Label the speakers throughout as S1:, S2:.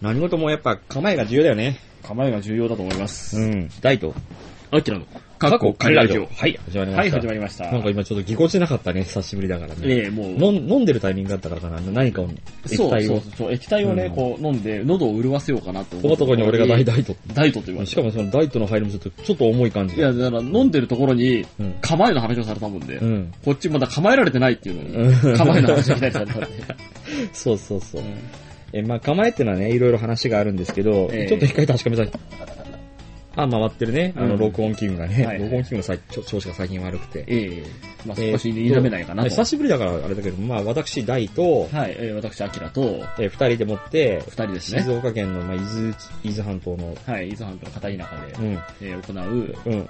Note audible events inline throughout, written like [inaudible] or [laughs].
S1: 何事もやっぱ構えが重要だよね。
S2: 構えが重要だと思います。
S1: うん。大と。
S2: アキラの。
S1: かっこ仮ラジオ。
S2: は
S1: はい、始まりま
S2: い、
S1: した。
S2: 始まりました。
S1: なんか今ちょっとぎこちなかったね、久しぶりだからね。
S2: ええもう、
S1: 飲ん飲んでるタイミングだったからかな、何かを、液
S2: そう
S1: 体
S2: そ
S1: を
S2: う。そう、液体をね、
S1: うん
S2: こう飲んで、喉を潤わせようかなと
S1: そこ
S2: 思っ
S1: の
S2: て。
S1: とこに俺が大大と。
S2: 大とって言われて。
S1: しかもその大との入りもちょっと、ちょっと重い感じ
S2: いや、だから飲んでるところに
S1: うん、
S2: 構えの話をされたもんで、
S1: うん。
S2: こっちまだ構えられてないっていうのに、構えの話をしないとされたんで。。
S1: そうそうそう [laughs] うんえ、まあ構えってのはね、いろいろ話があるんですけど、
S2: ええ
S1: ちょっと一回確かめたい。あ、回ってるね。あ
S2: う
S1: の、
S2: ん
S1: 録音器具が
S2: はいは
S1: ね。
S2: い
S1: 録音器具のさちょ調子が最近悪くて。
S2: ええまあ
S1: えー
S2: 少し否めないかなと。
S1: 久しぶりだからあれだけど、まあ私、大と、
S2: はい、えー私、アキラと、
S1: えー、二人でもって、
S2: 二人です
S1: 静
S2: ね。
S1: 岡県の、まあ、伊豆、伊豆半島の、
S2: はい、伊豆半島の片田舎で
S1: う、ん、
S2: えー行う、
S1: うん、
S2: え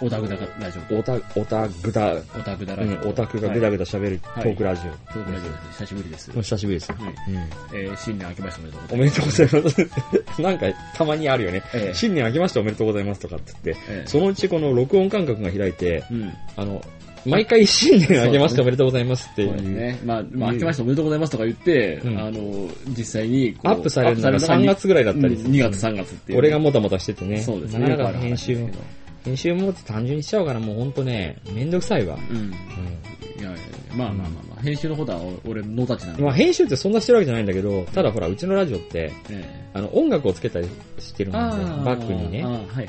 S2: ー、オタクだラジオ。
S1: オタ、オタグダ、う
S2: オタクだラジ
S1: ん、
S2: オ。
S1: オタクがぐだ
S2: はい
S1: ぐだ喋るト
S2: はい
S1: ークラジオ。
S2: トークラジオです。久しぶりです。
S1: 久しぶりですよ。
S2: はい
S1: うん。
S2: えー、新年明けましておめでとうござ
S1: お
S2: いま
S1: めでとうございます。 [laughs] なんか、たまにあるよね。
S2: す。えー
S1: 新年明けましておめでとうございますとかって言って、
S2: えー
S1: そのうちこの録音感覚が開いて、
S2: うん。
S1: あの、毎回新年明けましておめでとうございますってい
S2: そうです
S1: う。
S2: ね。まあ、まあ、明けましておめでとうございますとか言って、
S1: うん
S2: あの、実際にこう、
S1: アップされるのが3月ぐらいだったりする。
S2: 2月、3月っていう。
S1: 俺がもたもたしててね。
S2: そうですね。
S1: なか
S2: よくあ
S1: な
S2: る
S1: か
S2: 話
S1: 編
S2: です
S1: 集
S2: けど
S1: も、編集も単純にしちゃうからもうほんとね、めんどくさいわ。
S2: うん。
S1: うん
S2: いやいやまあまあまあまあ、編集のことは俺、ノータッチなんで。
S1: まあ編集ってそんなしてるわけじゃないんだけど、ただほら、うちのラジオって、
S2: え
S1: あの、音楽をつけたりしてる
S2: え
S1: もんで、バックにね。
S2: あー
S1: うん。
S2: はいはいはい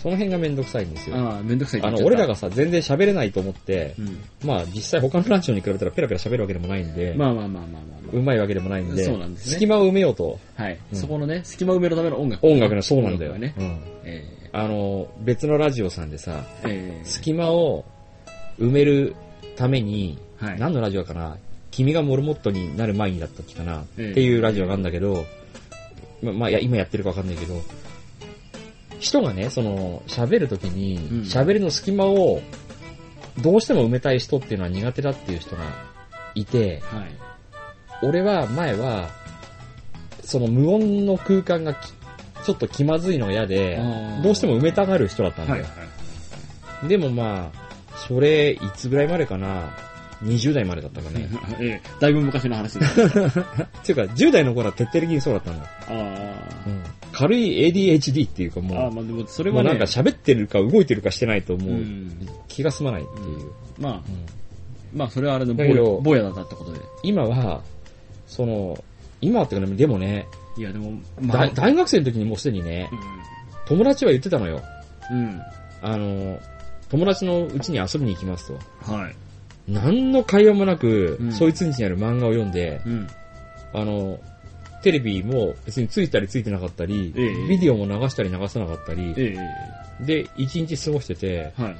S1: その辺がめんどくさいんです
S2: はい。
S1: よ。
S2: ああ、めんどくさいって
S1: あの
S2: 言っ、ちゃった
S1: 俺らがさ、全然喋れないと思って、
S2: うん。
S1: まあ実際他のラジオに比べたらペラペラ喋るわけでもないんで、
S2: まあまあまあまあまあま
S1: うまいわけでもないんで、
S2: そうなんですね
S1: 隙間を埋めようと、
S2: あ。はい。
S1: うん
S2: そこのね、隙間埋めるための音楽。
S1: 音楽の、そうなんだよ。
S2: 音楽がね。
S1: うん
S2: え
S1: あの、別のラジオさんでさ、
S2: ええ
S1: 隙間を埋めるために、
S2: えはい。
S1: 何のラジオかな君がモルモットになる前にだったっけかな、
S2: ええ
S1: っていうラジオなんだけど、ま、まあ、いや、今やってるかわかんないけど、人がね、その、喋るときに
S2: うん、
S1: 喋りの隙間を、どうしても埋めたい人っていうのは苦手だっていう人がいて、
S2: はい。
S1: 俺は前は、その無音の空間がきちょっと気まずいのが嫌で
S2: あ、ー
S1: どうしても埋めたがる人だったんだ
S2: はい
S1: よ
S2: はい。。
S1: でもまあ、それ、いつぐらいまでかな ?20 代までだったかね。
S2: ええだいぶ昔の
S1: [laughs]
S2: 話です。
S1: っていうか、10代の頃は徹底的にそうだったんだ。
S2: ああ。
S1: 軽い ADHD っていうか
S2: あ
S1: も、
S2: あ、まあでも、そうれ
S1: も
S2: は
S1: う
S2: ね、
S1: なんか喋ってるか動いてるかしてないと
S2: う。
S1: もうん気が済まないっていう。
S2: まあ、
S1: うん
S2: まあ、それはあれの
S1: だけど
S2: 坊坊やだったってことで。
S1: 今は、その、今はっていうかね、でもね、
S2: いや、でも、まあ
S1: だ、大学生の時にもうすでにね、友達は言ってたのよ。
S2: うん。うん。
S1: あの、友達のうちに遊びに行きますと。
S2: はい。
S1: 何の会話もなく、
S2: うん
S1: そいつんちにある漫画を読んで、
S2: うん。
S1: あの、テレビも別についたりついてなかったり、
S2: ええ
S1: ビデオも流したり流さなかったり、
S2: ええ
S1: で、一日過ごしてて、
S2: はい。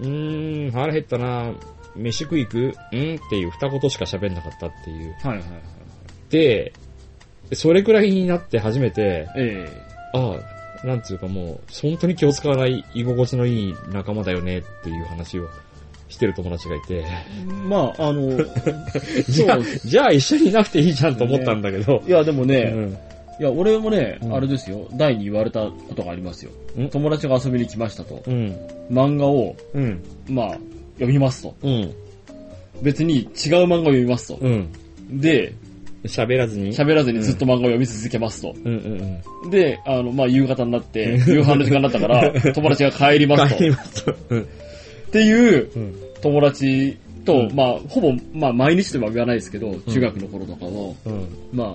S1: うーん、腹減ったな飯食い行くうんっていう二言しか喋んなかったっていう。
S2: はいはいはい。
S1: で、それくらいになって初めて、
S2: え
S1: ああ、なんつうかもう、本当に気を使わない居心地のいい仲間だよねっていう話をしてる友達がいて、
S2: えまあ、
S1: [laughs]
S2: あの、
S1: じゃ
S2: そ
S1: あ
S2: うです、
S1: じゃあ一緒にいなくていいじゃんと思ったんだけど、
S2: いや、でも
S1: う
S2: ね、
S1: ん
S2: いや、俺もね、
S1: うん
S2: あれですよ、大に言われたことがありますよ
S1: ん。
S2: 友達が遊びに来ましたと。
S1: うん、
S2: 漫画を、
S1: うん、
S2: まあ、読みますと。
S1: うん、
S2: 別に違う漫画を読みますと。
S1: うん。
S2: で、
S1: 喋らずに
S2: 喋らずにずっと漫画を読み続けますと。
S1: うんうん
S2: で、あの、まあ、夕方になって、夕飯の時間になっ
S1: [laughs]
S2: たから、友達が帰りま
S1: うん。
S2: すと。っ
S1: ますと。うん。
S2: ていう
S1: うん。
S2: 友達と、
S1: うん
S2: まあ、ほぼ、まあ、毎日とは言わないですけど、中学の頃とかの、
S1: うん。
S2: まあ、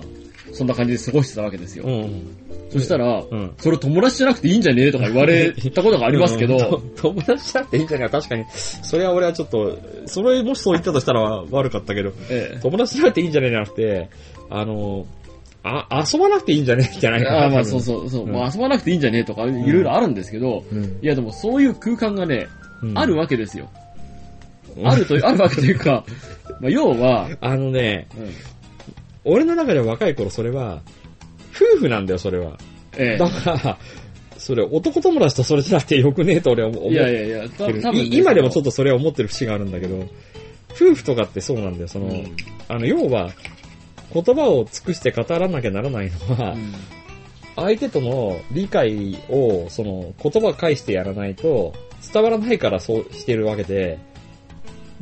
S2: そんな感じで過ごしてたわけですよ。
S1: うん。
S2: そしたら、
S1: うん。
S2: それ友達じゃなくていいんじゃねえとか言われたことがありますけど、
S1: うんと友達じゃなくていいんじゃないか確かに。それは俺はちょっと、それもしそう言ったとしたら悪かったけど、
S2: え
S1: 友達じゃなくていいんじゃねえじゃなくて、あの、あ、遊ばなくていいんじゃねえじゃな
S2: え
S1: いかな。
S2: ああま
S1: 多
S2: あ
S1: 分
S2: そうそうそう、
S1: うん
S2: まあ遊ばなくていいんじゃねえとか、いろいろあるんですけど、
S1: うん。
S2: いやでもそういう空間がね、
S1: うん
S2: あるわけですよ。
S1: うん
S2: あるという、あるわけとい
S1: [laughs]
S2: うか、まあ要は、
S1: あのね、
S2: うん
S1: 俺の中では若い頃それは、夫婦なんだよ、それは。
S2: え
S1: だから、それ男友達とそれじゃなくてよくねえと俺は思
S2: え、
S1: う。
S2: いやいやいや、た
S1: ってる
S2: 多分ね、
S1: い今でもちょっ
S2: っ
S1: とそれは思ってる節があるんだけど、夫婦とかってそうなんだよ。その、あの、要は、言葉を尽くして語らなきゃならないのは、相手との理解を、その、言葉を返してやらないと、伝わらないからそうしてるわけで、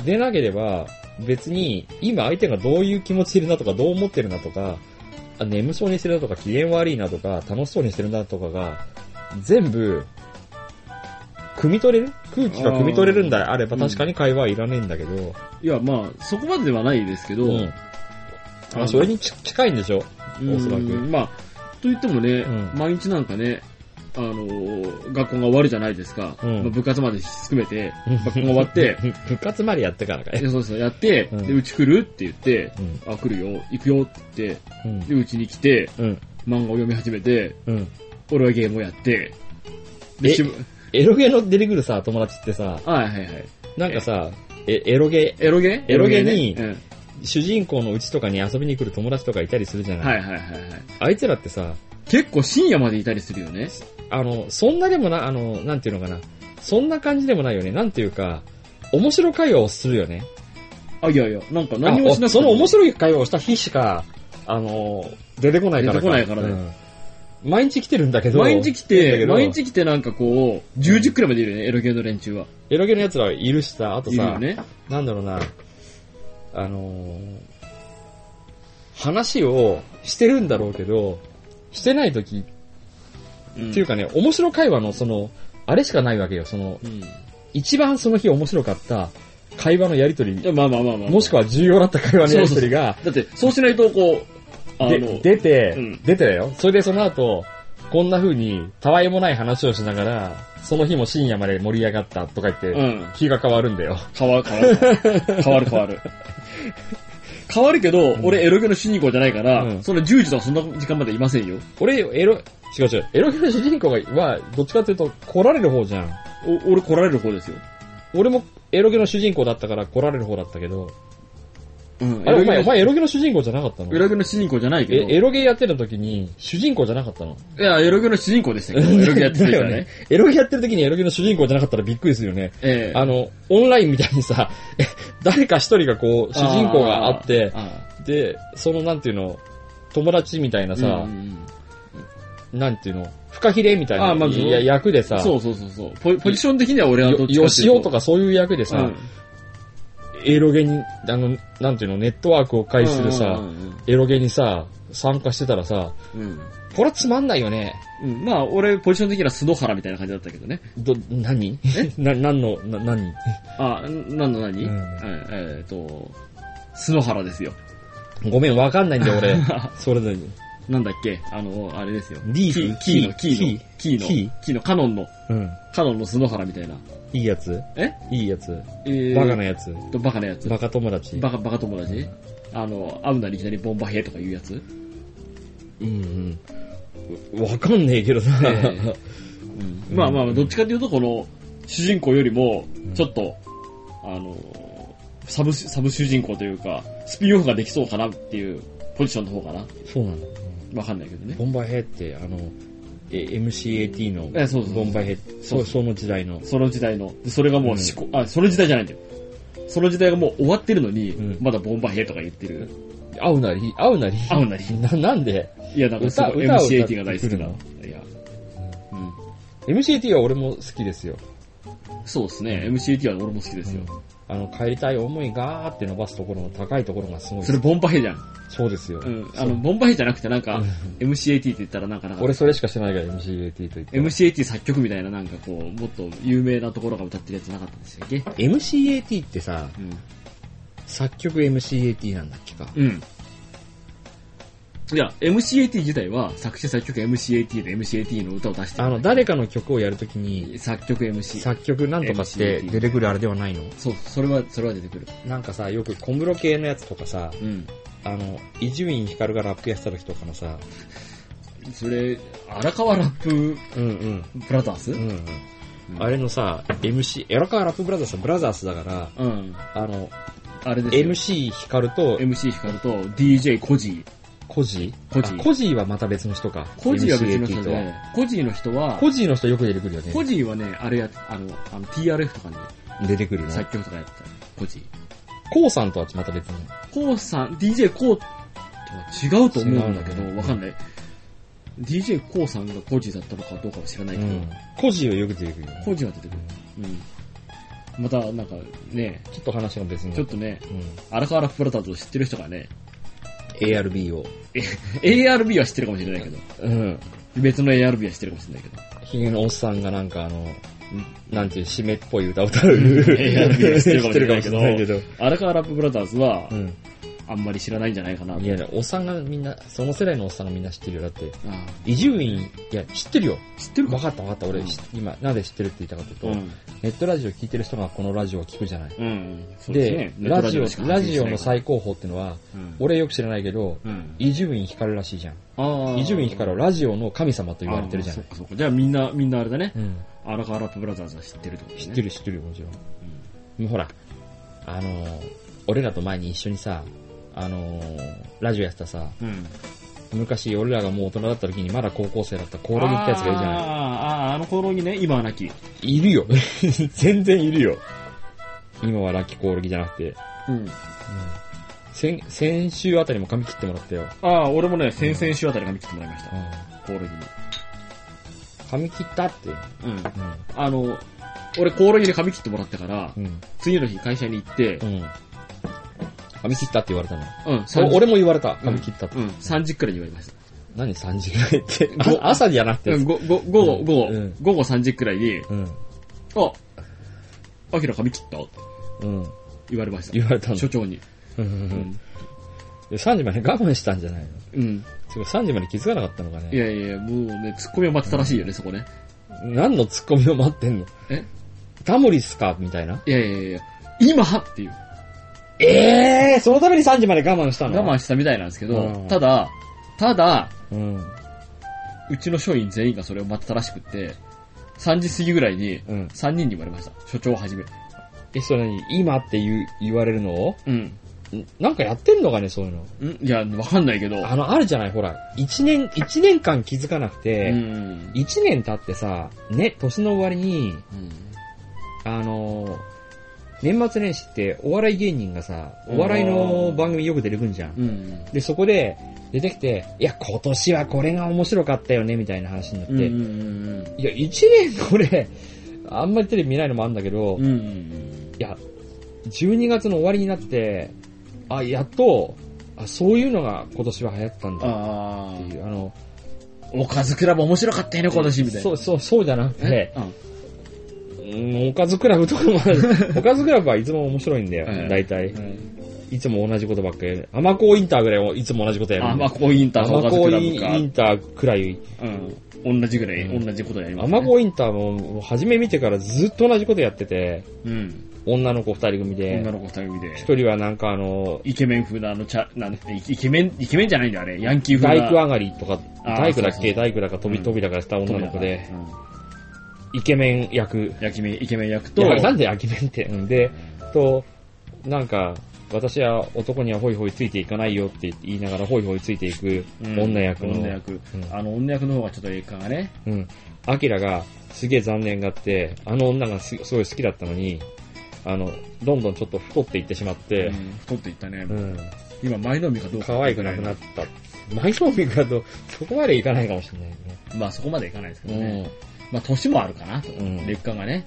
S1: でなければ、別に、今相手がどういう気持ちでいるなとか、どう思ってるなとか、あ眠そうにしてるなとか、機嫌悪いなとか、楽しそうにしてるなとかが、全部、汲み取れる空気が汲み取れるんだあれば
S2: うん
S1: 確かに会話はいらねえんだけど、
S2: いや、まあ、そこまでではないですけど、
S1: うんまあそれにち近いんでしょおそらく
S2: うんまあ、と言ってもね、
S1: うん
S2: 毎日なんかね、あのー学校が終わるじゃないですか。
S1: うん
S2: まあ部活まで含めて、学校が終
S1: [laughs]
S2: わって、
S1: 部活までやってからか
S2: い
S1: い。
S2: やそうそう、やって、
S1: うん
S2: で、うち来るって言って、
S1: うん。
S2: あ、来るよ、行くよって言って、
S1: うん。
S2: で、うちに来て、
S1: うん。
S2: 漫画を読み始めて、
S1: うん。
S2: 俺はゲームをやって、で、
S1: え
S2: しぶ
S1: エロゲの出てくるさ、友達ってさ、
S2: あはいはいはい。
S1: なんかさ、えエロゲ、
S2: エロゲ
S1: エロゲ
S2: ね
S1: に
S2: うん
S1: 主人公のうちとかに遊びに来る友達とかいたりするじゃない、
S2: はいはいはいはい。
S1: あいつらってさ、
S2: 結構深夜までいたりするよね。
S1: あの、そんなでもな、あの、なんていうのかな。そんな感じでもないよね。なんていうか、面白い会話をするよね。
S2: あ、いやいや、なんか何もし
S1: あお
S2: なくて
S1: そ
S2: も
S1: の面白い会話をした日しか、あの、出てこないから
S2: 出てこないからね
S1: うん毎日来てるんだけど。
S2: 毎日来
S1: だけ
S2: て、
S1: ど
S2: 毎日来てなんかこう、10時くらいまでいるよね、エロゲの連中は。
S1: エロゲの奴らいるしさ、あと
S2: いる
S1: さ、
S2: よね。
S1: なんだろうな、あのー話をしてるんだろうけど、してない時
S2: ん
S1: っていう、かね、面白会話のその、あれしかないわけよ。その、
S2: うん。
S1: 一番その日面白かった会話のやりとり
S2: いやまあまあまあまあ。
S1: もしく
S2: は。
S1: は重要だった会話のやりとりが、
S2: だって、そうしないとこう、あ
S1: で
S2: の、
S1: 出て、
S2: うん
S1: 出てだよ。それでその後、こんな風に、たわいもない話をしながら、その日も深夜まで盛り上がったとか言って、
S2: うん。
S1: 気が変わるんだよ。
S2: 変わる変わる。変わる変わる。変わるけど、俺エロゲの主人公じゃないから、
S1: うん
S2: その10時とかそんな時間までいませんよ。
S1: 俺、エロ、違う違う、エロヒロ主人公は、どっちかっていうと、来られる方じゃん。
S2: お俺来られる方ですよ。
S1: 俺も、エロゲの主人公だったから来られる方だったけど、
S2: うん
S1: あれお前、お
S2: の
S1: 前エロゲの主人公じゃなかったの
S2: エロゲの主人公じゃないけど。
S1: えエロゲやってた時に、主人公じゃなかったの
S2: いや、エロゲの主人公でしたけ
S1: [laughs]
S2: ど、エロゲやってたからね。。
S1: エロゲやってる時にエロゲの主人公じゃなかったらびっくりするよね。
S2: ええ
S1: あの、オンラインみたいにさ、 [laughs] え誰か一人がこう、主人公があって、
S2: あ
S1: で、そのなんていうの、友達みたいな
S2: ー
S1: さ、
S2: うんうん
S1: なんていうの、フカヒレみたいな
S2: あーまあ
S1: いや役でさ、
S2: そうそうそうそうポ。ポジション的には俺はど
S1: よ
S2: っちか
S1: よ
S2: ってい
S1: し
S2: う
S1: おとかそういう役でさ、
S2: うん
S1: エロゲに、あの、なんていうの、ネットワークを介するさ、
S2: うんうん
S1: エロゲにさ、参加してたらさ、
S2: うんうん
S1: これつまんないよね。
S2: うんまあ、俺、ポジション的には須原みたいな感じだったけどね。
S1: ど、何 [laughs] な、なんの、な、何
S2: あ、なんの何、
S1: うん
S2: えええーっと、須原ですよ。
S1: ごめん、わかんないんだよ、
S2: [laughs]
S1: 俺。それで、
S2: なんだっけあの、あれですよ。
S1: リー
S2: キ
S1: フ
S2: ー、キーの、キーの、キーの、
S1: キー
S2: キーの、カノンの、
S1: うん。
S2: カノンの須原みたいな。
S1: いいやつ
S2: え
S1: いいやつ。
S2: えー
S1: バカなやつ。
S2: とバカなやつ。
S1: バカ友達。
S2: バカ、バカ友達あの、会うなりいきなりボンバヘとかいうやつ
S1: うんうん。わかんねえけどさ。
S2: え
S1: うん
S2: まあまあ、どっちかというと、この、主人公よりも
S1: ん、
S2: ちょっと、あの、サブ、サブ主人公というか、スピンオフができそうかなっていうポジションの方かな。
S1: [laughs] そうなんだ。
S2: わかんないけどね。
S1: ボンバイヘって、あの、え MCAT の
S2: えそうそうそう
S1: ボンバイヘ
S2: そう
S1: そその時代の。
S2: その時代の、でそれがもう思考、あ、その時代じゃないんだよ。その時代がもう終わってるのに、
S1: うん
S2: まだボンバヘとか言ってる。
S1: 合うなり、合うなり。
S2: 会うなり。
S1: [laughs] な、なんで
S2: いや、なんかすごい
S1: 歌歌を歌って
S2: MCAT が大好きな。
S1: く
S2: いや、うん。
S1: ?MCAT は俺も好きですよ。
S2: そうですね。MCAT は俺も好きですよ。
S1: あの、帰りたい思いがーって伸ばすところの高いところがすごい
S2: そ。れボンバヘじゃん。
S1: そうですよ
S2: う。ん。あの、ボンバヘじゃなくてなんか、MCAT って言ったらなんかなんか、
S1: 俺それしかしてないから MCAT と言って。
S2: MCAT 作曲みたいななんかこう、もっと有名なところが歌ってるやつなかったんでしたっけ
S1: MCAT ってさ、
S2: うん。
S1: 作曲 MCAT なんだっけか。
S2: うん。いや、MCAT 自体は作詞作曲 MCAT で MCAT の歌を出して
S1: あ
S2: る
S1: の、誰かの曲をやるときに、
S2: 作曲 MC。
S1: 作曲なんとかって出てくるあれではないの
S2: そう、それは、それは出てくる。
S1: なんかさ、よく小室系のやつとかさ、
S2: うん。
S1: あの、伊集院光がラップやってた時とかのさ、
S2: それ、荒川ラップ
S1: うんうん。
S2: ブラザーズ
S1: うんうん。あれのさ、MC、エラカーラップブラザーズはブラザーズだから、
S2: うん。
S1: あの、
S2: あれですよ。
S1: MC 光と、
S2: MC 光と DJ コジ
S1: コジ
S2: コジ
S1: あコジはまた別の人か。
S2: ー。コジーは別
S1: MCAT
S2: の人
S1: と
S2: で、コジーの人は、
S1: コジーの人よく出てくるよね。
S2: コジーはね、あれや、あの、あの TRF とかに
S1: 出てくるね。
S2: 作曲とかやってた。コジー。
S1: コウさんとはまた別に。
S2: コウさん、DJ コウとは違うと思うんだけ
S1: 違う
S2: ど、
S1: ね
S2: わかんない。DJ コウさんがコジだったのかどうかは知らないけど、
S1: コジーはよく出てくるよね。
S2: コジは出てくる。うん。また、なんかね、
S1: ちょっと話が別に。
S2: ちょっとね、
S1: うん
S2: 荒川ラップラザーズを知ってる人がね、
S1: ARB を。
S2: ARB は知ってるかもしれないけど。
S1: うん。
S2: 別の ARB は知ってるかもしれないけど。
S1: ヒゲのおっさんがなんかあの、なんていう、締めっぽい歌を歌う。ARB
S2: は知ってるかもしれないけ
S1: ど。
S2: 荒川ラップブラザーズは
S1: う、ん。
S2: あんまり知らないんじゃないかな。
S1: いや、おっさんがみんな、その世代のおっさんがみんな知ってるよ。だって、
S2: あ
S1: 伊集院、いや、知ってるよ。
S2: あ知ってる
S1: わ
S2: か
S1: かったわかった。俺、
S2: うん
S1: 知今、なぜ知ってるって言ったかというと、
S2: うん。
S1: ネットラジオ聞いてる人がこのラジオを聞くじゃない。
S2: うん。そう
S1: で、
S2: すね
S1: ラジオ
S2: ネット、
S1: ラ
S2: し
S1: ジ
S2: か
S1: オの
S2: 発信しないから
S1: 最高峰ってのは、
S2: うん
S1: 俺よく知らないけど、
S2: うん。
S1: 伊集院光るらしいじゃん。
S2: ああ
S1: 伊集院光るはラジオの神様と言われてるじゃ
S2: あ
S1: な
S2: ー
S1: い
S2: そっ。かそっか。じゃあみんな、みんなあれだね。
S1: うん。
S2: 荒川ラップブラザーズは知ってるってことね。
S1: 知ってる知ってるよもちろん。もうほら、あのー、俺らと前に一緒にさ、あのー、ラジオやってたさ、
S2: うん。うん。
S1: 昔俺らがもう大人だった時にまだ高校生だったコールに行ったやつがいるじゃ
S2: あ
S1: な
S2: あああ、あの頃にね、今はなき。
S1: いいるよ。 [laughs] 全然いるよ。今はラッキーコールギじゃなくて、
S2: うん。
S1: 先、先週あたりも髪切ってもらったよ。
S2: ああ、俺もね、先々週あたり髪切ってもらいました。コールギに。
S1: 髪切ったって。
S2: うん。
S1: う
S2: あの、俺コールギで髪切ってもらったから、
S1: ん。うん。
S2: 次の日会社に行って、
S1: うん。髪切ったって言われたの。
S2: うん、
S1: それ
S2: 3時
S1: 俺も言われた。髪切ったって。
S2: うん、3時くらいに言われました。
S1: 何3時ぐらいって。
S2: ご
S1: あ朝じゃなくて。
S2: うんごご午後、午後
S1: うん、
S2: 午後3時くらいに、
S1: うん。
S2: あ、アキラ髪切ったっ
S1: う
S2: て
S1: ん。
S2: 言われました
S1: 言。われたの。
S2: 所長に。
S1: うんう
S2: うん
S1: うん
S2: ん。
S1: で3時まで我慢したんじゃないの
S2: うん。
S1: それか3時まで気づかなかったのかね。
S2: いやいやいや、もうね、ツッコミを待ってたらしいよね、そこね。
S1: 何のツッコミを待ってんの
S2: え
S1: タモリっすかみたいな。
S2: いやいやいや、今はっていう。
S1: ええー、そのために3時まで我慢したの
S2: 我慢したみたいなんですけ
S1: う
S2: ど
S1: ん、
S2: ただ、ただ、
S1: うん。
S2: うちの署員全員がそれを待ってたらしくって、3時過ぎぐらいに、
S1: うん。
S2: 3人に言われました。所長をはじめ。
S1: え、それに、今って言う、言われるのを
S2: うん。
S1: んなんかやってんのかね、そういうの。
S2: んいや、わかんないけど。
S1: あの、あるじゃない、ほら。1年、一年間気づかなく
S2: う
S1: て、
S2: ん。
S1: 一1年経ってさ、ね、年の終わりに、
S2: うん
S1: あのー年末年始ってお笑い芸人がさ、お笑いの番組よく出てくんじゃん。
S2: うん。
S1: で、そこで出てきて、いや、今年はこれが面白かったよね、みたいな話になって、
S2: うんう
S1: い
S2: ん
S1: や、一年これ、あんまりテレビ見ないのもあるんだけど、
S2: うんうん。
S1: い
S2: うんうん
S1: や、12月の終わりになって、あ、やっと、あ、そういうのが今年は流行ったん
S2: うん。
S1: だ
S2: あ
S1: っていう、あの、
S2: あ。おかずクラブ面白かったよね、今年みたいな。
S1: そう、そう、そうじゃなくて
S2: え、うん。
S1: うんおかずクラブとかもある、 [laughs] おかずクラブはいつも面白いんだ
S2: う
S1: よ、
S2: ん
S1: 大体。いつも同じことばっかりやる。アマコインターぐらいもいつも同じことやる。
S2: あ、まあ、こうインター
S1: ア
S2: かお
S1: マ
S2: かず
S1: コ
S2: クラ
S1: イ
S2: ブか。
S1: ンターくらい。
S2: うん。同じぐらい、同じことやりま
S1: ア
S2: すね。
S1: マコインターももう初め見てからずっと同じことやってて、
S2: うん。
S1: 女の子二人組
S2: 女
S1: で、
S2: の子二人組で。
S1: 一人はなんかあの、
S2: イケメン風なあの、ちゃ、なんて、イケメン、イケメンじゃないんだよ、あれ。ヤンキー風
S1: 大
S2: な。
S1: 工上がりとか、
S2: あー
S1: 大工だっ
S2: そうそう
S1: け大工だか飛び扉からした女の子で、
S2: うん。
S1: イケメン役。
S2: 焼き目、イケメン役
S1: い
S2: と、
S1: やなんでイケメンって。うんで、と、なんか、私は男にはホイホイついていかないよって言いながらホイホイついていく
S2: うん
S1: 女役の、
S2: 女役
S1: うん。
S2: あの、女役の方がちょっと映画がね、
S1: うん。アキラがすげえ残念があって、あの女がすすごい好きだったのに、あの、どんどんちょっと太っていってしまって
S2: う、ん太っていったね
S1: う。ん。
S2: 今、前のみかどうか。
S1: 可愛くなくなった。マイソーミクだと、そこまでいかないかもしれない
S2: まあ、そこまでいかないですけどね。
S1: ね。
S2: まあ、年もあるかなと。
S1: うん
S2: 劣化がね。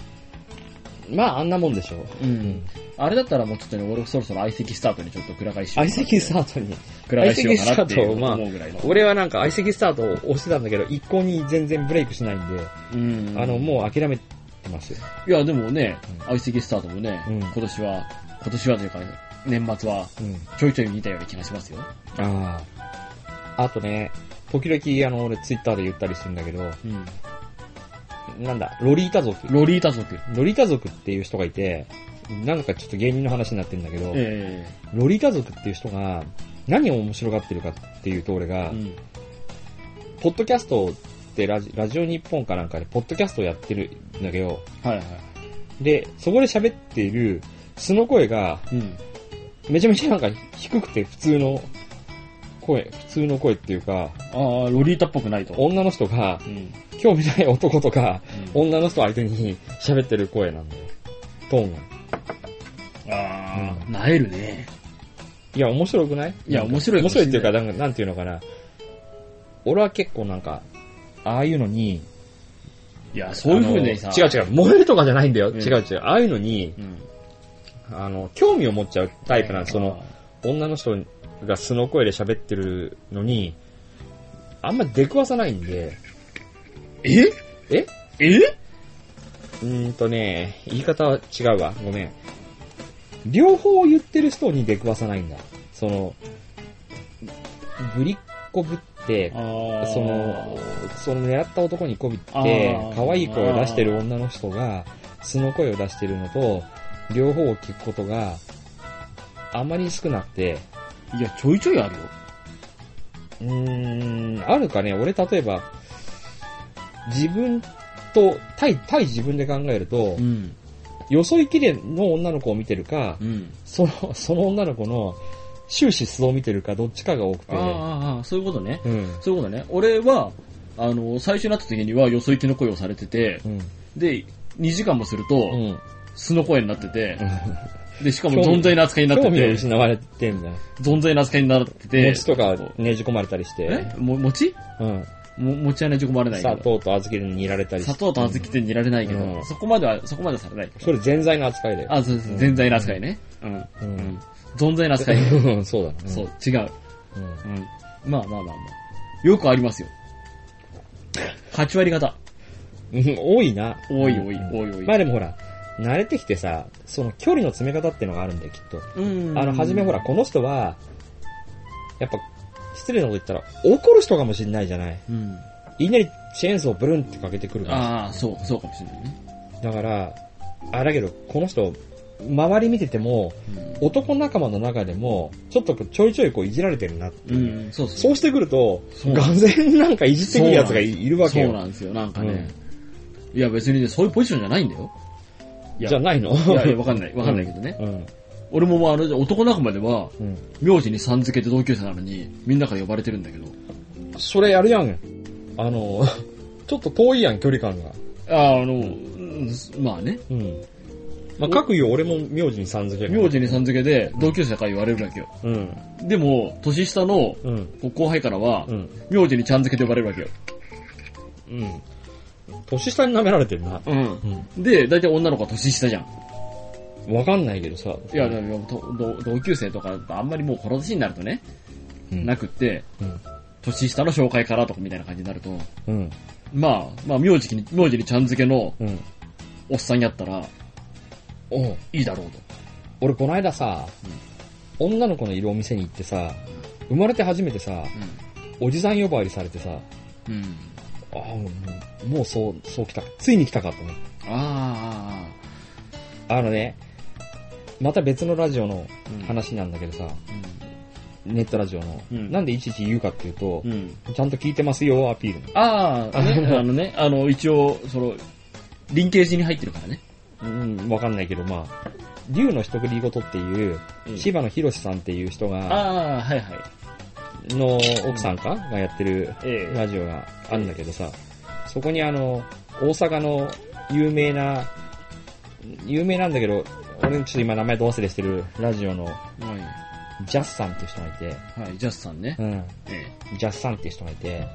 S1: うん。まあ、あんなもんでしょう。
S2: う。。
S1: うん
S2: あれだったらもうちょっとね、俺そろそろ相席スタートにちょっと暗がいしよう
S1: 相
S2: かな。
S1: 席スタートに。
S2: 暗がいしようかなって
S1: 相
S2: い
S1: 席スタート
S2: う
S1: まあ
S2: 思うぐらいの。
S1: 俺はなんか相席スタートを押してたんだけど、一向に全然ブレイクしないんで、
S2: うん
S1: あの、もう諦めてますよ。
S2: う。いや、でもね
S1: うん、
S2: 相席スタートもね、
S1: うん
S2: 今年は、今年はというか、年末は
S1: うん。
S2: ちょいちょい見たような気がしますよ。
S1: ああ。あとね、時々あの、俺ツイッターで言ったりするんだけど、
S2: うん。
S1: なんだ、ロリータ族。
S2: ロリータ族。
S1: ロリータ族っていう人がいて、なんかちょっと芸人の話になってるんだけど、
S2: え
S1: ロリータ族っていう人が何を面白がってるかっていうと俺
S2: え
S1: が、
S2: うん。
S1: ポッドキャストってラジラジオ日本かなんかでポッドキャストをやってるんだけど、
S2: はいは
S1: で、そこで喋っている素の声が
S2: い。うん。
S1: めちゃめちゃなんか低くて普通の声、普通の声っていうか、
S2: ああ、ロリータっぽくないと。
S1: 女の人が
S2: うん。うん
S1: 興味ない男とか、女の人相手に喋ってる声なんだよ。トーンが。
S2: あ
S1: う
S2: あ、なえるね。
S1: いや、面白くない
S2: いや面白い
S1: 面
S2: かもし
S1: 白い
S2: れない
S1: っていうか、なんかなんていうのかな。俺は結構なんか、ああいうのに、
S2: いや、そういう風にさ
S1: あ、の違う違う、燃えるとかじゃないんだよ。
S2: うん
S1: 違う違う。ああいうのに、
S2: うん。
S1: あの、興味を持っちゃうタイプなんです。その、、女の人が素の声で喋ってるのに、あんま出くわさないんで、
S2: え
S1: え
S2: え
S1: うーんとね、言い方は違うわ。ごめん。両方言ってる人に出くわさないんだ。その、ぶりっこぶって、
S2: あ
S1: その、その狙った男にこびって
S2: あー、
S1: 可愛い声を出してる女の人が、素の声を出してるのと、両方を聞くことが、あまり少なくて、
S2: いや、ちょいちょいあるよ。
S1: うーん、あるかね、俺例えば、自分と、対、対自分で考えると、
S2: ん。
S1: よそいきれの女の子を見てるか、
S2: うん。
S1: その、その女の子の終始素を見てるか、どっちかが多くて、
S2: ああ、そういうことね。
S1: うん。
S2: そういうことね。俺は、あの、最初になった時にはよそ行きの声をされてて、
S1: うん。
S2: で、2時間もすると
S1: う、ん。
S2: 素の声になってて、で、しか
S1: 興
S2: も
S1: 味
S2: 存在な扱いになって
S1: 興味を
S2: て、
S1: 失われてんだ。
S2: 存在な扱いになってて、
S1: 餅とかねじ込まれたりして
S2: え、も、餅
S1: うん。
S2: も、餅はね、ちょこまれないけど。
S1: 砂糖と小豆で煮られたりして
S2: 砂糖と小豆って煮られないけど、
S1: うん
S2: そこまでは、そこまではされないけど。
S1: それ全在の扱いだよ。
S2: あ、そうです。全在の扱いね。うん。
S1: う
S2: うんん。存在の扱い。
S1: うん [laughs] そうだね。
S2: そう、違う。
S1: うん。
S2: うん。まあまあまあまあ。よくありますよ。8割方。
S1: うん。多いな。
S2: 多い
S1: うん
S2: 多い、多い多い。
S1: まあでもほら、慣れてきてさ、その距離の詰め方っていうのがあるんだよ、きっと。
S2: うん
S1: あの、はじめほら、この人は、やっぱ、失礼なこと言ったら、怒る人かもしんないじゃない。
S2: うん。
S1: いきなりチェーンソーブルンってかけてくるか
S2: ああ、そう、そうかもしれないね。
S1: ら。だから、あ、だけど、この人、周り見てても、男仲間の中でも、ちょっとちょいちょいこういじられてるなって
S2: う。
S1: いうん
S2: うん、そうそ。
S1: そううしてくると、
S2: そう
S1: がぜなんかいじってくるやつがいいるわけ
S2: そう
S1: よ。
S2: なんですよ、なんかね。いや、別にね、そういうポジションじゃないんだよ。いや
S1: じゃないの
S2: いやいや、わかんない、わかんないけどね。
S1: うん。
S2: 俺もまあ、あの、男仲間では、
S1: うん。
S2: 名字にさん付けて同級生なのに、みんなから呼ばれてるんだけど。
S1: それやるやん。あの、 [laughs] ちょっと遠いやん、距離感が。
S2: あーあの、うんまあね。
S1: うん。まあ、各言う俺も名字にさん付け
S2: 名字にさん付けで同級生から言われるわけよ。
S1: うん。
S2: でも、年下の
S1: うん。
S2: 後輩からは
S1: う、ん。
S2: 名字にちゃん付けで呼ばれるわけよ。
S1: うん。年下に舐められてるな。
S2: う。
S1: うん
S2: で、大体女の子は年下じゃん。
S1: ん。わかんないけどさ。
S2: いや、でもと同同級生とかだとあんまりもうこの年になるとね、
S1: うん
S2: なくって、
S1: うん
S2: 年下の紹介からとかみたいな感じになると、
S1: うん。
S2: まあ、まあ、名字に、名字にちゃん付けの
S1: うん。
S2: おっさんやったら、
S1: おう
S2: いいだろうと。
S1: 俺この間さ、女の子のいるお店に行ってさ、生まれて初めてさ、おじさん呼ばわりされてさ、
S2: うん。うん。
S1: ああ、もう、もうそう、そう来た。ついに来たかと思って。
S2: あ
S1: あのね、また別のラジオの
S2: あ、うん。
S1: 話なんだけどさ、ネットラジオの。
S2: うん
S1: なんでいちいち言うかっていうと
S2: う、ん。
S1: ちゃんと聞いてますよ、アピール
S2: ああ、
S1: [laughs]
S2: ね、あのね、あの、一応、その、リンケージに入ってるからね。
S1: うん、わかんないけど、まあ、竜の一繰りごとっていう、
S2: うん
S1: 柴野博さんっていう人が、
S2: ああ、はいはい。
S1: の奥さんかがやってる
S2: ええ
S1: ラジオがあるんだけどさ、そこにあの、大阪の有名な、有名なんだけど、俺ちょっと今名前ど忘れしてるラジオの
S2: は
S1: ジャスさんっていう人がいて、
S2: い、はい、ジャスさんね。
S1: うん、
S2: え
S1: ジャスさんっていう人がいて、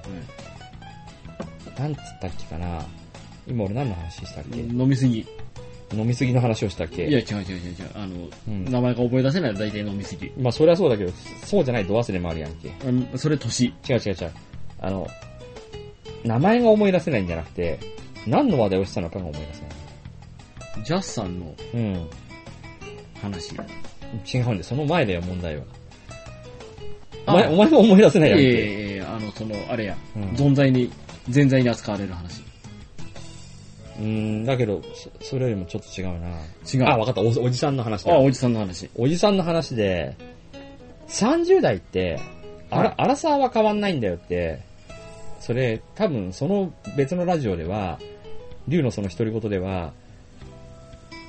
S2: え
S1: なんつったっけかな今俺何の話したっけ、
S2: うん飲みすぎ。い
S1: 飲みすぎの話をしたっけ
S2: や、違う違う違う違う。あの、
S1: うん
S2: 名前が覚え出せないら大体飲みすぎ。
S1: まあそれはそうだけど、そうじゃないと忘れもあるやんけ。
S2: うんそれ年。
S1: 違う違う違う。あの、名前が思い出せないんじゃなくて、何の話題をしたのかが思い出せない。
S2: ジャスさんの
S1: うん。
S2: 話。
S1: 違うんで、その前だよ、問題は。お
S2: あ
S1: 前、お前も思い出せない
S2: え
S1: やん
S2: え
S1: け。
S2: ええあの、その、あれや、
S1: うん
S2: 存在に、全在に扱われる話。
S1: うん、だけど、そそれよりもちょっと違うな。
S2: 違う。
S1: あ、
S2: あ
S1: わかったお、おじさんの話だ。
S2: あ、おじさんの話。
S1: おじさんの話で、30代って、あら、アラサーは変わんないんだよって、それ、多分、その別のラジオでは、竜のその独り言では、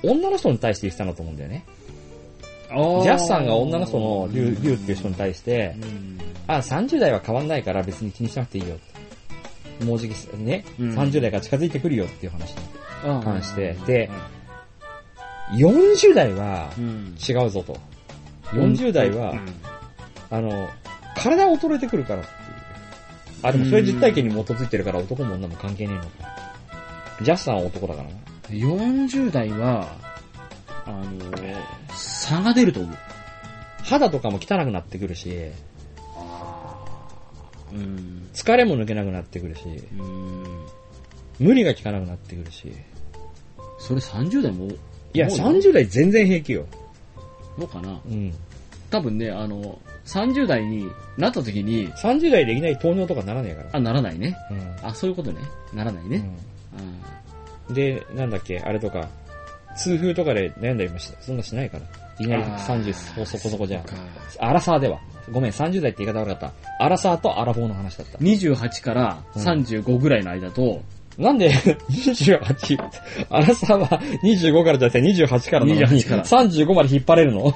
S1: 女の人に対して言ってたんだと思うんだよね。ジャスさんが女の人の竜竜っていう人に対して
S2: う、ん。
S1: あ、30代は変わんないから別に気にしなくていいよって。もうじきね、
S2: うん
S1: 30代が近づいてくるよっていう話に。
S2: あー
S1: 関してで、40代は
S2: うん。
S1: 違うぞと。40代は、
S2: うん
S1: あの、体衰えてくるからっていう。あ、でもそれ実体験に基づいてるから男も女も関係ねえのか。ジャスさんは男だからな。
S2: 40代は、あの、差が出ると思う。
S1: 肌とかも汚くなってくるし、
S2: うん。
S1: 疲れも抜けなくなってくるし、
S2: うん。
S1: 無理が効かなくなってくるし。
S2: それ30代も、
S1: いや、
S2: もう
S1: 30代全然平気よ。
S2: のかな
S1: うん。
S2: 多分ね、あの、30代になった時に、
S1: 30代でいきなり糖尿とかならねえから。
S2: あ、ならないね。
S1: うん
S2: あ、そういうことね。ならないね。うん
S1: うんで、なんだっけ、あれとか、痛風とかで悩んだりもし、そんなしないから。いきなり
S2: あー
S1: 30そこそこじゃん
S2: そっ。か
S1: アラサーでは。ごめん、30代って言い方悪かった。アラサーとアラフォーの話だった。
S2: 28から35ぐらいの間と、
S1: なんで、28、アラサーは25からじゃなくて28からなのに、
S2: 28から
S1: 35まで引っ張れるの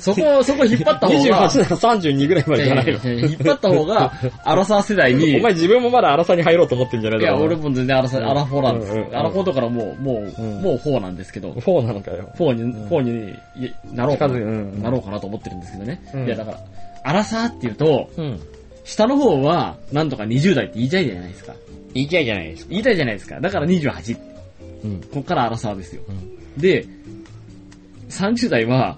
S2: そこ、そこ引っ張った方
S1: ?28 だ
S2: が、
S1: から32ぐらいまでじゃないの、
S2: いやいやいや引っ張った方が、アラサー世代に、
S1: お前自分もまだアラサーに入ろうと思ってんじゃない
S2: いや、俺。も全然アラサ
S1: うん
S2: ー、アラフォーなんです
S1: うんうん。
S2: アラフォーだからもう、もう、
S1: うん
S2: もうフォーなんですけど、
S1: フォーなのかよ。
S2: フォーに、フォーにいなろうかな、
S1: 近づいうん
S2: なろうかなと思ってるんですけどね。
S1: うん
S2: いや、だから、アラサーっていうと、
S1: うん。
S2: 下の方は、なんとか20代って言いたいじゃないですか。
S1: 言いきゃいじゃないですか。
S2: 言いたいじゃないですか。だから28。
S1: うん。
S2: こっからアラサーですよ。
S1: うん。
S2: で、30代は、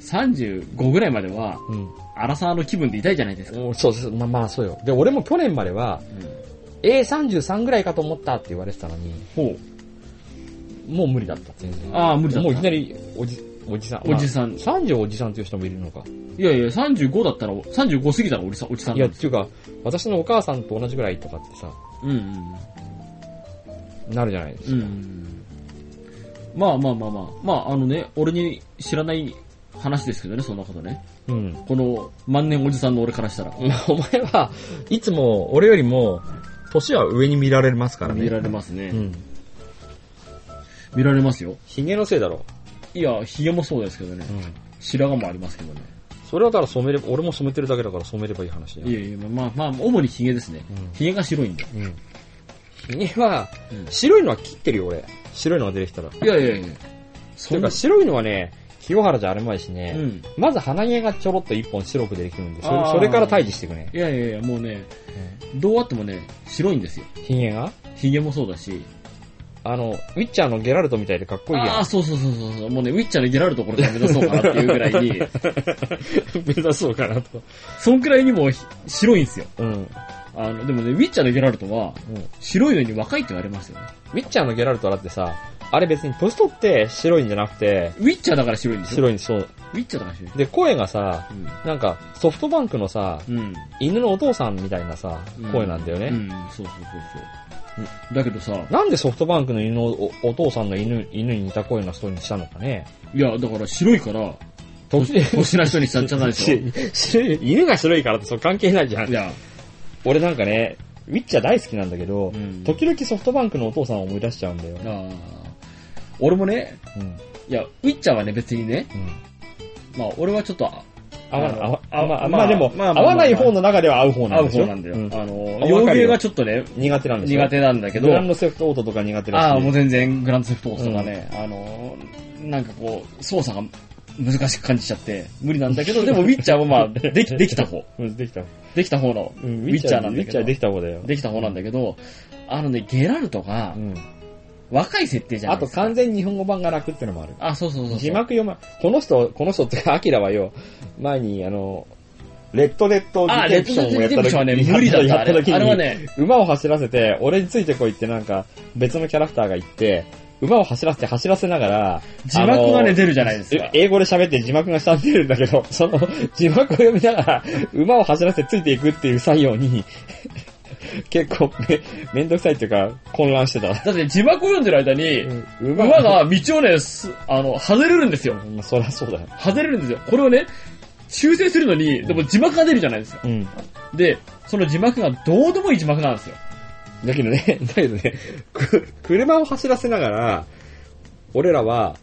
S2: 35ぐらいまでは、
S1: うん。
S2: アラサーの気分でいたいじゃないですか。
S1: おそうそう、まあまあそうよ。で、俺も去年までは、A33 ぐらいかと思ったって言われてたのに、
S2: ほう。
S1: もう無理だった、全然。
S2: ああ、無理だった。
S1: もういきなり、おじ、おじさん。
S2: おじさん。
S1: まあ30おじさんっていう人もいるのか。
S2: いやいや、35だったら、35過ぎたらおじさん、おじさん
S1: い
S2: な
S1: や、
S2: ん
S1: っ
S2: です
S1: ていうか、私のお母さんと同じぐらいとかってさ、
S2: うんうん
S1: なるじゃないです
S2: うん。
S1: か。
S2: うん。まあまあまあまあ。まあ、あのね、俺に知らない話ですけどね、そんなことね。
S1: うん。
S2: この、万年おじさんの俺からしたら。
S1: まあ [laughs] お前はいつも俺よりも、年は上に見られますからね。
S2: 見られますね。
S1: うん。
S2: 見られますよ。
S1: 髭のせいだろ。
S2: いや、髭もそうですけどね
S1: う。ん。
S2: 白髪もありますけどね。
S1: それはだから染めれば、俺も染めてるだけだから染めればいい話だ
S2: い
S1: よ。
S2: やいや、まあまあ、主に髭ですね
S1: うん。
S2: 髭が白いんだよ。
S1: うん。髭は、
S2: うん
S1: 白いのは切ってるよ、俺。白いのが出てきたら。
S2: いやいやいや。
S1: て
S2: そ
S1: い
S2: ん
S1: う
S2: な
S1: か、白いのはね、清原じゃあるまいしね、
S2: うん。
S1: まず鼻毛がちょろっと一本白く出てくるんで、それ
S2: あー
S1: それから退治していくね。
S2: いやいやいや、もうね、どうあってもね、白いんですよ。
S1: 髭が
S2: 髭もそうだし。
S1: あの、ウィッチャーのゲラルトみたいでかっこいい
S2: あ
S1: や
S2: あ、そうそうそうそうそう。もうね、ウィッチャーのゲラルトこれから目指そうかなっていうぐらい
S1: [laughs]
S2: に、
S1: ん。目指そうかなと。
S2: そんくらいにもひ白いんですよ。
S1: うん。うん
S2: あの、でもね、ウィッチャーのゲラルトは、白いのに若いって言われますよね。
S1: ウィッチャーのゲラルトだってさ、あれ別に年取って白いんじゃなくて、
S2: ウィッチャーだから白いんでしょ
S1: 白いんですそう。
S2: ウィッチャーだから白い。
S1: で、声がさ、なんか、ソフトバンクのさ、
S2: うん。うん。
S1: 犬のお父さんみたいなさ、声なんだよね。
S2: うん、そうそうそうそう。だけどさ、
S1: なんでソフトバンクの犬のおお父さんの犬犬に似た声の人にしたのかね
S2: いや、だから白いから、年、年な人にしちゃっちゃないでしょ。
S1: 白い犬が白いからってそう関係ないじゃ
S2: い
S1: ん。
S2: や、
S1: 俺なんかね、ウィッチャー大好きなんだけど、
S2: うん
S1: 時々ソフトバンクのお父さんを思い出しちゃうんだよ
S2: あ。ー俺もね、
S1: うん。
S2: いや、ウィッチャーはね、別にね、
S1: うん。
S2: まあ、俺はちょっと、あ
S1: 合わない、合わ合わまあ、
S2: ま
S1: ま
S2: あ
S1: あでも、
S2: まあまあまあ
S1: 合わない方の中では合う方な
S2: 合
S1: ん
S2: う
S1: でしょ
S2: 方なんだよ。
S1: うん
S2: あ
S1: あ
S2: の、
S1: わか
S2: 洋
S1: るよ
S2: 芸がちょっとね、
S1: 苦手なんです
S2: 苦手なんだけ
S1: け
S2: ど、
S1: グランドセフトオートとか苦手だし。
S2: ああ、もう全然グランドセフトオースとかね、あのー、なんかこう、操作が難しく感じちゃって、無理なんだ
S1: [laughs]
S2: けど、でもウィッチャーもまあ、でき、できた方。
S1: うんできた。うん
S2: できた方の、
S1: ウ
S2: ィッチャーなんだけど
S1: ウィッチャーできた方だよ。
S2: できた方なんだけど、あのね、ゲラルトが
S1: う、ん。
S2: 若い設定じゃな
S1: あ
S2: いで
S1: と
S2: すか。
S1: 完全に日本語版が楽ってのもある。
S2: あ、そうそうそうそ
S1: 字
S2: う。
S1: 幕読ま、この人、この人ってか、アキラはよ、前に、あの、レッドレッドデ
S2: あ、
S1: ィ
S2: レ
S1: テ
S2: ッ
S1: ンプション
S2: ドデ
S1: をやっ
S2: ィテ
S1: た
S2: ンプ
S1: 時
S2: ションはね、
S1: に
S2: 無理だった、あ
S1: [laughs]
S2: れ。
S1: や時に
S2: あれはね、
S1: 馬を走らせて、俺についてこいってなんか、別のキャラクターが言って、馬を走らせて走らせながら、
S2: 字幕が
S1: あ
S2: ね、
S1: の
S2: 出るじゃないですか
S1: え。英語で喋って字幕が下に出るんだけど、 [laughs] その字幕を読みながら、馬を走らせてついていくっていう作業に、 [laughs] 結構め、めんどくさいっていうか、混乱してた。
S2: だって字幕を読んでる間に、
S1: 馬
S2: 馬が道をね、すあの、外れるんですよ。
S1: まあ、そりゃそうだよ。
S2: 外れるんですよ。これをね、修正するのに、でも字幕が出るじゃないですか。
S1: うん。
S2: で、その字幕がどうでもいい字幕なんですよ。
S1: だけどね、 [laughs] だけどね、く車を走らせながら、俺らは、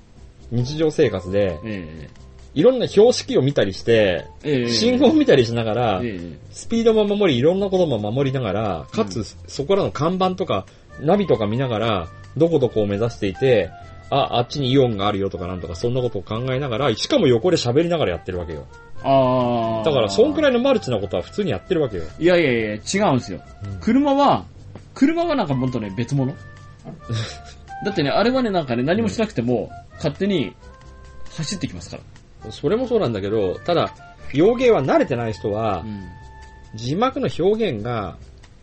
S1: 日常生活で、
S2: え
S1: いろんな標識を見たりして、
S2: えええ
S1: 信号を見たりしながら、
S2: ええ
S1: スピードも守り、いろんなことも守りながら、かつ、そこらの看板とか、ナビとか見ながら、どこどこを目指していて、あ、あっちにイオンがあるよとかなんとか、そんなことを考えながら、しかも横で喋りながらやってるわけよ。
S2: ああ。
S1: だから、そんくら
S2: い。
S1: いのマルチなことは普通にやってるわけよ。
S2: いやいやいや、違うんですよ。車は、車はなんかもっとね、
S1: [laughs]
S2: 別物。だってね、あれはね、なんかね、何もしなくても、勝手に、走ってきますから。
S1: それもそうなんだけど、ただ、洋芸は慣れてない人は
S2: う、ん。
S1: 字幕の表現が、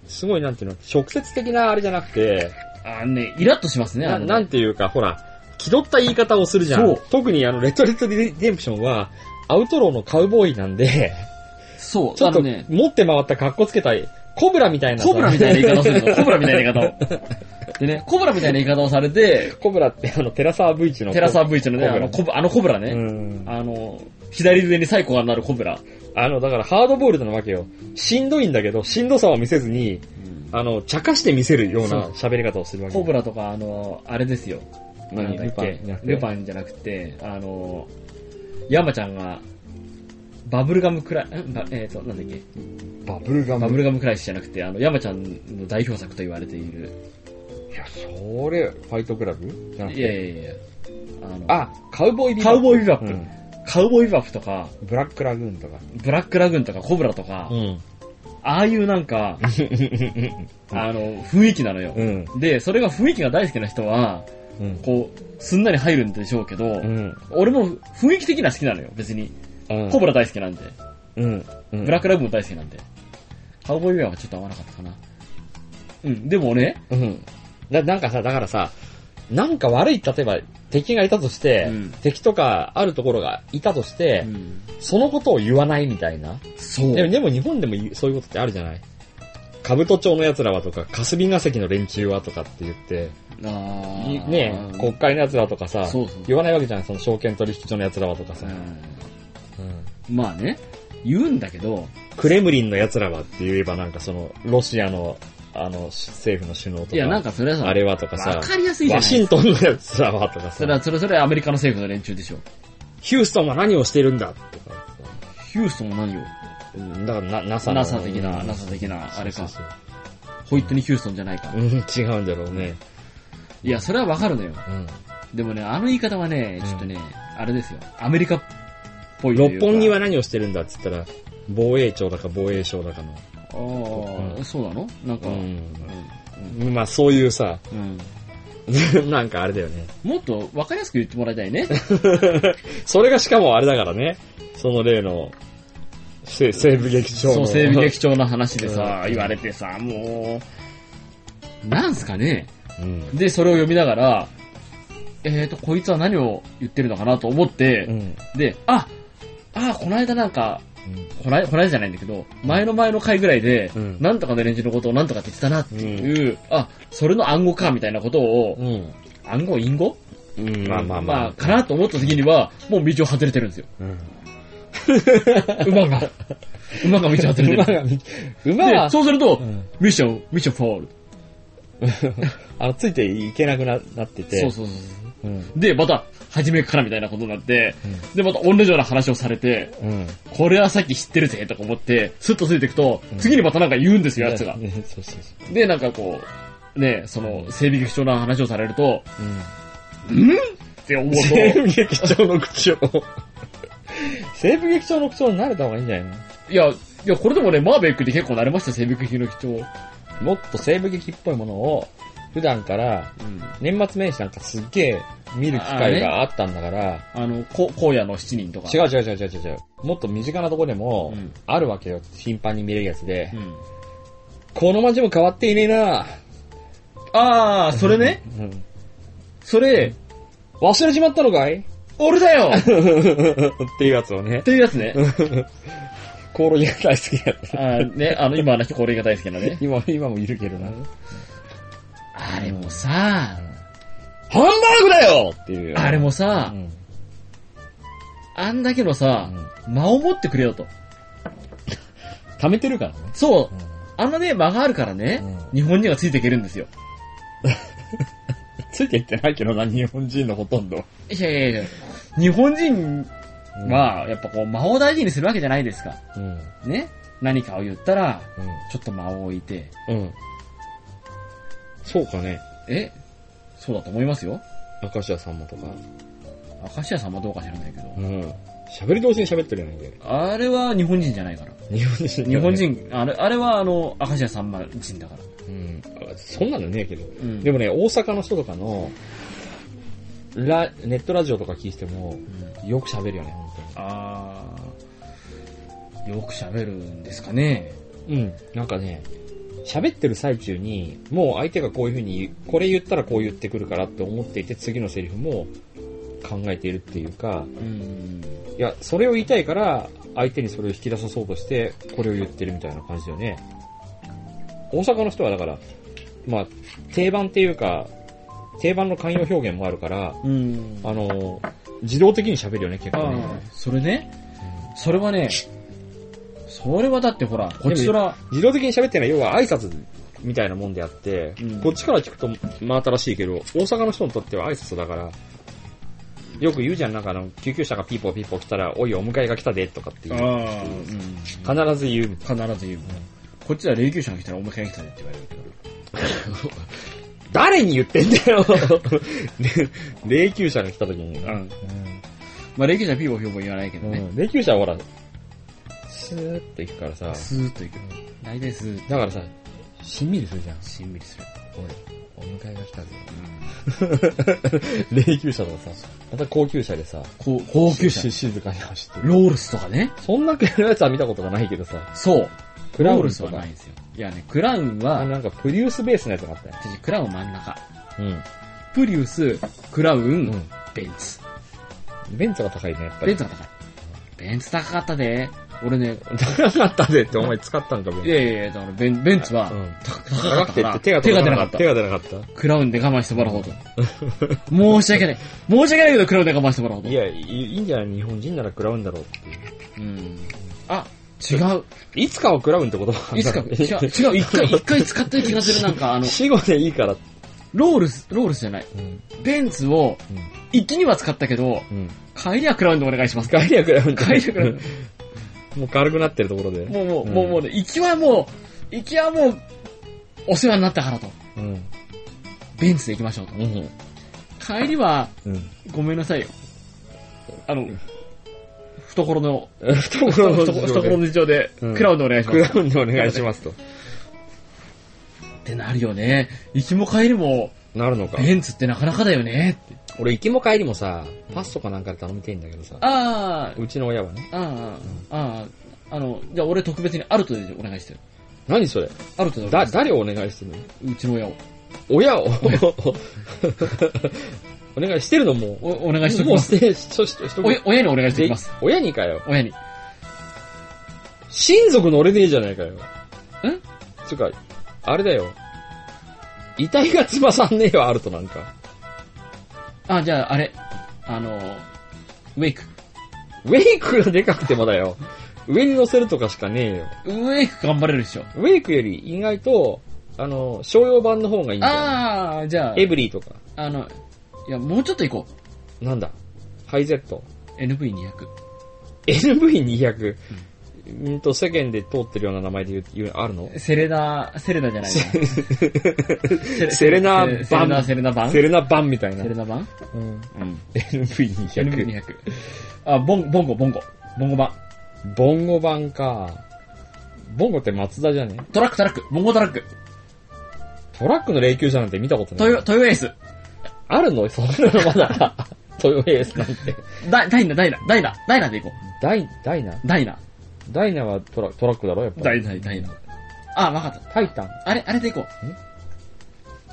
S1: すごいなんていうの、直接的なあれじゃなくて、
S2: あのね、イラッとしますね、あ
S1: な
S2: の
S1: なんていうか、ほら、気取った言い方をするじゃ
S2: そ
S1: ん
S2: う。
S1: 特にあの、レトリートリデンプションは、アウトローのカウボーイなん
S2: [laughs]
S1: で、
S2: そう、
S1: ちょっ
S2: あ
S1: と
S2: のね、
S1: 持って回った格好つけたい、コブラみたいなさ。
S2: コブラみたいな言い方をするの、コブラみたいな言い方を。でね、コブラみたいな言い方をされて、
S1: [laughs] [laughs] コブラってあの、テラサー V チの。
S2: テラサー V チのね、
S1: コブ
S2: あ
S1: ラ
S2: のコブあのコブラ
S1: う
S2: ね、
S1: ん。
S2: あの、左腕にサイコがなるコブラ。
S1: あの、だからハードボールドなわけよ。しんどいんだけど、しんどさは見せずに、あの、茶化して見せるような喋り方をするわけ。
S2: コブラとか、あの、あれですよ。なん
S1: 何
S2: だっ
S1: ルパ
S2: け
S1: ンじゃなくて
S2: ルパンじゃなくて、あの、山ちゃんが、バブルガムクライ、んばえっ、と、なんだっけ
S1: バブルガ
S2: バ
S1: ム
S2: ブ。ルガムクライシじゃなくて、あの、山ちゃんの代表作と言われている。
S1: いや、それ、ファイトクラブじゃなく
S2: い
S1: て。
S2: やいやいや。あの、
S1: あ、カウボーイビ
S2: カウボーイビバ
S1: ップ
S2: ッ
S1: う
S2: プ、
S1: ん
S2: カウボーイビバップとか、
S1: ブラックラグーンとか。
S2: ブラックラグーンとか、コブラとか、
S1: ん。
S2: ああいうなんか、あの、雰囲気なのよ。
S1: うん。
S2: で、それが雰囲気が大好きな人は、
S1: うん。
S2: こう、すんなり入るんでしょうけど、
S1: うん。
S2: 俺も雰囲気的には好きなのよ、別に。コブラ大好きなんで。
S1: うん。うん。
S2: ブラックラブも大好きなんで。カウボーイビバップはちょっと合わなかったかな。うん、でもね、
S1: うん。だ、なんかさ、だからさ、なんか悪い、例えば敵がいたとして、
S2: うん
S1: 敵とかあるところがいたとして、そのことを言わないみたいな。
S2: そう。
S1: でも、でも日本でも言うそういうことってあるじゃないカブト町の奴らはとか、霞が関の連中はとかって言って、
S2: あ
S1: い
S2: ー
S1: ね、国会の奴らとかさ、
S2: そうそう
S1: 言わないわけじゃないその証券取引所の奴らはとかさ、うん
S2: うんまあね、言うんだけど、
S1: クレムリンの奴らはって言えばなんかその、ロシアの、あの、政府の首脳とか、
S2: いや、なんかそれはさ、
S1: あれはとかさ
S2: わ、かりやすいじゃ
S1: ワ
S2: な
S1: シ
S2: い
S1: ントンの奴らはとか
S2: それ
S1: さ
S2: は、、それ、それはアメリカの政府の連中でしょ。
S1: ヒューストンは何をしてるんだとか、
S2: ヒューストンは何を
S1: うんだからな NASA の
S2: ?NASA 的な、
S1: うん
S2: NASA 的な、あれ
S1: そう
S2: か。
S1: そうそう
S2: ホイットにヒューストンじゃないか。
S1: うん、違うんだろうね。
S2: いや、それはわかるのよ。
S1: うん。
S2: でもね、あの言い方はね、ちょっとね、あれですよ。アメリカっぽいとい
S1: 六
S2: うか。
S1: 本木は何をしてるんだって言ったら、防衛庁だか防衛省だかの。
S2: あ
S1: う
S2: あ、そうなのなんか、
S1: う
S2: うん
S1: ん。まあそういうさ、 [laughs]
S2: うん
S1: なんかあれだよね。
S2: もっとわかりやすく言ってもらいた
S1: [laughs]
S2: いね。
S1: それがしかもあれだからね、その例の、せ西部劇場の。
S2: そう、整備劇長の話でさ、
S1: うん
S2: 言われてさ、もう、なんすかね。
S1: うん。
S2: で、それを読みながら、えーと、こいつは何を言ってるのかなと思って、
S1: うん。
S2: で、ああ、この間なんか、こないこないだじゃないんだけど、前の前の回ぐらいで、
S1: うん
S2: なんとかの連中のことをなんとかって言ってたなっていう、あ、それの暗号かみたいなことを、
S1: うん。
S2: 暗号、隠語
S1: うん。まあまあまあ。
S2: かなと思った時には、もう道を外れてるんですよ。
S1: うん
S2: 馬が。
S1: [laughs]
S2: 馬が道を外れてる
S1: 馬。が、馬
S2: で、
S1: が、
S2: そうすると、
S1: うん
S2: ミッション、ミッションフォール。
S1: あの、ついていけなくななってて。
S2: そうそうそ
S1: う
S2: う。
S1: ん。
S2: で、また、初めからみたいなことになって、
S1: うん
S2: で、また同じような話をされて、
S1: うん。
S2: これはさっき知ってるぜとか思って、スッとついていくと、次にまたなんか言うんですよ、やつが。
S1: ねそうそうそ
S2: で、なんかこう、ね、その、整備劇場の話をされると、
S1: う。うん。
S2: って思う [laughs]
S1: 西部劇場の口調。 [laughs] 西部劇場の口調に慣れた方がいいんじゃない
S2: と、いや、いや、これでもね、マーベックに結構慣れました、整備劇場の基調。
S1: のもっと西部劇っぽいものを、普段から、年末年始なんかすっげえ見る機会があったんだから、
S2: あの、こ荒野の7人とか。
S1: 違う違う違う違う違う。もっと身近なとこでも
S2: うん、
S1: あるわけよ。頻繁に見れるやつで
S2: う。ん。
S1: この街も変わっていねえな
S2: あー、それね、
S1: うん
S2: それ、
S1: 忘れちま [laughs] ったのかい
S2: 俺だよ [laughs] っ
S1: っていうやつをね。
S2: ていうやつね。
S1: コオロギが大好きやつ。
S2: あーね、あの、今の人、これが大好きなね。
S1: 今、今もいるけどな。
S2: あれもさ、
S1: ハンバーグだよっていう。
S2: あれも
S1: う
S2: さ、
S1: ん。
S2: あんだけのさ、間を持ってくれよと。
S1: 溜めてるからね。
S2: そう、あのね、間があるからね、
S1: う
S2: 日本人がついていけるんですよ。
S1: ついていってないけどな、日本人のほとんど。
S2: いやいやいや、日本人は、やっぱこう、間を大事にするわけじゃないですか。
S1: うん。
S2: ね。何かを言ったら、ちょっと間を置いて、
S1: うん。うん。そうかね。
S2: えそうだと思いますよ。
S1: 明石家さんまとか。
S2: 明石家さんはどうか知らないけど
S1: う。ん。喋り同士に喋ってるよね。
S2: あれは日本人じゃないから。
S1: 日本人、
S2: 日本。人、あれ、あれはあの、明石家さんま人だから。
S1: うん。あそんなのねえけど。
S2: うん
S1: でもね、大阪の人とかの、ラ、ネットラジオとか聞いても、
S2: うん
S1: よく喋るよね、本
S2: あーよく喋るんですかね。
S1: 当に。うん。なんかね、喋ってる最中に、もう相手がこういう風に、これ言ったらこう言ってくるからって思っていて、次のセリフも考えているっていうか、
S2: うん。
S1: いや、それを言いたいから、相手にそれを引き出さそうとして、これを言ってるみたいな感じだよね。大阪の人はだから、まあ、定番っていうか、定番の慣用表現もあるから、
S2: うん。
S1: あの、自動的に喋るよね、結構
S2: あ
S1: ね。
S2: ーそれね、それはね、それはだってほら、こっちそら、
S1: 自動的に喋ってない、要は挨拶みたいなもんであって、
S2: うん
S1: こっちから聞くと真新しいけど、大阪の人にとっては挨拶だから、よく言うじゃん、なんかあの、救急車がピーポーピーポー来たら、おいお迎えが来たで、とかっていう。
S2: あうん、
S1: 必ず言う。
S2: 必ず言う。こっちは霊柩車が来たらお迎えに来たねって言われるけど。
S1: 誰に言ってんだよ [laughs] 霊柩車が来た時に。
S2: うん。まあ霊柩車はピーボーピーボー言わないけど
S1: う
S2: ね。
S1: ん霊柩車はほら、スーッと行くからさ、
S2: スーッと行く。大体スーッ
S1: だからさ、しんみりするじゃん。
S2: としんみりする。
S1: お迎えが来たで。霊柩車とかさ、また高級車でさ、
S2: こう高級車
S1: し。静かに走ってる。
S2: ロールスとかね。
S1: そんなクラやつは見たことがないけどさ、
S2: そう。
S1: ク
S2: ロ
S1: ラ
S2: ー
S1: ウ
S2: ル
S1: ン
S2: ス
S1: と
S2: は
S1: か
S2: ない、んですよ。いやね、クラウン
S1: あ
S2: は、
S1: なんかプリウスベースのやつがあったよ。
S2: 私クラウン真ん中。
S1: う
S2: プリウス、クラウン、
S1: うん
S2: ベンツ。
S1: ベンツが高いね、やっぱり
S2: ベン。ツが高い。ベンツ高かったで。俺ね、
S1: 高かったでってお前使ったんかも。
S2: いやいやいや、だからベンベンツは、
S1: うん
S2: た高
S1: 高
S2: かった
S1: く
S2: か
S1: て
S2: ら
S1: 手が
S2: 手
S1: 出
S2: が出
S1: なか
S2: なか
S1: っ。
S2: ったた
S1: 手。が出なかっ
S2: クラウンで我慢してもらおうと。申し訳ない。申し訳ないけどクラウンで我慢してもらおう
S1: た。
S2: と。
S1: いや、いいいんじゃない日本人ならクラウンだろうっていう。
S2: うん。あ、違う。
S1: いつかを食らうんってことはい
S2: つか、違う、違う、一回、一回使った気がする。なんか、あの、
S1: 死後でいいから。
S2: ロールス、ロールスじゃない。
S1: うん。
S2: ベンツを、一気には使ったけど、
S1: うん。
S2: 帰りはクラウンでお願いします。
S1: 帰りは食らうんじゃな
S2: 帰
S1: い
S2: りはクラウン。
S1: もう軽くなってるところで。
S2: もうもう、
S1: うん
S2: もうもうね、行きはもう、行きはもう、お世話になったからと。
S1: うん。
S2: ベンツで行きましょうと。
S1: うん。
S2: 帰りは、
S1: うん。
S2: ごめんなさいよ。あの、懐の、
S1: 懐の事情で
S2: 懐懐の事情で、
S1: うん
S2: クラウンでお願いしま
S1: ク
S2: す。
S1: ラウンでお願いしますと。
S2: ってなるよね。行きも帰りも、
S1: なるのか。
S2: ベンツってなかなかだよねって。
S1: 俺、行きも帰りもさ、パスとかなんかで頼みてえんだけどさ、
S2: あー、
S1: うちの親はね。
S2: あー、あー、あの、じゃあ俺特別にアルトでお願いしてる。
S1: 何それ
S2: アルトでお願
S1: だ、
S2: いして
S1: 誰をお願いしてるの
S2: る。うちの親を。
S1: 親を。 [laughs] お願いしてるのもう。
S2: お、お願いしておき
S1: もう
S2: ま
S1: し
S2: す。
S1: て、しとしとしと
S2: おや親にお願いしておきます。
S1: 親にかよ。
S2: 親に。
S1: 親族乗れねえじゃないかよ。んつうか、あれだよ。遺体が翼んねえよ、アルトなんか。
S2: あ、じゃああれ、あの、ウェイク。
S1: ウェイクがでかくてもだよ。上に乗せるとかしかねえよ。
S2: ウェイク頑張れるでしょ。
S1: ウェイクより意外と、あの、商用版の方がいいんだよ、
S2: あー、じゃあ、
S1: エブリーとか。
S2: あの、いや、もうちょっと行こ
S1: なんだ。ハイゼット。
S2: う。NV200。
S1: NV200。うんと、世間で通ってるような名前で言う、言うあるの
S2: セレナ、セレナじゃないな。セ
S1: セレナ
S2: セレナ、
S1: 版
S2: セレナ版
S1: セ
S2: セ
S1: レナ版みたいな。
S2: レナ版
S1: うん
S2: うん。
S1: NV200。
S2: NV200。あ、ボン、ボンゴ、ボンゴ。ボンゴ版。
S1: ボンゴ版か。ボンゴって松田じゃね
S2: トラック、トラック。ボンゴトラック。
S1: トラックの霊柩車なんて見たこと
S2: ト
S1: ない
S2: ヨ、。トヨエース。
S1: あるのそんなのまだ。 [laughs] トヨエースなんて。
S2: ダイダイナ、ダイナ、ダイナ、ダイナで行こ
S1: ダイ、ダイナ
S2: う。ダイナ。
S1: ダイナはトラトラックだろやっぱ
S2: ダ
S1: り。
S2: イナ、ダイナ。あ、わかっ
S1: タイタン。
S2: た。あれ、あれで行こう。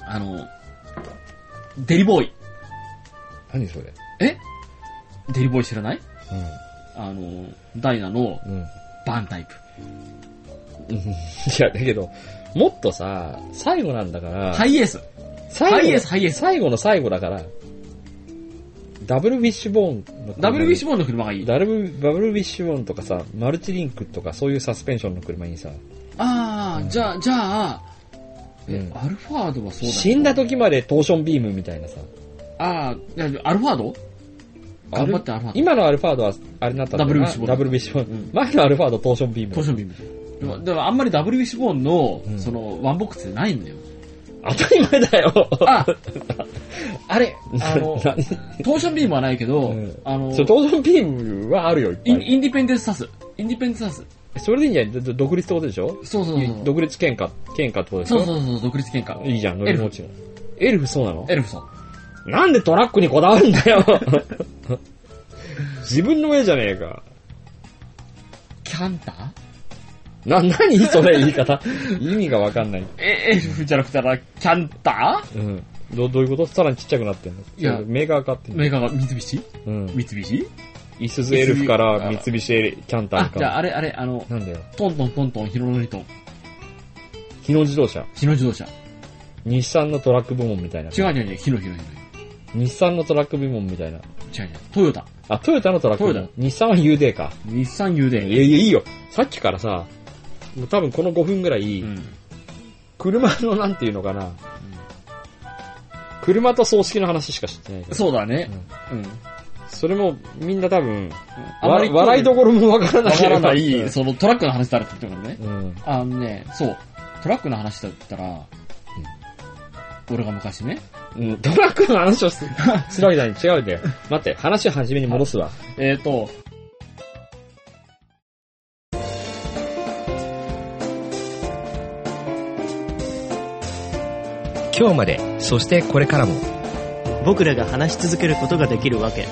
S2: あの、デリボーイ。
S1: 何それ
S2: えデリボーイ知らない
S1: うん。
S2: あの、ダイナの
S1: うん。
S2: バンタイプ。
S1: いや、だけど、もっとさ、最後なんだから、
S2: ハイエース。
S1: 最後
S2: ハイエースハイエース
S1: 最後の最後だから、ダブルウィッシュボーンの車
S2: ダブルウィッシュボーンの車がいい。
S1: ダブル、ダブルウィッシュボーンとかさ、マルチリンクとかそういうサスペンションの車にさ、
S2: ああ、じゃあ、じゃあ、え
S1: うん
S2: アルファードはそうだ
S1: 死んだ時までトーションビームみたいなさ、
S2: ああ、いやアルファード
S1: ア
S2: 頑
S1: ル
S2: 張ってアルファード。
S1: 今のアルファードは、あれになったんだよな
S2: ダブルウィッシュボーン
S1: ダブルウィッシュボーン
S2: うん
S1: 前のアルファード、トーションビーム。
S2: ポーションビームでも。でもあんまり w シュボーンの、
S1: うん
S2: その、ワンボックスってないんだよ。
S1: 当たり前だよ。
S2: ああれ、あの、ト
S1: な
S2: ーションビームはないけど、
S1: うん
S2: あの
S1: そ、れトーションビームはあるよ、いっぱ
S2: イン
S1: い。
S2: インディペンデンスサス。インディペンデンスサス。
S1: それでいいんじゃないどど独立ってことでしょ
S2: そうそうそう。
S1: 独立喧嘩、喧嘩ってことでし
S2: そ
S1: ょ
S2: うそうそう、独立喧嘩。
S1: いいじゃん、乗
S2: エ
S1: り
S2: ルフ
S1: 持ちの。エルフそうなの
S2: エルフソン。
S1: なんでトラックにこだわるんだ [laughs] よ自分の絵じゃねえか。
S2: キャンタ
S1: な、何それ言い方。 [laughs] 意味がわかんない。
S2: え、エルフじゃなくたら、キャンタ
S1: うん。どどういうことさらにちっちゃくなってんの
S2: いや
S1: メーカー買ってんの
S2: メーカーが三菱
S1: うん。
S2: 三菱
S1: イスズエルフから三菱エレキャンタ
S2: あ
S1: ー、
S2: じゃあ
S1: か。
S2: あれあれ、あの、
S1: なんだよ。
S2: トントントントン、ヒロノリトン、
S1: 日野自動車。
S2: 日野自動車。
S1: 日産のトラック部門みたいな。
S2: 違う違う違う、ヒノヒノヒノ。
S1: 日産のトラック部門みたいな。
S2: 違う違う、トヨタ、
S1: あ、トヨタのトラック部
S2: トヨ
S1: 門。日産は UD か。
S2: 日産 U
S1: い
S2: で。
S1: やいや、いいよ。さっきからさ、もう多分この5分ぐらい、
S2: うん。
S1: 車のなんていうのかな、車と葬式の話しかしてない。
S2: そうだね。うん。
S1: それもみんな多分、
S2: あ
S1: わ笑いどころもわからな
S2: わ
S1: け
S2: か
S1: れば
S2: らない、 [laughs] そのトラックの話だらって言ってもね。
S1: うん。
S2: あのね、そう、トラックの話だったら、俺が昔ね、
S1: うんトラックの話をすするわけじゃない。違うんだよ。待って、話を初めに戻すわ。
S2: えっと、
S3: 今日までそしてこれからも
S4: 僕らが話し続けることができるわけ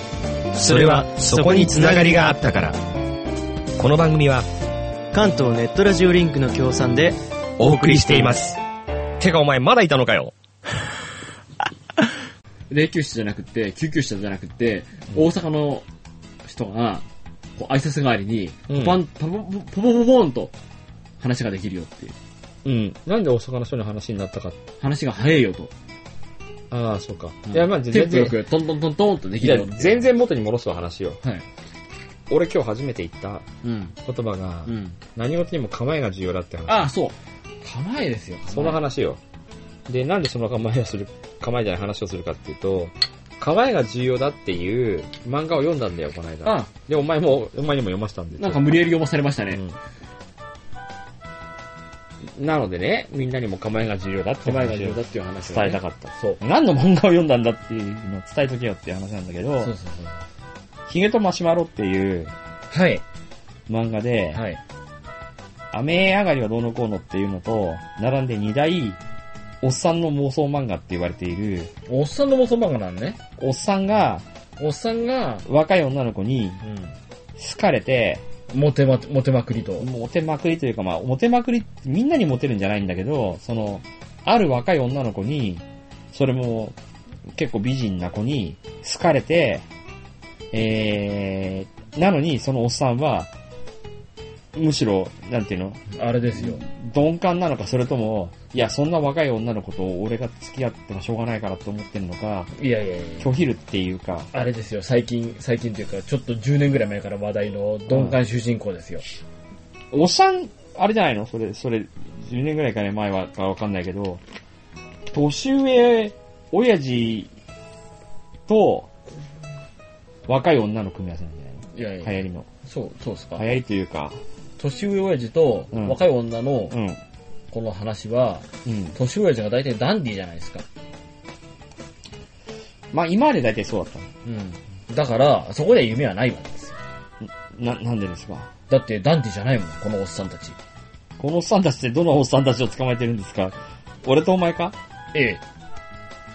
S3: それはそこにつながりがあったからこの番組は
S4: 関東ネットラジオリンクの協賛で
S3: お送りしていますてかお前まだいたのかよ
S2: 霊柩車じゃなくて、救急車じゃなくて、大阪の人が、こう挨拶代わりに、
S1: うん
S2: パン、パボ、ポボポボーンと、話ができるよっていう。
S1: うん。なんで大阪の人の話になったか。
S2: 話が早いよと。
S1: ああ、そうか。
S2: うん
S1: いや、まあ
S2: テ
S1: 全
S2: ンポよ
S1: 然、
S2: く、トントントントンとでき
S1: いや
S2: るよって。
S1: 全然元に戻すわ話を。
S2: はい。
S1: 俺今日初めて言った
S2: うん。
S1: 言葉が、
S2: うん。
S1: 何事にも構えが重要だって話。
S2: ああ、そう。構えですよ。
S1: その話よ。で、なんでその構えをする、構えじゃない話をするかっていうと、構えが重要だっていう漫画を読んだんだよ、この間。
S2: あ
S1: で、お前も、お前にも読ませたんで。
S2: なんか無理やり読まされましたね。
S1: うんなのでね、みんなにも構えが重要だって
S2: 構えが
S1: 話
S2: 重要
S1: を
S2: だっていう話をね
S1: 伝えたかった。そう。何の漫画を読んだんだっていうのを伝えとけよっていう話なんだけど
S2: そう、そうそう。
S1: ヒゲとマシュマロっていう
S3: はい
S1: 漫画で、
S3: はい
S1: 雨上がりはどうのこうのっていうのと、並んで二大、おっさんの妄想漫画って言われている、
S3: おっさんの妄想漫画なんね
S1: おっさんが
S3: おっさんが、
S1: 若い女の子に好かれて、
S3: モテまモテまくりと
S1: モテまくりというか、まあ、モテまくりってみんなにモテるんじゃないんだけど、その、ある若い女の子に、それも結構美人な子に好かれて、えー、なのにそのおっさんは、むしろ、なんていうの
S3: あれですよ
S1: 鈍感なのか、それとも、いや、そんな若い女の子と俺が付き合ってもしょうがないからと思ってるのか、
S3: いやいやいや
S1: 拒否るっていうか、
S3: あれですよ最近最近というかちょっと10年ぐらい前から話題の鈍感主人公ですよ
S1: おっさん、あれじゃないのそれ、それ、10年ぐらいかね、前はかわかんないけど、年上、親父と、若い女の組み合わせなんじゃ
S2: いやい
S1: な
S2: や、
S1: いの流行りの。
S2: そう、そうですか
S1: 流。行りというか、
S2: 年上親父と
S1: うん
S2: 若い女の
S1: うん、
S2: この話は、
S1: うん。
S2: 年上親父が大体ダンディーじゃないですか。
S1: まあ、今まで大体そうだったの
S2: うん。だから、そこでは夢はないわけですよ。
S1: な、なんでですか
S2: だってダンディーじゃないもん、このおっさんたち。
S1: このおっさんたちってどのおっさんたちを捕まえてるんですか俺とお前か
S2: ええ。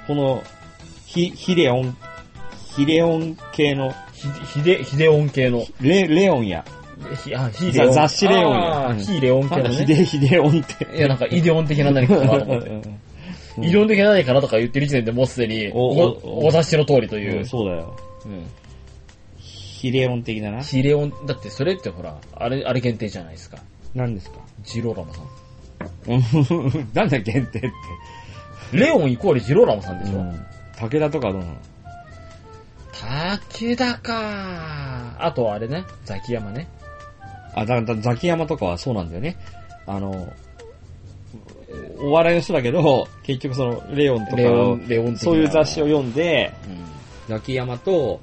S1: この、ヒ、ヒレオン、ヒレオン系の、
S2: ひ、ひで、ひで音系の。
S1: レ、レオンや。
S2: ひ、あ、ひ
S1: ざ雑誌レオンや
S2: あ
S1: うん
S2: ーひレオン
S1: な
S2: 系
S1: ん
S2: の
S1: かヒ
S2: ね。
S1: デ、ヒデオンって。
S2: いや、なんか、イデオン的な何かかなと思って。
S1: うん
S2: イデオン的な何かなとか言ってる時点でもうすでに、
S1: お
S2: ご
S1: おお
S2: ご察しの通りと
S1: う
S2: い
S1: ん
S2: う。
S1: そうだよ。
S2: うん。
S1: ヒレオン的だな。
S2: ヒレオン、だってそれってほら、あれ、あれ限定じゃないですか。
S1: 何ですか
S2: ジローラモさん。
S1: [laughs] なんだ限定って。
S2: レオンイコールジローラモさんでしょ、
S1: 武田とかどうなの
S2: 武田かあとあれね、ザキヤマね。
S1: あ、だだザキヤマとかはそうなんだよね。あの、お笑いの人だけど、結局その、レオンと
S2: レ
S1: か
S2: オ
S1: を
S2: ン、レオン的な
S1: そういう雑誌を。読んで、
S2: うん
S1: ザキヤマと、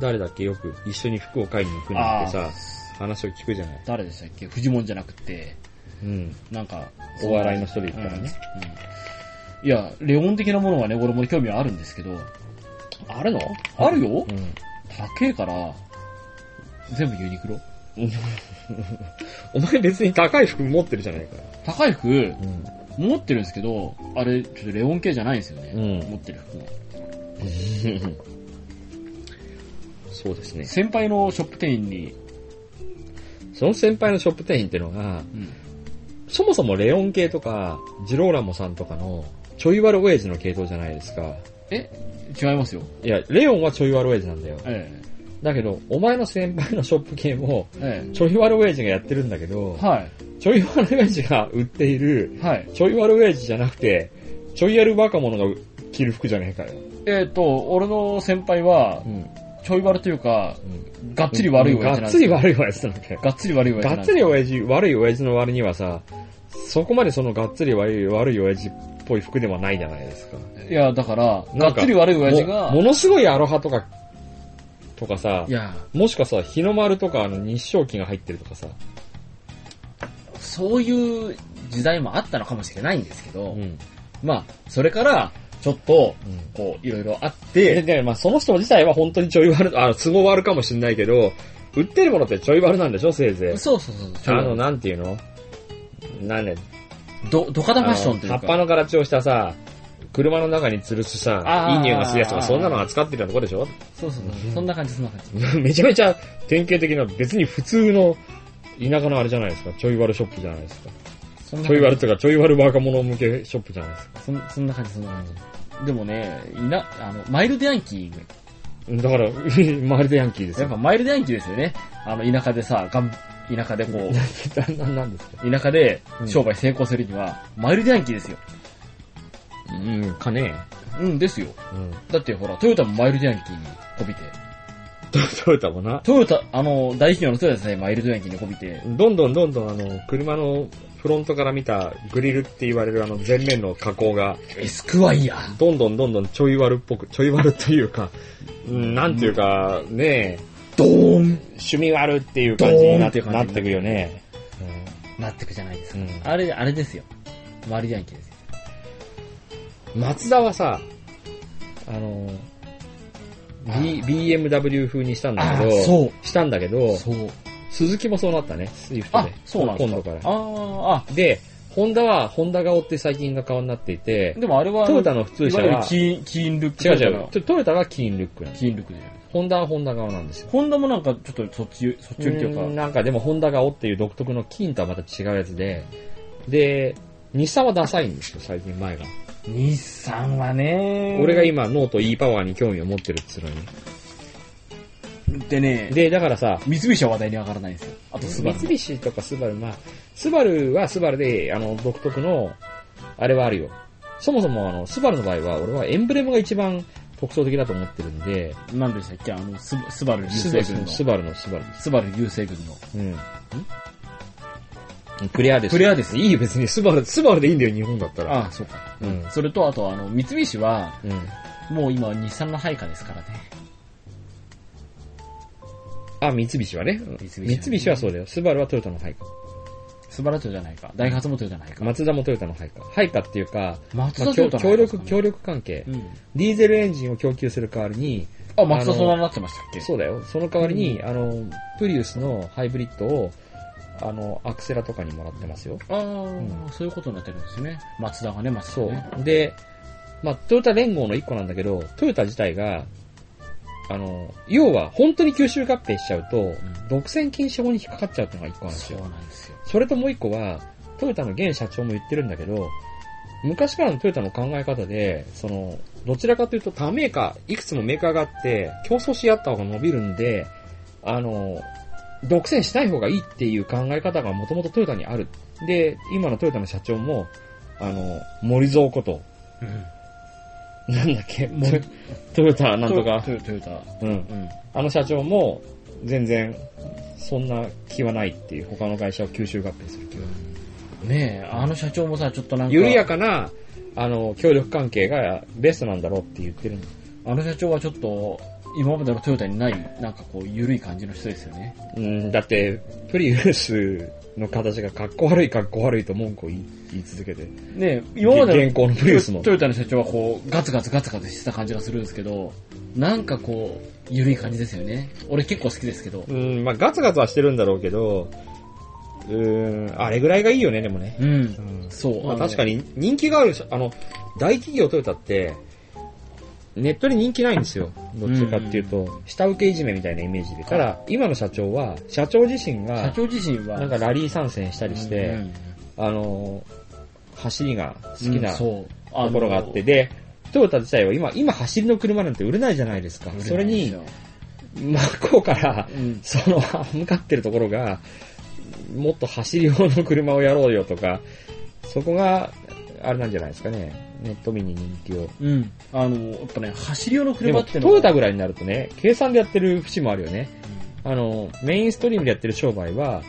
S1: 誰だっけよく一緒に服を買いに行くのってさ、
S2: あ
S1: 話を聞くじゃない。
S2: 誰でしたっけフジモンじゃなくて、
S1: うん。
S2: なんか、
S1: お笑いの人で言ったらね。
S2: うん。いや、レオン的なものはね、俺も興味はあるんですけど、
S1: あるの
S2: あるよ
S1: うん。
S2: 高えから、全部ユニクロ。
S1: お前別に高い服持ってるじゃないか。
S2: 高い服、
S1: うん。
S2: 持ってるんですけど、あれ、ちょっとレオン系じゃないんですよね。
S1: うん
S2: 持ってる服も。
S1: そうですね。
S2: 先輩のショップ店員に、
S1: その先輩のショップ店員っていうのが、
S2: うん
S1: そもそもレオン系とか、ジローラモさんとかの、ちょい悪親父の系統じゃないですか。
S2: 違いますよ。
S1: いや、レオンはちょい悪親父なんだよ。
S2: え
S1: だけど、お前の先輩のショップ系も、
S2: え。え
S1: ちょい悪親父がやってるんだけど
S2: え。、は
S1: ちょい悪親父が売っている、
S2: い。はい。
S1: ちょい悪親父じゃなくて、ちょいやる若者が着る服じゃねえかよ。
S2: えっ、と、俺の先輩は
S1: う、ん。
S2: ちょい悪というか、
S1: うん
S2: がっつり悪い親
S1: が
S2: 父な
S1: っ
S2: んです
S1: つり
S2: よ。
S1: 悪い親父なんだよ。
S2: がっつり悪い親父
S1: が
S2: なん
S1: っ
S2: です
S1: つ
S2: よ
S1: り親父、悪い親父の割にはさ、そこまでそのがっつり悪い、悪い親父っぽい服ではないじゃないですか。
S2: いや、だから、
S1: な
S2: が
S1: んか
S2: っつり悪い親父が
S1: も、ものすごいアロハとか、とかさ
S2: い、や、
S1: もしかさ、日の丸とかあの日照旗が入ってるとかさ、
S3: そういう時代もあったのかもしれないんですけど、
S1: うん。
S3: まあ、それから、ちょっと、
S1: うん
S3: こう、いろいろあっ
S1: で、
S3: て、
S1: で、まあその人自体は本当にちょい悪、あ、都合悪かもしんないけど、売ってるものってちょい悪なんでしょ、せいぜ
S3: そうそうそう、
S1: い。
S3: ち
S1: あ
S3: ょい
S1: の、なんていうのなんね、
S3: ど、どかだファッションとい
S1: あの
S3: う
S1: 葉っぱ
S3: か、
S1: の形をしたさ、車の中に吊るすさ
S2: あ、
S1: い
S2: ー
S1: い匂いがするやつとか、そんなの扱ってるようなとこでしょ [laughs]
S3: そうそうそう、そんな感じ、そんな感じ。
S1: めちゃめちゃ典型的な、別に普通の田舎のあれじゃないですか。ちょい悪ショップじゃないですか。
S3: そんな
S1: ちょい悪とか、ちょい悪若者向けショップじゃないですか。
S3: そんそんな感じ、そんな感じ。
S2: でもね、いな、あの、マイルドヤンキー、
S1: だ [laughs] から、まるでヤンキーです
S2: やっ
S1: よ。
S2: ぱマイルドヤンキーですよね。あの、田舎でさ、がん、田舎でこう、
S1: な、ななんですか
S2: 田舎で
S1: うん
S2: 商売成功するには、マイルドヤンキーですよ。
S1: うん、かね
S2: うんですよ。
S1: うん。
S2: だってほら、トヨタもマイルドヤンキーにこびて、
S1: トヨタもな。
S2: トヨタ、あの、大企業のトヨタさえマイルドヤンキーにこびて、
S1: どんどんどんどんあの、車のフロントから見たグリルって言われるあの前面の加工が、
S2: エスクワイヤー。
S1: どんどんどんどんちょい悪っぽく、ちょい悪というか、うん、なんていうか、ねえ、
S2: ドーン
S1: 趣味悪っていう感じになって
S2: ドーンって感じになって
S1: なってくよね。
S2: なってくじゃないです
S1: う
S2: か。
S1: ん
S2: あれ、あれですよ。マイルドヤンキーですよ。
S1: 松田はさ、あの、B、BMW 風にしたんだけど、
S2: そう。
S1: したんだけど、
S2: そう。
S1: 鈴木もそうなったね、スイフト
S2: あ
S1: で。、
S2: そうなんですか。
S1: 今度か
S2: あー
S1: ら。で、ホンダは、ホンダ顔って最近の顔になっていて
S2: あ、、でもあれは、
S1: トヨタの普通
S2: い
S1: 車
S2: わゆる
S1: は、
S2: キーン、キーンルック。
S1: 違う違う
S2: トヨ、
S1: トトヨタがキーンルックなの
S2: タの。キーンルックじゃない。
S1: ホンダはホンダ顔なんですよ。
S2: ホンダもなんかちょっとそっち、そっち寄りってい
S1: うー
S2: う
S1: ん
S2: か、
S1: なんかでもホンダ顔っていう独特の金とはまた違うやつで、で、日産はダサいんですよ、最近前が。
S2: 日産はね
S1: 俺が今、ノート E パワーに興味を持ってるっつうのに。
S2: でね、
S1: で、だからさ、
S2: 三菱は話題に上がらないんですよ。あとスバル
S1: 三。菱とかスバル、まあ、スバルはスバルで、あの、独特の、あれはあるよ。そもそも、あの、スバルの場合は、俺はエンブレムが一番特徴的だと思ってるんで、
S2: 何でしたっけあの、ススバル流
S1: ス
S2: 星群の。
S1: スバルのスバルです。
S2: スバル流星群の。
S1: うん。クレアです。
S2: クレアです
S1: いいよ、別に。スバル、スバルでいいんだよ、日本だったら。
S2: ああ、そうか。
S1: うん。
S2: それと、あと、あの、三菱は、
S1: うん。
S2: もう今、日産の配下ですからね。
S1: あ、三菱はね。
S2: 三菱は
S1: 三
S2: ね
S1: 菱はそうだよ。スバルはトヨタの配下。
S2: スバルトヨじゃないか。ダイハツもトヨタじゃないか。
S1: 松田もトヨタの配下。配下っていうか、
S2: 松
S1: ま
S2: 田
S1: あ
S2: ト
S1: 協
S2: ヨタの
S1: 協
S2: 配下
S1: 力、
S2: ですか
S1: 協
S2: ね
S1: 力関係。
S2: うん。
S1: ディーゼルエンジンを供給する代わりに、
S2: あ、松田そんなになってましたっけ
S1: そうだよ。その代わりに、あの、プリウスのハイブリッドを、あの、アクセラとかにもらってますよ。
S2: ああ、そういうことになってるんですね。松田がね、松田
S1: そ
S2: ね。
S1: う。で、まあ、トヨタ連合の一個なんだけど、トヨタ自体が、あの、要は、本当に吸収合併しちゃうと、独占禁止法に引っかかっちゃうっていうのが一個なんです
S2: そう
S1: よ。
S2: なんですよ。
S1: それともう一個は、トヨタの現社長も言ってるんだけど、昔からのトヨタの考え方で、その、どちらかというと他メーカー、いくつもメーカーがあって、競争し合った方が伸びるんで、あの、独占しない方がいいっていう考え方がもともとトヨタにある。で、今のトヨタの社長も、あの、森蔵こと、なんだっけ、トヨトヨタなんとか
S2: ト、ヨトヨタ。
S1: うん。
S2: うん。
S1: あの社長も、全然、そんな気はないっていう、他の会社を吸収合併する気は。
S2: ねえ、あの社長もさ、ちょっとなんか、
S1: 緩やかな、あの、協力関係がベストなんだろうって言ってるんだ
S2: あの社長はちょっと、今までのトヨタにない、なんかこう、緩い感じの人ですよね。
S1: うん、だって、プリウスの形がかっこ悪いかっこ悪いと文句を言い言い続けて。
S2: ねえ、今まで
S1: 現行のプ
S2: ト
S1: リウ
S2: ヨ
S1: スも
S2: ト。ヨタの社長はこう、ガツガツガツガツしてた感じがするんですけど、なんかこう、緩い感じですよね。俺結構好きですけど。
S1: うん、まあガツガツはしてるんだろうけど、うーん、あれぐらいがいいよね、でもね。
S2: うん
S1: う。ん
S2: そう。
S1: まあ
S2: の
S1: 確かに人気があるし、あの、大企業トヨタって、ネットで人気ないんですよ。どっちかっていうと、下請けいじめみたいなイメージで。ただ、今の社長は、社長自身
S2: 社
S1: が、
S2: 長自身は、
S1: なんかラリー参戦したりし
S2: う
S1: て、
S2: ん
S1: あの、走りが好き
S2: うん
S1: な
S2: そう
S1: ところがあって、で、トヨタ自体は今、今走りの車なんて売れないじゃないですか。
S2: あの
S1: それに、真っ向から、
S2: うん
S1: その、向かってるところが、もっと走り用の車をやろうよとか、そこが、あれなんじゃないですかね。ネット民に人気を。
S2: うん。あの、やっぱね、走り用の
S1: で
S2: 車
S1: も、
S2: って
S1: ト
S2: のは
S1: ヨタぐらいになるとね、計算でやってる節もあるよね。あの、メインストリームでやってる商売は、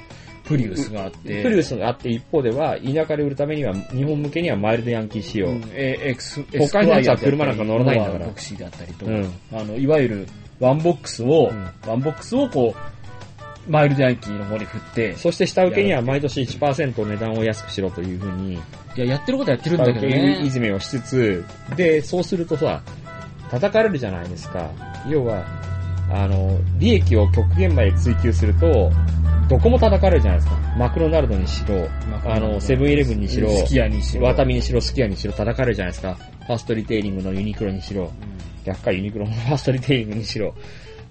S2: プリウスがあって、
S1: プリウスがあって一方では、田舎で売るためには、日本向けにはマイルドヤンキー仕様。
S2: うん、えエクス
S1: 他のやつは車なんか乗らないんだから
S2: エスプライアであったりノアボク
S1: う
S2: シーであったりと、
S1: ん
S2: あの、いわゆる、ワンボックスを、
S1: うん
S2: ワンボックスをこう、マイルドヤンキーの方に振って、
S1: そして下請けには毎年1%値段を安くしろというふうに、
S2: いや、やってることはやってるん
S1: 下
S2: だ
S1: 請
S2: け
S1: け
S2: ど
S1: い
S2: ね。
S1: じめをしつつ、で、そうするとさ、叩かれるじゃないですか。要は、あの、利益を極限まで追求すると、どこも叩かれるじゃないですか。マクドナルドにしろ、あの、セブンイレブンにしろ、
S2: スキヤにしろ。
S1: ワタミにしろ、スキヤにしろ、叩かれるじゃないですか。ファーストリテイリングのユニクロにしろ、逆かユニクロのファーストリテイリングにしろ、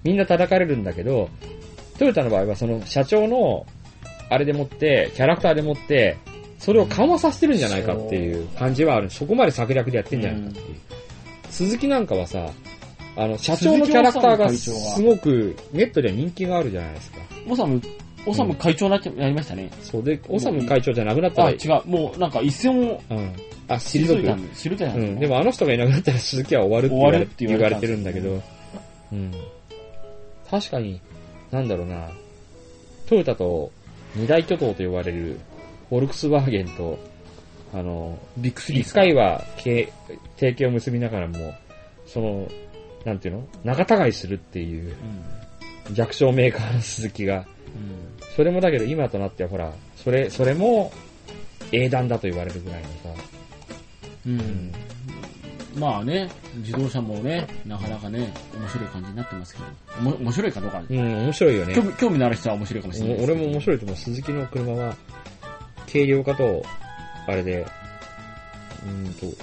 S1: みんな叩かれるんだけど、トヨタの場合はその社長の、あれでもって、キャラクターでもって、それを緩和させてるんじゃないかっていう感じはある。そこまで策略でやってんじゃないかっていう。鈴木なんかはさ、あの、社長のキャラクターが
S2: 鈴木
S1: す
S2: 修
S1: ごくネットでは人気があるじゃないですか。
S2: オサム、オサム会長になって、やりましたね。
S1: そうで、オサム会長じゃなくなったら、
S2: あ、違う。もう、なんか一線を
S1: うん。あ、
S2: 退
S1: 退
S2: いた
S1: く。
S2: んで、退いたん
S1: う
S2: ですよ
S1: ん、
S2: ね
S1: でもあの人がいなくなったら鈴木は終わるって言われ
S2: 終わるって言われたん
S1: て
S2: で
S1: る
S2: すよ
S1: ん
S2: ね
S1: だけど、うん、確かに、なんだろうな、トヨタと二大巨頭と呼ばれる、フォルクスワーゲンと、あの、
S2: ビッグスリー。
S1: 一回は経提携を結びながらも、その、なんていうの仲違いするっていう
S2: うん。
S1: 弱小メーカーの鈴木が、
S2: うん
S1: それもだけど今となってはほら、それ、それも英断だと言われるぐらいのさ、
S2: うん
S1: うん
S2: まあね、自動車もね、なかなかね、面白い感じになってますけど、おも面白いかどうか、
S1: うん、面白いよね
S2: 興。味興味のある人は面白いかもしれない
S1: もう
S2: ですけ
S1: 俺
S2: ど。
S1: も面白いと思う。鈴木の車は、軽量化と、あれで、うーんと、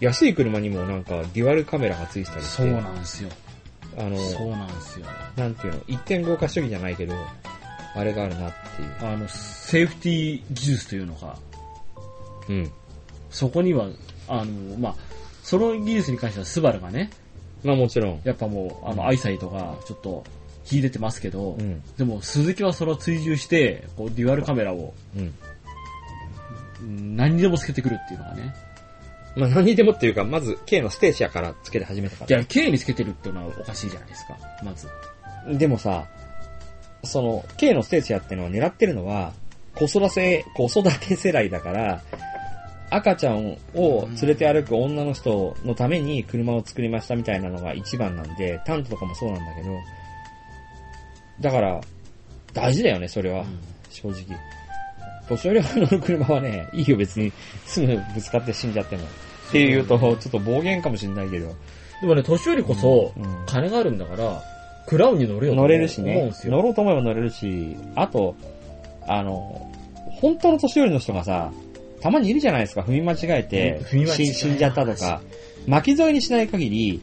S1: 安い車にもなんかデュアルカメラがついてたりして、
S2: そうなんですよ。
S1: あの、
S2: そうなんですよ。
S1: なんていうの、1.5化主義じゃないけど、あれがあるなっていう。
S2: あの、セーフティー技術というのか、
S1: うん。
S2: そこには、あの、まあ、その技術に関してはスバルがね、
S1: まあもちろん。
S2: やっぱもう、あの、アイサイトがちょっと秀でてますけど、
S1: うん。
S2: でも鈴木はそれを追従して、こう、デュアルカメラを
S1: うん。
S2: うん何にでもつけてくるっていうのがね、
S1: まあ何にでもっていうか、まず K のステーシアからつけて始めたか
S2: いや、K につけてるっていうのはおかしいじゃないですか、まず。
S1: ら。でもさ、その K のステーシアっていうのは狙ってるのは、子育て、子育て世代だから、赤ちゃんを連れて歩く女の人のために車を作りましたみたいなのが一番なんで、タントとかもそうなんだけど、だから、大事だよね、それは。正直。年寄りが乗る車はね、いいよ別に、すぐぶつかって死んじゃっても。っていうと、ちょっと暴言かもしれないけど。
S3: でもね、年寄りこそ
S1: う、ん
S3: 金があるんだから、クラウンに乗れよと
S1: 乗
S3: 思
S1: れ
S3: うん
S1: る
S3: で
S1: し
S3: す
S1: ね。
S3: よ。
S1: 乗ろうと思えば乗れるし、あと、あの、本当の年寄りの人がさ、たまにいるじゃないですか、踏み間違えて、
S3: 踏み間違え
S1: 死ん死んじゃったとか、巻き添えにしない限り、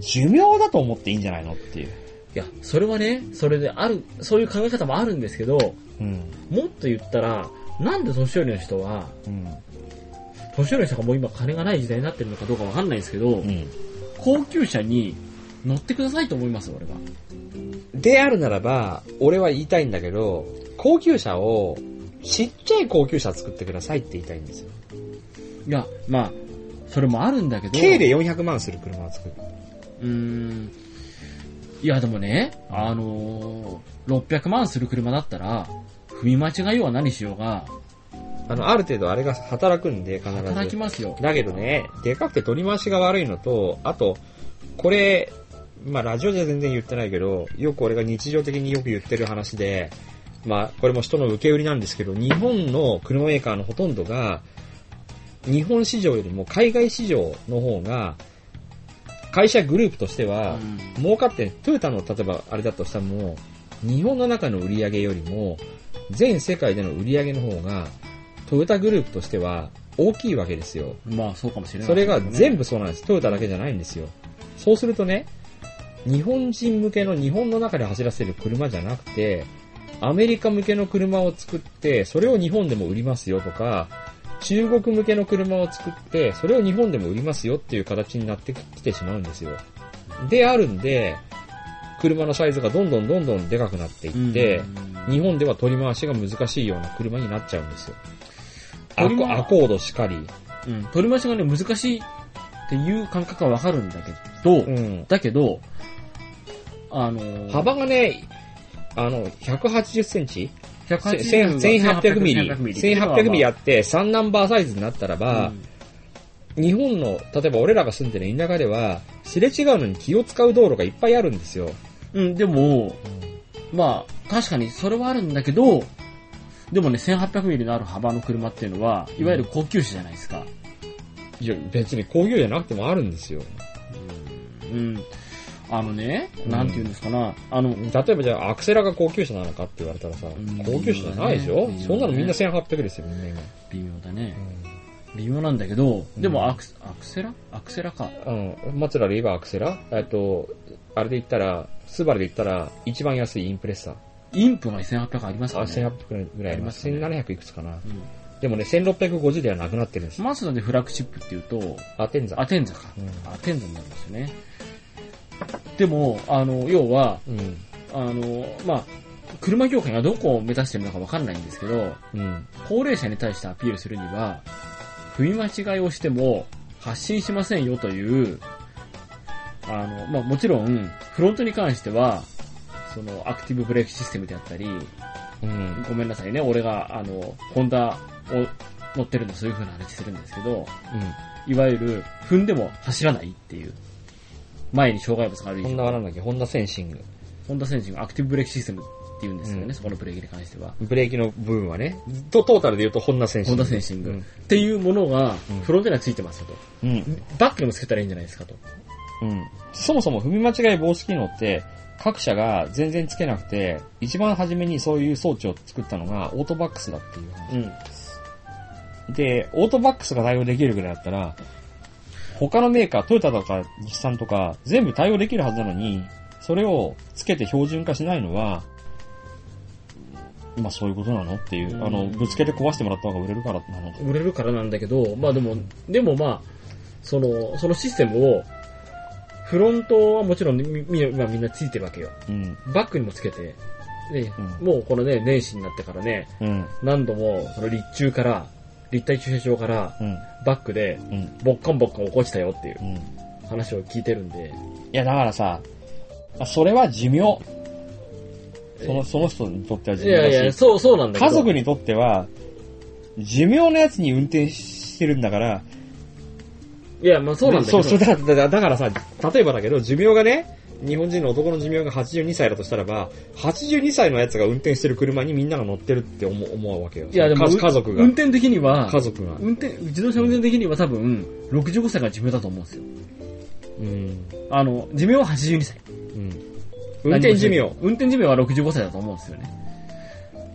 S1: 寿命だと思っていいんじゃないのっていう。
S3: いや、それはね、それである、そういう考え方もあるんですけど、
S1: うん。
S3: もっと言ったら、なんで年寄りの人は、
S1: うん。
S3: 年寄りの人がもう今金がない時代になってるのかどうかわかんないですけど
S1: う、ん。
S2: 高級車に乗ってくださいと思います、俺は。
S1: であるならば、俺は言いたいんだけど、高級車を、ちっちゃい高級車作ってくださいって言いたいんですよ。
S2: いや、まあ、それもあるんだけど。
S1: 軽で400万する車を作る。
S2: うーん。いや、でもね、あのー、600万する車だったら、踏み間違いようは何しようが、
S1: あの、ある程度あれが働くんで、必ず。
S2: 働きますよ。
S1: だけどね、でかくて取り回しが悪いのと、あと、これ、まあラジオじゃ全然言ってないけど、よく俺が日常的によく言ってる話で、まあこれも人の受け売りなんですけど、日本の車メーカーのほとんどが、日本市場よりも海外市場の方が、会社グループとしては、
S2: うん
S1: 儲かって、トヨタの例えばあれだとしたらもう、日本の中の売り上げよりも、全世界での売り上げの方が、トヨタグループとしては大きいわけですよ。
S2: まあ、そうかもしれない。
S1: それが全部そうなんです。トヨタだけじゃないんですよ。そうするとね、日本人向けの日本の中で走らせる車じゃなくて、アメリカ向けの車を作って、それを日本でも売りますよとか、中国向けの車を作って、それを日本でも売りますよっていう形になってきてしまうんですよ。であるんで、車のサイズがどんどんどんどんでかくなっていって、日本では取り回しが難しいような車になっちゃうんですよ。ア
S2: 取り
S1: コ
S2: 回
S1: アコードしかり。
S2: うん、取り回しがね、難しいっていう感覚はわかるんだけど、
S1: うん。
S2: だけど、あのー、
S1: 幅がね、あの、180センチ
S2: 180
S1: 1800ミリ。1800ミリ
S2: あ
S1: あって、3ナンバーサイズになったらば、日本の、例えば俺らが住んでる田舎では、すれ違うのに気を使う道路がいっぱいあるんですよ。
S2: うん、でも、まあ、確かにそれはあるんだけど、でもね、1800ミリのある幅の車っていうのは、いわゆる高級車じゃないですか。
S1: いや別に工業じゃなくてもあるんですよ。
S2: うん。あのね、
S1: うん
S2: なんて言うんですかな、あの、
S1: 例えばじゃあアクセラが高級車なのかって言われたらさ
S2: ん、
S1: 高級車じゃないでしょ
S2: うん
S1: そんなのみんな1800ですよ、みんな今。
S2: 微妙だね。微妙なんだけど、
S1: うん
S2: でもアクス、アクセラアクセラか。
S1: うん。松原で言えばアクセラえっと、あれで言ったら、スバルで言ったら、一番安いインプレッサー。
S2: インプが1800あります
S1: あ、
S2: かね。
S1: 1800ぐらいあります。
S2: あります
S1: 1700いくつかな。
S2: うん
S1: でもね、1650ではなくなってるんですよ。
S2: マツダでフラッグシップっていうと、
S1: アテンザ
S2: ア。テンザか。
S1: う
S2: アテンザになりますよね。でも、あの、要は、
S1: うん。
S2: あの、まあ、車業界がどこを目指してるのかわかんないんですけど、
S1: うん。
S2: 高齢者に対してアピールするには、踏み間違いをしても発信しませんよという、あの、まあ、もちろん、フロントに関しては、その、アクティブブレーキシステムであったり、
S1: うん。
S2: ごめんなさいね、俺が、あの、ホンダを乗ってるのそういう風な話するんですけど、いわゆる、踏んでも走らないっていう。前に障害物がある以
S1: ホン
S2: 上
S1: ダはなんだっけホンダセンシング。
S2: ホンダセンシングアクティブブレーキシステムって言うんですよね、
S1: うん
S2: そこのブレーキに関しては。
S1: ブレーキの部分はね。とトータルで言うとホンダセンシン
S2: ホン
S1: グ。
S2: ダセンシング、
S1: うん
S2: っていうものが
S1: うん、
S2: フロントにはついてますよと。
S1: うん。
S2: バックにもつけたらいいんじゃないですかと。
S1: うん。そもそも踏み間違い防止機能って、各社が全然つけなくて、一番初めにそういう装置を作ったのがオートバックスだっていう話。
S2: うん。
S1: で、オートバックスが対応できるぐらいだったら、他のメーカー、トヨタとか日産とか、全部対応できるはずなのに、それをつけて標準化しないのは、まあそういうことなのっていう、あの、ぶつけて壊してもらった方が売れるからなの
S3: 売れるからなんだけど、まあでも、でもまあ、その、そのシステムを、フロントはもちろんみ、み、まあみんなついてるわけよ。
S1: うん。
S3: バックにもつけて、ね
S1: う
S3: もうこのね、年始になってからね、
S1: うん。
S3: 何度も、その立中から、立体駐車場から、
S1: うん。
S3: バックで、
S1: うん。
S3: ボッコンボッコン落っこちたよっていう
S1: うん。い
S3: 話を聞いてるんで、
S1: や、だからさ、まあそれは寿命。その、その人にとっては寿
S3: い
S1: 命だし。
S3: やいや、そう、そうなんだけど。
S1: 家族にとっては、寿命のやつに運転してるんだから、
S3: いや、まあそうなんだけど。
S1: そうそうだだだからさ、例えばだけど、寿命がね、日本人の男の寿命が82歳だとしたらば、82歳のやつが運転してる車にみんなが乗ってるって思う思うわけよ。
S2: いやでも
S1: 家家族が
S2: 運。転的には、
S1: 家族が。
S2: 運転、自動車運転的には多分、65歳が寿命だと思うんですよ。
S1: うん。
S2: あの、寿命は82歳。
S1: うん。運転寿命。
S2: 運転寿命は65歳だと思うんですよね。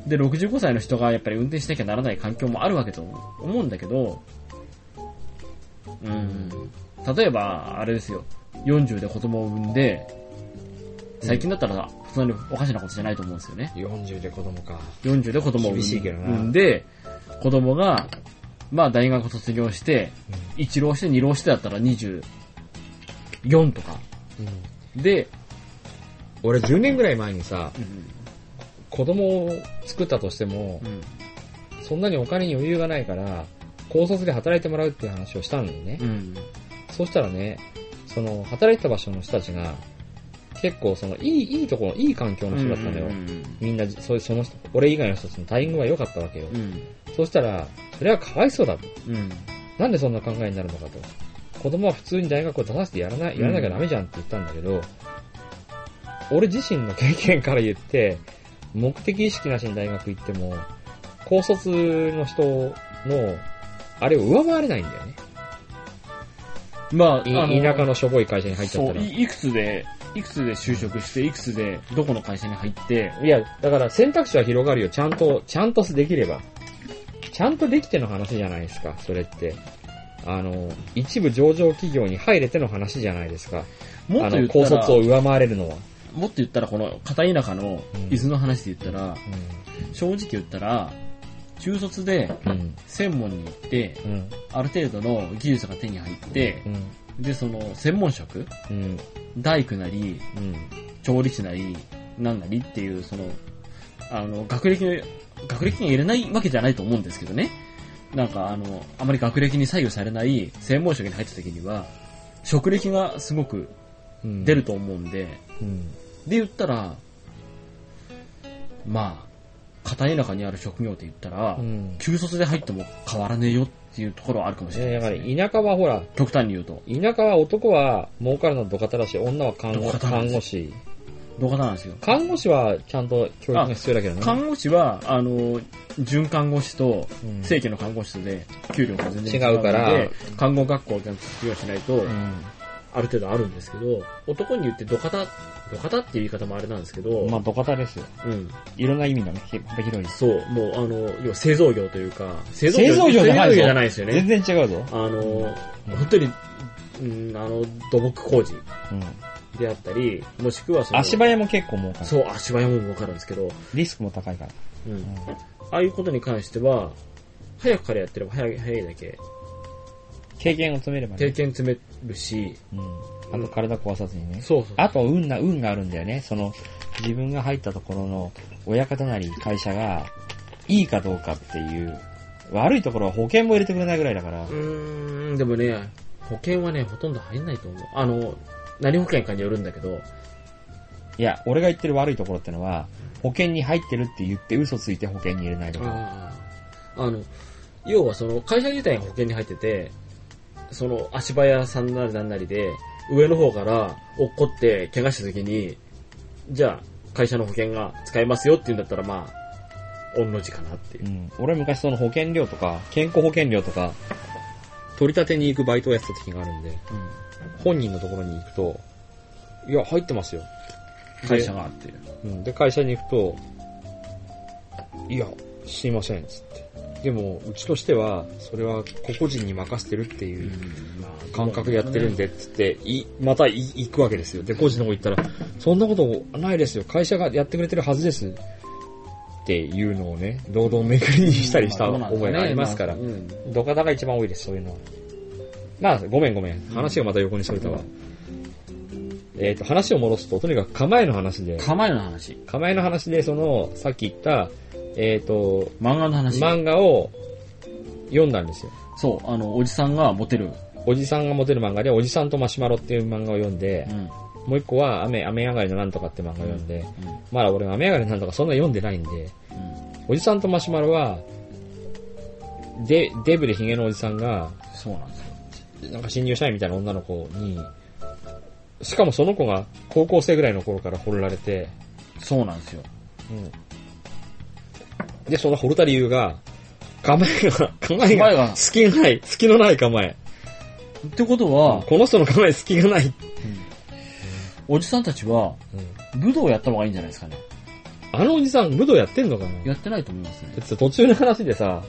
S2: で、65歳の人がやっぱり運転しなきゃならない環境もあるわけと思うんだけど、うん。例えば、あれですよ。40で子供を産んで、最近だったら、そんなにおかしなことじゃないと思うんですよね。
S1: 40で子供か。
S2: 40で子供を産
S1: 厳しいけどなん
S2: で、子供が、まあ大学を卒業して、一浪して二浪してだったら24とか。で、
S1: 俺10年ぐらい前にさ、子供を作ったとしても、
S2: うん
S1: そんなにお金に余裕がないから、高卒で働いてもらうっていう話をしたんだよね。
S2: うん。
S1: そうしたらね、その、働いてた場所の人たちが、結構その、いい、いいところ、いい環境の人だったのよ。みんな、そういう、その人、俺以外の人たちの待遇は良かったわけよ。
S2: うん。
S1: そうしたら、それはかわいそうだと。
S2: うん。
S1: なんでそんな考えになるのかと。子供は普通に大学を出させてやらない、やらなきゃダメじゃんって言ったんだけど、俺自身の経験から言って、目的意識なしに大学行っても、高卒の人の、あれを上回れないんだよね。
S2: まあ、
S1: い
S2: あ
S1: 田舎のしょぼい会社に入っちゃっ
S2: そ
S1: たら。
S2: うい、いくつで、いくつで就職して、いくつでどこの会社に入って、
S1: いや、だから選択肢は広がるよ。ちゃんと、ちゃんとできれば。ちゃんとできての話じゃないですか、それって。あの、一部上場企業に入れての話じゃないですか。
S2: も
S1: あ
S2: っと言
S1: の、
S2: っ
S1: 高
S2: たら
S1: 卒を、上回れるのは。
S2: もっと言ったらこの片田舎の伊豆の話で言ったら、正直言ったら、中卒で
S1: うん。うん。
S2: 専門に行って、
S1: うん。
S2: ある程度の技術が手に入って
S1: う、ん。
S2: で、その専門職、
S1: うん。
S2: 大工なり、
S1: うん。
S2: 調理師なり、なんなりっていう、その、あの、学歴の、学歴に入れないわけじゃないと思うんですけどね。なんか、あの、あまり学歴に左右されない専門職に入った時には、職歴がすごく
S1: うん。
S2: 出ると思うんで、
S1: うん。
S2: で言ったら、まあ、片田舎にある職業って言ったら、
S1: うん。
S2: 中卒で入っても変わらねえよっていうところはあるかもしれ
S1: え
S2: ないで
S1: だ
S2: す、
S1: か
S2: ね。
S1: ら、田舎はほら、
S2: 極端に言うと。
S1: 田舎は男は儲かるのは土方だし、女は看護
S2: 土方なん
S1: 看
S2: です
S1: 護師。
S2: どうかなんですよ。
S1: 看護師はちゃんと教育が必要だけどね。
S2: 看護師は、あの、準看護師と
S1: うん
S2: 正規の看護師とで給料が全然
S1: 違うから
S2: ので看護学校をちゃんと卒業しないと
S1: う、ん
S3: ある程度あるんですけど、男に言ってドカタ、ドカタっていう言い方もあれなんですけど、
S1: まあ、土方ですよ。
S3: うん。
S1: いろんな意味がね、ひ幅広いです。
S3: そう、もうあの、要は製造業というか、製
S1: 製造業じゃない
S3: 製
S1: ぞ
S3: 造業じゃないですよね。
S1: 全然違うぞ。
S3: あの、本当に、うん、あの、土木工事
S1: うん。
S3: であったり、もしくはその、
S1: 足早も結構儲かる。
S3: そう、足早も儲かるんですけど、
S1: リスクも高いから。
S3: うん
S1: ん
S3: ああいうことに関しては、早くからやってれば早い、早いだけ、
S1: 経験を詰めれば
S3: 経
S1: ね。
S3: 験詰めるし、
S1: うん。あと体壊さずにね。
S3: そうそう。
S1: あと運な、運があるんだよね。その、自分が入ったところの親方なり会社が、いいかどうかっていう、悪いところは保険も入れてくれないぐらいだから
S3: う、ーん、でもね、保険はね、ほとんど入んないと思う。あの、何保険かによるんだけど、
S1: いや、俺が言ってる悪いところってのは、保険に入ってるって言って嘘ついて保険に入れないとか。
S3: ああの、要はその、会社自体が保険に入ってて、その、足早さんなりなんなりで、上の方から落っこって怪我した時に、じゃあ、会社の保険が使えますよって言うんだったら、まあ、御の字かなっていうう。
S1: ん。俺昔その保険料とか、健康保険料とか、取り立てに行くバイトをやってた時があるんで、本人のところに行くと、いや、入ってますよ。
S2: 会社があっていう。
S1: うん、で、会社に行くと、いや、すいません、つって。でも、うちとしては、それは個々人に任せてるっていう感覚でやってるんで、つって、い、またい行くわけですよ。で、個人の方行ったら、そんなことないですよ。会社がやってくれてるはずです。っていうのをね、労働巡りにしたりした覚えがありますから
S2: う。ん
S1: 土方が一番多いです、そういうのは。まあ、ごめんごめん。話をまた横にそれたわ。えっ、と、話を戻すと、とにかく構えの話で。
S2: 構えの話、
S1: 構えの話で、その、さっき言った、えっ、と、
S2: 漫画の話、
S1: 漫画を読んだんですよ。
S2: そう、あの、おじさんがモテる。
S1: おじさんがモテる漫画で、おじさんとマシュマロっていう漫画を読んで
S2: う、ん。
S1: もう一個は雨、雨上がりのなんとかって漫画を読んで、まだ俺は雨上がりのなんとかそんな読んでないんで、
S2: うん
S1: おじさんとマシュマロは、で、デブでヒゲのおじさんが、
S2: そうなんですよ。
S1: なんか新入社員みたいな女の子に、しかもその子が高校生ぐらいの頃から惚れられて、
S2: そうなんですよ。
S1: で、その惚れた理由が、構えが、 [laughs] 構え
S2: 構
S1: が、
S2: えが
S1: 隙がない、隙のない構え。
S2: ってことは、
S1: この人の構え隙がない。
S2: おじさんたちは、武道をやった方がいいんじゃないですかね。
S1: あのおじさん、武道やってんのかな
S2: やってないと思いますね。
S1: だって途中の話でさ、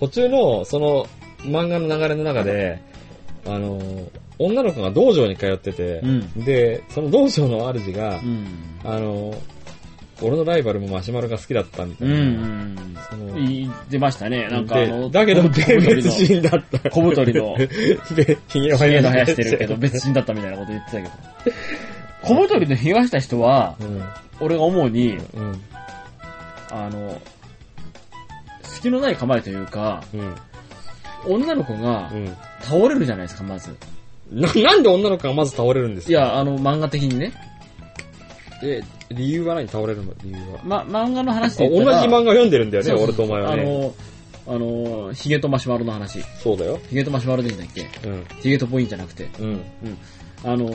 S1: 途中の、その、漫画の流れの中で、あの、女の子が道場に通ってて
S2: う、ん。
S1: で、その道場の主が
S2: う、ん。
S1: あの、俺のライバルもマシュマロが好きだったみた
S2: う
S1: いな。
S2: ん。
S1: その
S2: い出ましたね。なんかあの、
S1: でだけど、
S2: 小
S1: で、
S2: 太り
S1: 別人
S2: の
S1: だった。
S2: 小太り
S1: [laughs]
S2: の、
S1: で、ひげを
S2: ひ
S1: 生
S2: げ
S1: や
S2: の生や
S1: し
S2: して
S1: て
S2: るけど、別人だったみたいなこと言ってたけ
S1: [laughs]
S2: ど。小太りの冷やした人は、
S1: う
S2: 俺が思うに、
S1: ん。うん。
S2: あの、隙のない構えというか、
S1: うん。
S2: 女の子が
S1: うん。
S2: 倒れるじゃないですか、まず。
S1: な、なんで女の子がまず倒れるんですか
S2: い、や、あの、漫画的にね。
S1: え、理由は何倒れるの理由は。
S2: ま、漫画の話
S1: 同
S2: で
S1: じ
S2: 言ったら。
S1: 漫画読んでるんだよね、
S2: そうそう
S1: 俺とお前はね。
S2: あの、あの、ヒゲとマシュマロの話。
S1: そうだよ。
S2: ヒゲとマシュマロでいいんだっけ
S1: うん。
S2: ヒゲとポインじゃなくて。
S1: うん。[laughs]
S2: あの、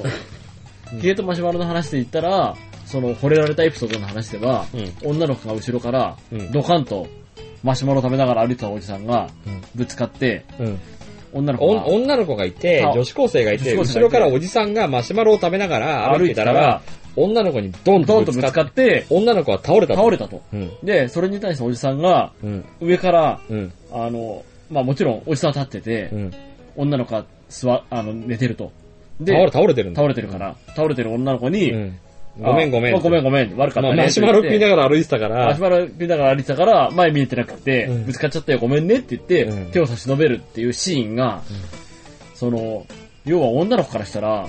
S2: ヒゲとマシュマロの話で言ったら、その、惚れられたエピソードの話では、
S1: うん。
S2: 女の子が後ろから
S1: うん、
S2: ドカンと、マシュマロ食べながら歩いてたおじさんが
S1: うん、
S2: ぶつかって、
S1: うん。
S2: 女の子が
S1: お女の子がいて、
S2: あ
S1: 女子高生がいて、
S2: 女子高生がいて
S1: 後ろからおじさんがマシュマロを食べながら歩
S2: 歩
S1: い
S2: い
S1: て
S2: て
S1: た
S2: た
S1: ら
S2: ら、、
S1: 女の子にドン
S2: ド
S1: と
S2: ン
S1: ぶ
S2: と
S1: つ
S2: ぶ
S1: か
S2: つ
S1: って
S2: か、って、
S1: 女の子は倒れたと。
S2: 倒れたと。
S1: うん。
S2: で、それに対しておじさんが、
S1: うん。
S2: 上から、
S1: うん。
S2: あの、まあもちろんおじさんは立ってて
S1: う、ん。
S5: 女の子が座、あの、寝てると。で
S1: 倒、れ、倒れてるんだ。
S5: 倒れてるから、倒れてる女の子に、
S1: うん。ごめんごめん。
S5: あごめんごめん。悪かっ
S1: ま
S5: た
S1: あ
S5: ね。
S1: マシュマロ食いな
S5: が
S1: がら歩いてたから。
S5: マシュマロ食いながら歩いてたから、前見えてなくて、
S1: うん
S5: ぶつかっちゃったよ、ごめんねって言って、
S1: うん
S5: 手を差し伸べるっていうシーンが、その、要は女の子からしたら、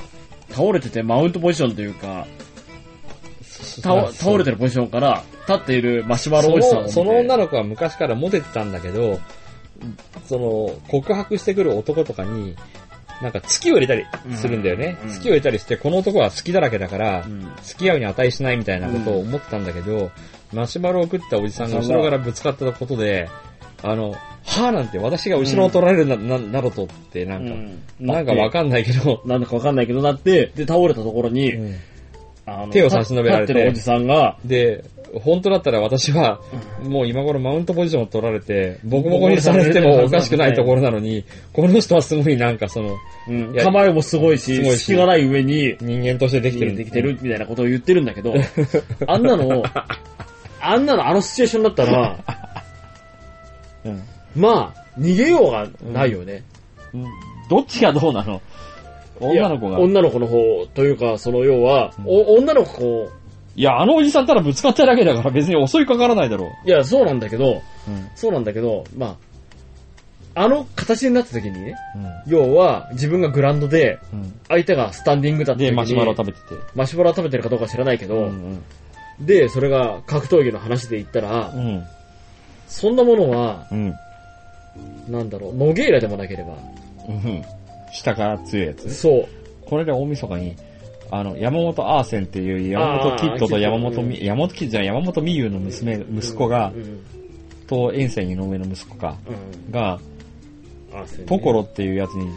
S5: 倒れててマウントポジションというか、倒倒れてるポジションから、立っているマシュマロおじさんを見て
S1: そのその女の子は昔からモテてたんだけど、その、告白してくる男とかに、なんか月を入れたりするんだよね。
S5: うん
S1: 月を入れたりして、この男は好きだらけだから、
S5: うん
S1: 付き合うに値しないみたいなことを思ってたんだけど、マシュマロを食ったおじさんが後ろからぶつかったことで、あの、はぁなんて私が後ろを取られるな、ななどとって、なんか、
S5: うん
S1: なんかわかんないけど、
S5: なんだかわかんないけどなって、で、倒れたところに、
S1: うん
S5: あの
S1: 手を差し伸べられ
S5: 立
S1: て
S5: ってるおじさんが、
S1: で、本当だったら私は、もう今頃マウントポジションを取られて、ボコボコにされてもおかしくないところなのに、この人はすごいなんかその、
S5: うん
S1: いや
S5: 構えもすごいし、
S1: すごいし
S5: 隙がない上に、
S1: 人間としてできてる。
S5: できてる。みたいなことを言ってるんだけ
S1: [laughs]
S5: ど、あんなの、あんなのあのシチュエーションだったら、
S1: うん。
S2: まあ、逃げようがないよね。
S5: どっちがどうなの
S2: いや女の子の方というか、その要は、お女の子、
S1: いや、あのおじさんたらぶつかっただけだから別に襲いかからないだろ
S2: いや、そうなんだけど、
S1: う。うん。
S2: そうなんだけど、まあ、あの形になった時にね、要は自分がグラウンドで、
S1: うん。
S2: 相手がスタンディングだった時
S1: で、
S2: に、
S1: マシュマロを食べてて。
S2: マシュマロ食べてるかどうか知らないけど、
S1: ん。
S2: で、それが格闘技の話で言ったら、
S1: うん。
S2: そんなものは、
S1: うん。
S2: なんだろう、ノゲイラでもなければ、
S1: うん。下から強いやつ。
S2: そう、
S1: これで大晦日に、あの、山本アーセンっていう山本キッドと山本
S2: あーキッ
S1: み、山本キッドじゃない、山本美優の娘、息子が
S2: う、ん、
S1: と、遠征井上の息子か、
S2: うん、
S1: が、
S2: あそうね
S1: トコロっていうやつに、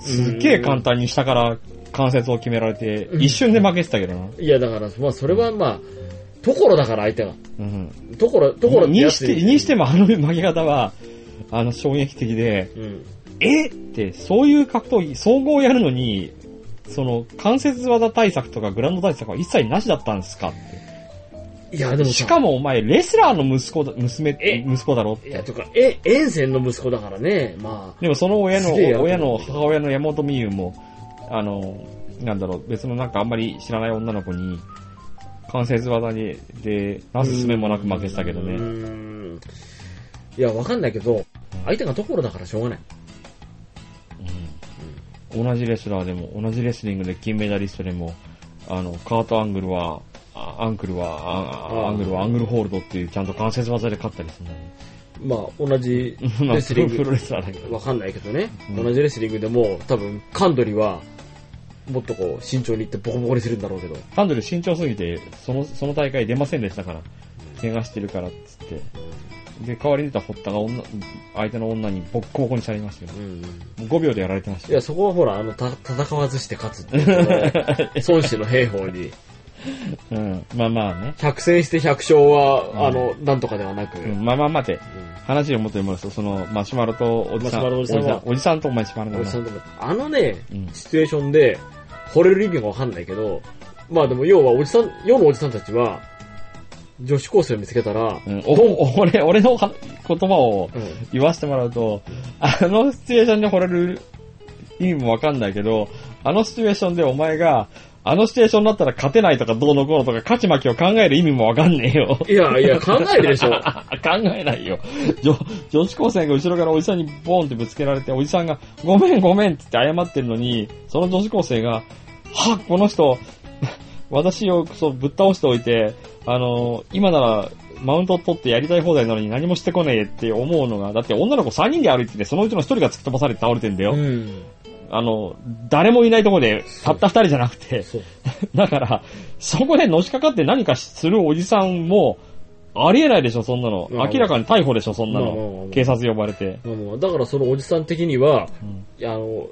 S1: すっげえ簡単に下から関節を決められて、一瞬で負けてたけどな。
S2: いや、だから、まあ、それはまあ、ところだから相手が。
S1: うん。
S2: ところ、ところ
S1: にして、にしてもあの負け方は、あの、衝撃的で、
S2: うん。
S1: えって、そういう格闘技、総合やるのに、その、関節技対策とかグラウンド対策は一切なしだったんですかっ
S2: いや、で
S1: て。
S2: もさ
S1: しかもお前、レスラーの息子だ、娘
S2: え、
S1: 息子だろっ
S2: いや、
S1: て。
S2: とか、え、遠征の息子だからね、ま
S1: でもその親の、
S2: すげえやる
S1: 親の母親の山本美優も、あの、なんだろう、別のなんかあんまり知らない女の子に、関節技に、で、な
S2: あ。
S1: すすめもなく負けてたけど
S2: う
S1: ね。
S2: ーん。いや、わかんないけど、相手がところだからしょうがない。
S1: うん同じレスラーでも、同じレスリングで金メダリストでも、あの、カートアングルは、あアンクルは、あ
S2: あー
S1: アングルはアングルホールドっていうちゃんと関節技で勝ったりするんだね。
S2: まあ、同じ
S1: [laughs] まあ
S2: レスリン
S1: プロプロ
S2: グ
S1: レ、スラーだけど。
S2: わかんないけどね、
S1: うん
S2: 同じレスリングでも、多分、カンドリは、もっとこう、慎重にいってボコボコにするんだろうけど。
S1: ハンドル慎重すぎて、その、その大会出ませんでしたから、怪我してるからっつって。で、代わりに出た堀田が女、相手の女にボッコボコにされましたけ
S2: う
S1: ど、
S2: ん。
S1: もう5秒でやられてまし
S2: い
S1: たよ。
S2: や、そこはほら、あの、た、戦わずして勝つって [laughs] いうこの、孫子の兵法に。
S1: うん。まあまあね。
S2: 百戦して百勝は、あの、なんとかではなく、
S1: うん、まあまあ待て。
S2: う
S1: 話を元に戻すと、その、マシュマロとおじさん、
S2: マシュマロとおじさんは
S1: おじさんとお前シュマロ
S2: ん
S1: だ
S2: お
S1: な
S2: じさんでもあのね、
S1: うん
S2: シチュエーションで、惚れる意味がわかんないけど、まあでも要はおじさん、世のおじさんたちは、女子高生を見つけたら、
S1: うん、おお [laughs] 俺、俺のは言葉を
S2: うん
S1: 言わせてもらうと、あのシチュエーションで惚れる意味もわかんないけど、あのシチュエーションでお前が、あのシチュエーションだったら勝てないとかどうのこうのとか勝ち負けを考える意味もわかんねえよ。
S2: いやいや、考えるでしょ。
S1: あ考えないよ。女女子高生が後ろからおじさんにボーンってぶつけられて、おじさんが、ごめんごめんって言って謝ってるのに、その女子高生が、はっ、この人、私をそうぶっ倒しておいて、あの、今なら、マウントを取ってやりたい放題なのに何もしてこねえって思うのが、だって女の子3人で歩いてて、そのうちの1人が突き飛ばされて倒れてんだよ。
S2: [laughs] うん。
S1: あの、誰もいないとこで、たった2人じゃなくて、
S2: そう。
S1: だから、そこでのしかかって何かするおじさんも、ありえないでしょ、そんなの。
S2: まあ
S1: 明らかに逮捕でしょ、そんな
S2: まあまあまあ
S1: の。警察呼ばれて。
S2: まあまあだからそのおじさん的には、
S1: うん
S2: あの、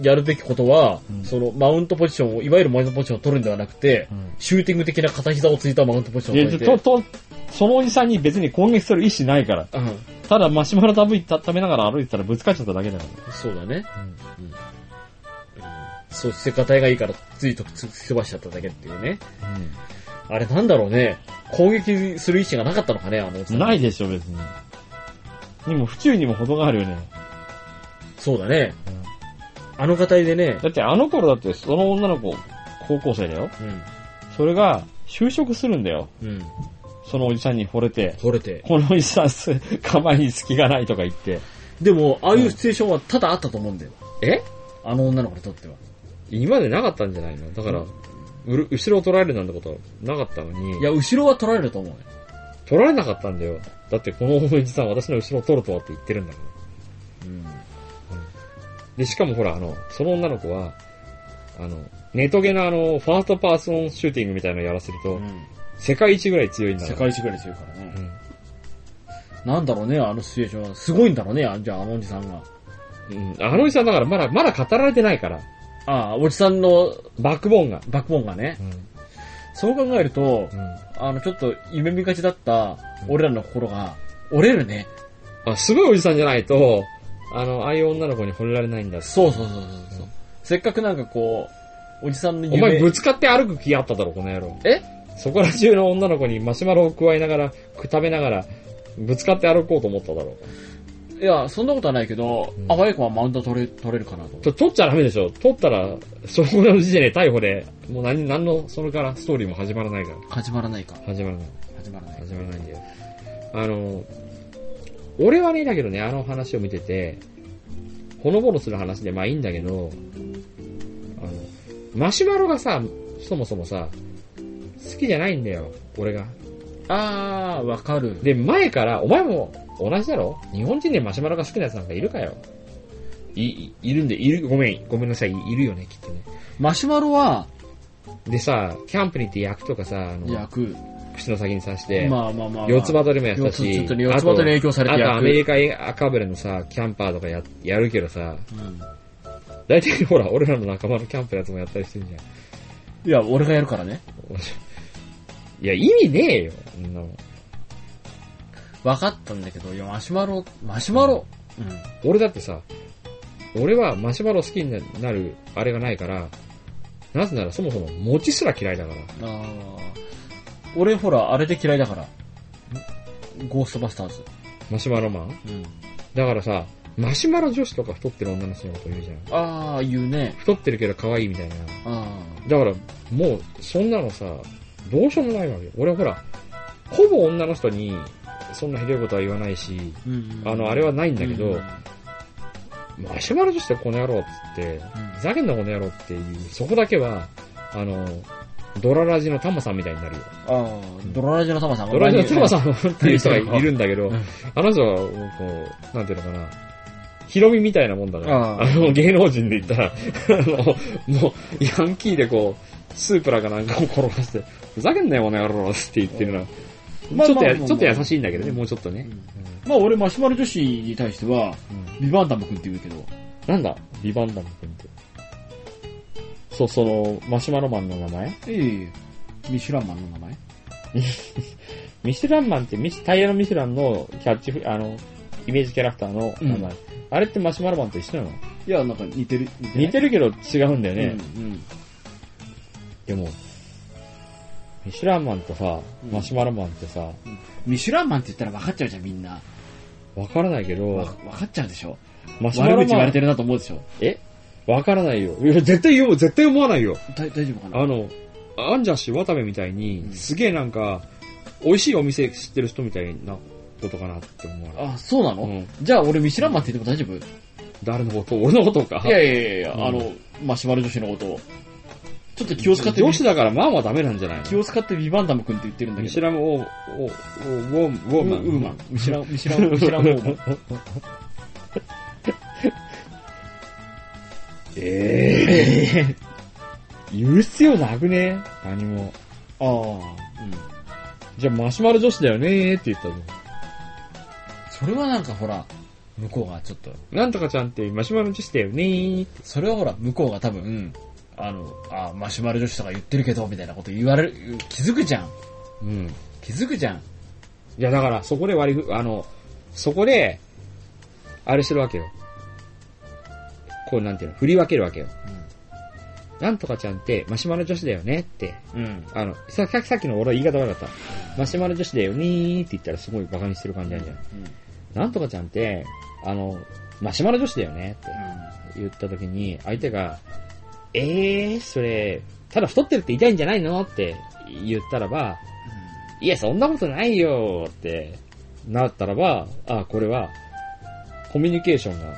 S2: やるべきことは、
S1: うん
S2: そのマウントポジションを、いわゆるマウントポジションを取るんではなくて、
S1: うん
S2: シューティング的な片膝をついたマウントポジション
S1: いや
S2: を取
S1: と、
S2: て、
S1: と、そのおじさんに別に攻撃する意思ないから。
S2: うん、
S1: ただ、マシュマロ食べた食べながら歩いてたらぶつかっちゃっただけだか
S2: そうだね。
S1: ら。うん
S2: そう、捨て方がいいから、ついとつ突き飛ばしちゃっただけっていうね。あれなんだろうね。攻撃する意思がなかったのかね、あのおじ
S1: う
S2: さ
S1: ん
S2: ん。
S1: ないでしょ、別に。にも、府中にも程があるよね。
S2: そうだね。
S3: あの形でね、
S1: だってあの頃だってその女の子、高校生だよ。
S3: うん、
S1: それが就職するんだよ。
S3: うん、
S1: そのおじさんに惚れて。
S3: 惚れて。
S1: このおじさんす、構えに隙がないとか言って。
S2: でも、ああいうシチュエーションは多々あったと思うんだよ。
S1: え
S2: あの女の子にとっては。
S1: 今までなかったんじゃないのだから、うる後ろを取られるなんてことはなかったのに。
S2: いや、後ろは取られると思うね。
S1: 取られなかったんだよ。だってこのおじさん私の後ろを取るとはって言ってるんだから。
S2: うん。
S1: で、しかもほら、あの、その女の子は、あの、ネトゲのあの、ファーストパーソンシューティングみたいなのやらせると、
S2: うん
S1: 世界一ぐらい強いんだ
S2: 世
S1: な
S2: 界一ぐらい強いからね
S1: う。ん
S2: なんだろうね、あのシチュエーションは。すごいんだろうね、あじゃあ、あのおじさんが。
S1: うん。あのおじさんだからまだ、まだ語られてないから、
S2: ああ、おじさんの
S1: バックボーンが。
S2: バックボーンがね。
S1: うん。
S2: そう考えると、あの、ちょっと夢見がちだった、俺らの心が、折れるね。
S1: あ、すごいおじさんじゃないと、あの、ああいう女の子に惚れられないんだ。
S2: そうそうそうそうそう。せっかくなんかこう、おじさんの
S1: お
S2: 夢。
S1: 前ぶつかって歩く気あっただろ、この野郎。
S2: え
S1: そこら中の女の子にマシュマロを加えながら、くたべながら、ぶつかって歩こうと思っただろ。
S2: いや、そんなことはないけど、
S1: うん
S2: あわよくはマウント取れ、取れるかなと思って。
S1: と取っちゃダメでしょ。取ったら、そこの時点で逮捕で、もう何、何の、それからストーリーも始まらないから。
S2: 始まらないか。
S1: 始まらない。
S2: 始まらない。
S1: 始まらないんだよ。あの、俺はね、だけどね、あの話を見てて、ほのぼのする話で、まあいいんだけど、あの、マシュマロがさ、そもそもさ、好きじゃないんだよ、俺が。
S2: あー、わかる。
S1: で、前から、お前も同じだろ日本人でマシュマロが好きなやつなんかいるかよ。い、いいるんで、いる、ごめん、ごめんなさい、いいるよね、きっとね。
S2: マシュマロは、
S1: でさ、キャンプに行って焼くとかさ、あの、
S2: 焼く。
S1: 口の先に刺して、
S2: まあまあまあ。
S1: 四つ葉取りもやっ
S2: 四
S1: た
S2: つ、ち
S1: し、
S2: ょっとね、四つ葉と影響さ
S1: あ
S2: れ
S1: と、
S2: て
S1: あと
S2: 焼
S1: アメ
S2: く。
S1: リカ赤ブレのさ、キャンパーとかや、やるけどさ、
S2: うん
S1: 大体ほら、俺らの仲間のキャンプのやつもやったりしてんじゃん。
S2: いや、俺がやるからね。
S1: いや、意味ねえよ、そんなの
S2: わかったんだけど、いや、マシュマロ、マシュマロ。うん。
S1: 俺だってさ、俺はマシュマロ好きになる、あれがないから、なぜならそもそも餅すら嫌いだから。
S2: あー俺ほら、あれで嫌いだから。ゴーストバスターズ。
S1: マシュマロマン
S2: うん。
S1: だからさ、マシュマロ女子とか太ってる女の人のこと言うじゃん。
S2: あー、言うね。
S1: 太ってるけど可愛いみたいな。
S2: あ
S1: だから、もう、そんなのさ、どうしようもないわけよ。俺はほら、ほぼ女の人に、そんなひどいことは言わないし、
S2: ー。うん
S1: あの、あれはないんだけど、
S2: うん
S1: マシュマロ女子ってこの野郎っつって、ふざけんなこの野郎っていう、そこだけは、あの、ドララジのタマさんみたいになるよ。
S2: あー、ドララジのタマさんが
S1: ドララジのタマさんっていう人がいるんだけど
S2: うん、
S1: あの人は、こう、なんていうのかな、ヒロミみたいなもんだから、
S2: あ
S1: あの、芸能人で言ったら、あの、もう、ヤンキーでこう、スープラかなんかを転がして、ふざけんなよ、この野郎って言ってるな。
S2: まあ
S1: ちょっとや、
S2: まあまあ
S1: ちょっと優しいんだけどね、もうちょっとね。
S2: まあ俺マシュマロ女子に対しては、ビバンダム君って言うけど、
S1: なんだビバンダム君って。そう、その、マシュマロマンの名前
S2: ええミシュランマンの名前
S1: ミシュランマンってミシ、タイヤのミシュランのキャッチフ、あの、イメージキャラクターの名前。
S2: う
S1: あれってマシュマロマンと一緒なの
S2: いや、なんか似てる、似て
S1: 似て
S2: る
S1: るけど違うんだよね。
S2: うん、うん。
S1: でも、ミシュランマンとさ、
S2: うん
S1: マシュマロマンってさ、
S2: ミシュランマンって言ったら分かっちゃうじゃん、みんな。
S1: わからないけ
S2: わ
S1: ど、
S2: 分かっちゃうでしょ。
S1: マシュマ
S2: 悪
S1: ロ
S2: 口言
S1: マ
S2: われて
S1: ン、
S2: るなと思うでしょ。
S1: えわからないよ。いや、絶対言う、絶対思わないよ。
S2: 大大丈夫かな
S1: あの、アンジャッシュ渡部みたいに、
S2: うん
S1: すげえなんか、美味しいお店知ってる人みたいなことかなって思わない。
S2: あ、そうなの、
S1: うん
S2: じゃあ俺ミシュランマンって言っても大丈夫
S1: 誰のこと俺のことか。
S2: いやいやいやいや、
S1: うん
S2: あの、マシュマロ女子のことを。ちょっと気を使って、
S1: 上司だからマンはダメなんじゃないの
S2: 気を使ってビバンダム君って言ってるんだけ
S1: ミ
S2: ど。
S1: シュランを、を、を、ウォン、ウォ
S2: ウ
S1: ンマン。
S2: ーマン。ミシュラン、ミシュラン、ミシュランウーマン。
S1: ええ言う必要なくね何も。
S2: あ [laughs] あ、うん。
S1: じゃあマシュマロ女子だよねーって言ったの。
S2: それはなんかほら、向こうがちょっと、
S1: なんとかちゃんってマシュマロ女子だよねーって。
S2: それはほら、向こうが多分、あの、あ、マシュマロ女子とか言ってるけど、みたいなこと言われる、気づくじゃん。
S1: うん。い
S2: 気づくじゃん。
S1: やだからそこで割りふ、あの、そこで、あれするわけよ。こうなんていうの、振り分けるわけよ。なんとかちゃんってマシュマロ女子だよねって。
S2: うん。
S1: あの、ささっきさっきの俺は言い方悪かった。マシュマロ女子だよねーって言ったらすごいバカにしてる感じあるじゃん。なんとかちゃんって、あの、マシュマロ女子だよねって言った時に、相手が、えー、それ、ただ太ってるって痛いんじゃないのって言ったらば、いや、そんなことないよってなったらば、あ、これは、コミュニケーションが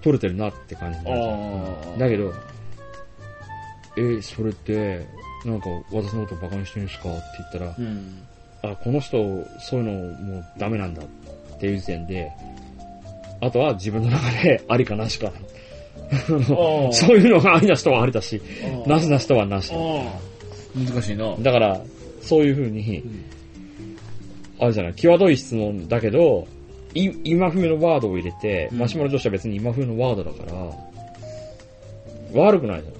S1: 取れてるなって感じになるじゃん
S2: ああ。
S1: だけど、え、それって、なんか私のことバカにしてるんですかって言ったら、
S2: うん。
S1: あ、この人、そういうのもうダメなんだっていう時点で、あとは自分の中で [laughs] ありかなしか。
S2: ああ
S1: そういうのがありな人はありだし、
S2: ああ
S1: なしな人はなしだ。
S2: ああ。難しいな。
S1: だから、そういう風に、
S2: ん
S1: あるじゃない、際どい質問だけど、い今風のワードを入れて、
S2: うん
S1: マシュマロ女子は別に今風のワードだから、悪くないじゃん。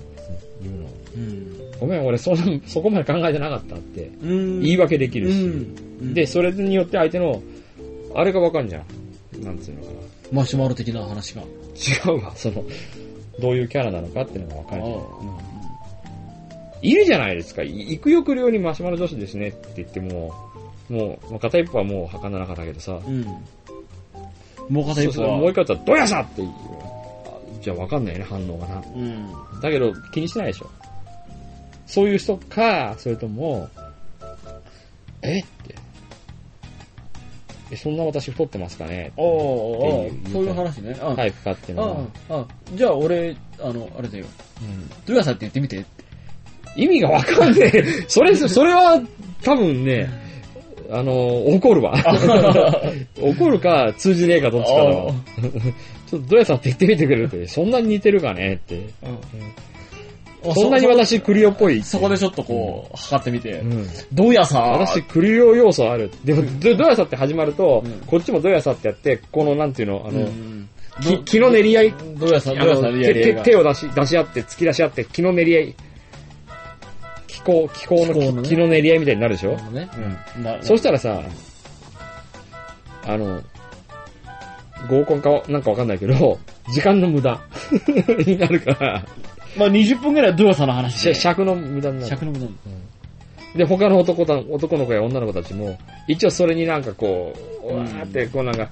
S1: 言うの。
S2: うん。
S1: ごめん、俺そんな、そこまで考えてなかったって、
S2: うん
S1: 言い訳できる
S2: う
S1: し、
S2: ん。
S1: で、、それによって相手の、あれがわかんじゃん。なんつうのか
S2: マシュマロ的な話が。
S1: な。違うわ、その、どういうキャラなのかっていうのがわか
S2: あ
S1: るじゃん。
S2: あ。
S1: いるじゃないですか。い行くよく量にマシュマロ女子ですねって言っても、もう、まあ片一方はもう儚なかったけどさ、
S2: うん。もう片
S1: そ
S2: 一
S1: う
S2: 方
S1: そうもう
S2: は
S1: 一。回だったら、どやさって言うあじゃあわかんないよね、反応がな。
S2: うん。
S1: だけど、気にしないでしょ。そういう人か、それとも、えって。え、そんな私太ってますかね
S2: ああ、そういう話ね。あ
S1: タイプかっていうのは
S2: あ。あ、あじゃあ俺、あの、あれだよ。
S1: うん
S2: ドゥヤさんって言ってみて。
S1: 意味がわかんね
S2: [laughs]
S1: え。それ、それは、多分ね、あの、怒
S2: [laughs]
S1: るわ。怒るか、通じねえか、どっちかだわ。 [laughs] ちょっと、どやさんって言ってみてくれるって、そんなに似てるかねって。
S2: あ
S1: そんなに私、クリオっぽいって。
S2: そこでちょっとこう、測ってみて
S1: う。ん。
S2: ドゥヤさん
S1: 私、クリオ要素ある。でも、どどやさって始まると
S2: うん、
S1: こっちもどやさってやって、この、なんていうの、あ
S2: う
S1: の、
S2: ん
S1: き気の練り合い、
S2: ドゥヤさん、ドゥヤさん
S1: あ
S2: の
S1: の
S2: リア
S1: 手
S2: リア
S1: 手
S2: が
S1: 手を出し、出し合って、突き出し合って、気の練り合い。気候、気候の
S2: 気候のね
S1: 気気の練り合いみたいになるでしょ
S2: ね。
S1: うん。
S2: な
S1: そうしたらさ、あの、合コンかわなんかわかんないけど、時間の無駄 [laughs] になるから、
S2: まあ20分ぐらいはドゥヤさんの話
S1: しゃ
S2: で。
S1: 尺の無駄になる。
S2: 尺のことなんだ
S1: で、他の男た男の子や女の子たちも、一応それになんかこう、
S2: うん
S1: わーってこうなんか、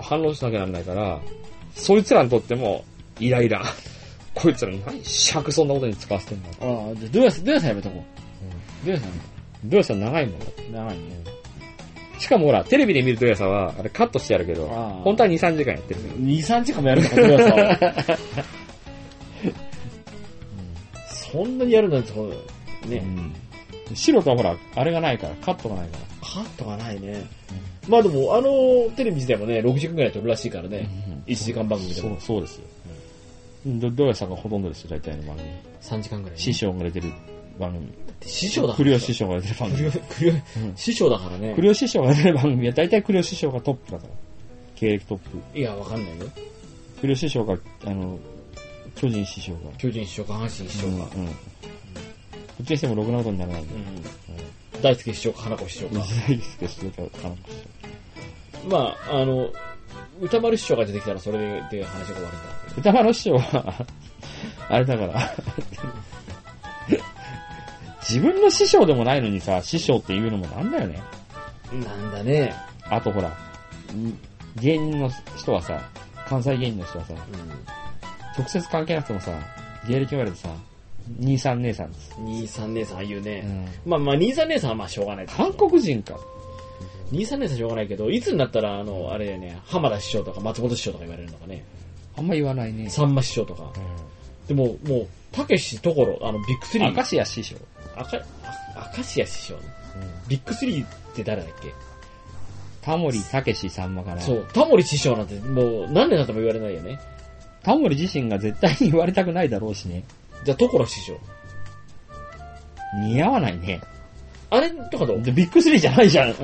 S1: 反応しなきゃならないから、そいつらにとっても、イライ [laughs] ラ。こいつら何尺そんなことに使わせてんだ。
S2: うん。ああ、じゃあドゥヤさん、ドゥヤさんやめとこう。ドゥヤさん、
S1: どうしたら長いもん。
S2: 長いね。
S1: しかもほら、テレビで見るとやさは、あれカットしてやるけど
S2: あー、
S1: 本当は2、3時間やってる。
S2: 2、3時間もやるのか、ドゥヤさんは。そんなにやるなんてことだよね。
S1: うん、白とはほら、あれがないから、カットがないから。
S2: カットがないね。まあでも、あの、テレビ自体もね、6時間ぐらい撮るらしいからね。1時間番組で
S1: そう
S2: も。、
S1: そうですよ。ど、どうやさんがほとんどですよ、大体の番組。
S3: 3時間ぐらい。
S1: 師匠が出てる番組。
S2: 師匠だか
S1: ク
S2: ら。
S1: リオ師匠が出てる番組。
S2: クリ [laughs] オ
S1: うん
S2: 師匠だからね
S1: ク。リオ師匠が出てる番組は、大体クリオ師匠がトップだから。経歴トップ。
S2: いや、わかんないよ。
S1: クリオ師匠が、あの、巨人師匠が。
S2: 巨人師匠か、阪神師匠
S1: うん。うん
S2: か。
S1: こっちにしてもろくなことにならないんで。
S2: うん。大輔師匠か、花子師匠か。
S1: 大輔師匠か、金子師匠。
S2: まあ、あの、歌丸師匠が出てきたらそれでで話が終わるんだ。
S1: 歌丸師匠は、あれだから、自分の師匠でもないのにさ、師匠っていうのもなんだよね。
S2: なんだね。
S1: あとほら、ん芸人の人はさ、関西芸人の人はさ、直接関係なくてもさ、芸歴言われてさ、兄さん姉さんです。
S2: 兄さん姉さん言う
S1: う
S2: ね。
S1: ん
S2: まあまあ、兄さん姉さんはまあしょうがない。
S1: 韓国人か。
S2: 兄さん姉さんしょうがないけど、いつになったら、あの、あれだよね、浜田師匠とか松本師匠とか言われるのかね。
S1: あんま言わないね。
S2: さんま師匠とか。でも、もう、たけし、ところ、あの、ビッグスリー。
S1: 明石家師匠。
S2: 赤、あ明石家師匠ね。ビッグスリーって誰だっけ
S1: タモリ、たけし、さんまかな。
S2: そう、タモリ師匠なんてもう何年経っても言われないよね。
S1: タモリ自身が絶対に言われたくないだろうしね。
S2: じゃあ、ところ師匠。
S1: 似合わないね。
S2: あれとかどう
S1: でビッグスリーじゃないじゃん。
S2: うん。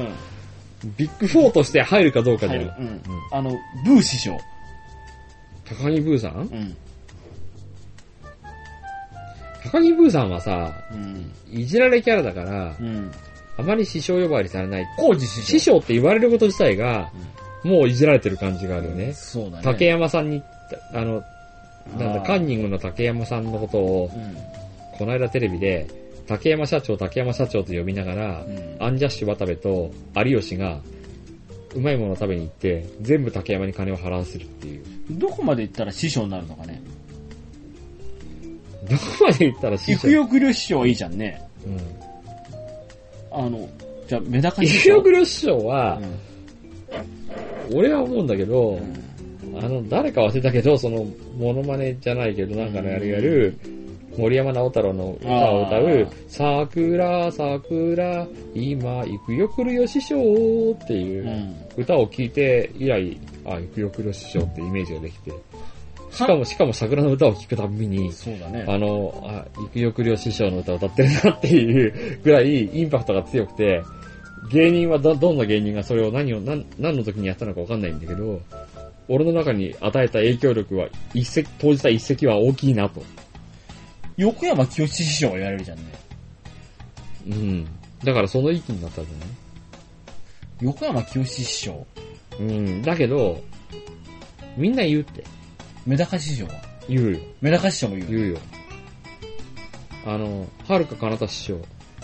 S1: ビッグフォーとして入るかどうかじゃ
S2: 入る。
S1: ん。
S2: うん。あの、ブー師匠。
S1: 高木ブーさん
S2: うん。
S1: 高木ブーさんはさ、
S2: うん。
S1: いじられキャラだから、
S2: うん。
S1: あまり師匠呼ばわりされない。
S2: コージ師匠。
S1: 師匠って言われること自体が、もういじられてる感じがあるよね。
S2: そうだね。
S1: 竹山さんに、あの、なんだ、
S2: あー
S1: カンニングの竹山さんのことを、この間テレビで、竹山社長、竹山社長と呼びながら
S2: う、ん。うん。
S1: アンジャッシュ渡部と有吉が、うまいものを食べに行って、全部竹山に金を払わせるっていう。
S2: どこまで行ったら師匠になるのかね。
S1: どこまで行ったら
S2: 行くよくりょ師匠いいじゃんね。
S1: うん。
S2: あの、じゃあ、メダカ
S1: 行
S2: 師
S1: く
S2: 匠。
S1: よくりょ師匠は
S2: う、ん
S1: 俺は思うんだけど、
S2: うん
S1: あの、誰か忘れたけど、その、モノマネじゃないけど、なんかね、あれやる、森山直太朗の歌を歌う、桜、桜、今、行くよくるよ師匠っていううん歌を聴いて、以来、あ、行くよくるよ師匠ってイメージができて、しかも、しかも桜の歌を聴くたびに、
S2: そうだね。
S1: あの、あ、行くよくるよ師匠の歌を歌ってるなっていうぐらいインパクトが強くて、芸人はど、どんな芸人がそれを何を、何、何の時にやったのかわかんないんだけど、俺の中に与えた影響力は、一石、投じた一石は大きいなと。
S2: 横山清志師匠が言われるじゃんね。
S1: うん。だからその域になったんじ
S2: 横山清志師匠、
S1: ゃないうん。だけど、みんな言うって。
S2: メダカ師匠は。
S1: 言うよ。
S2: メダカ師匠も言う
S1: 言
S2: よ。
S1: うよ。あの、はるかかなた師匠、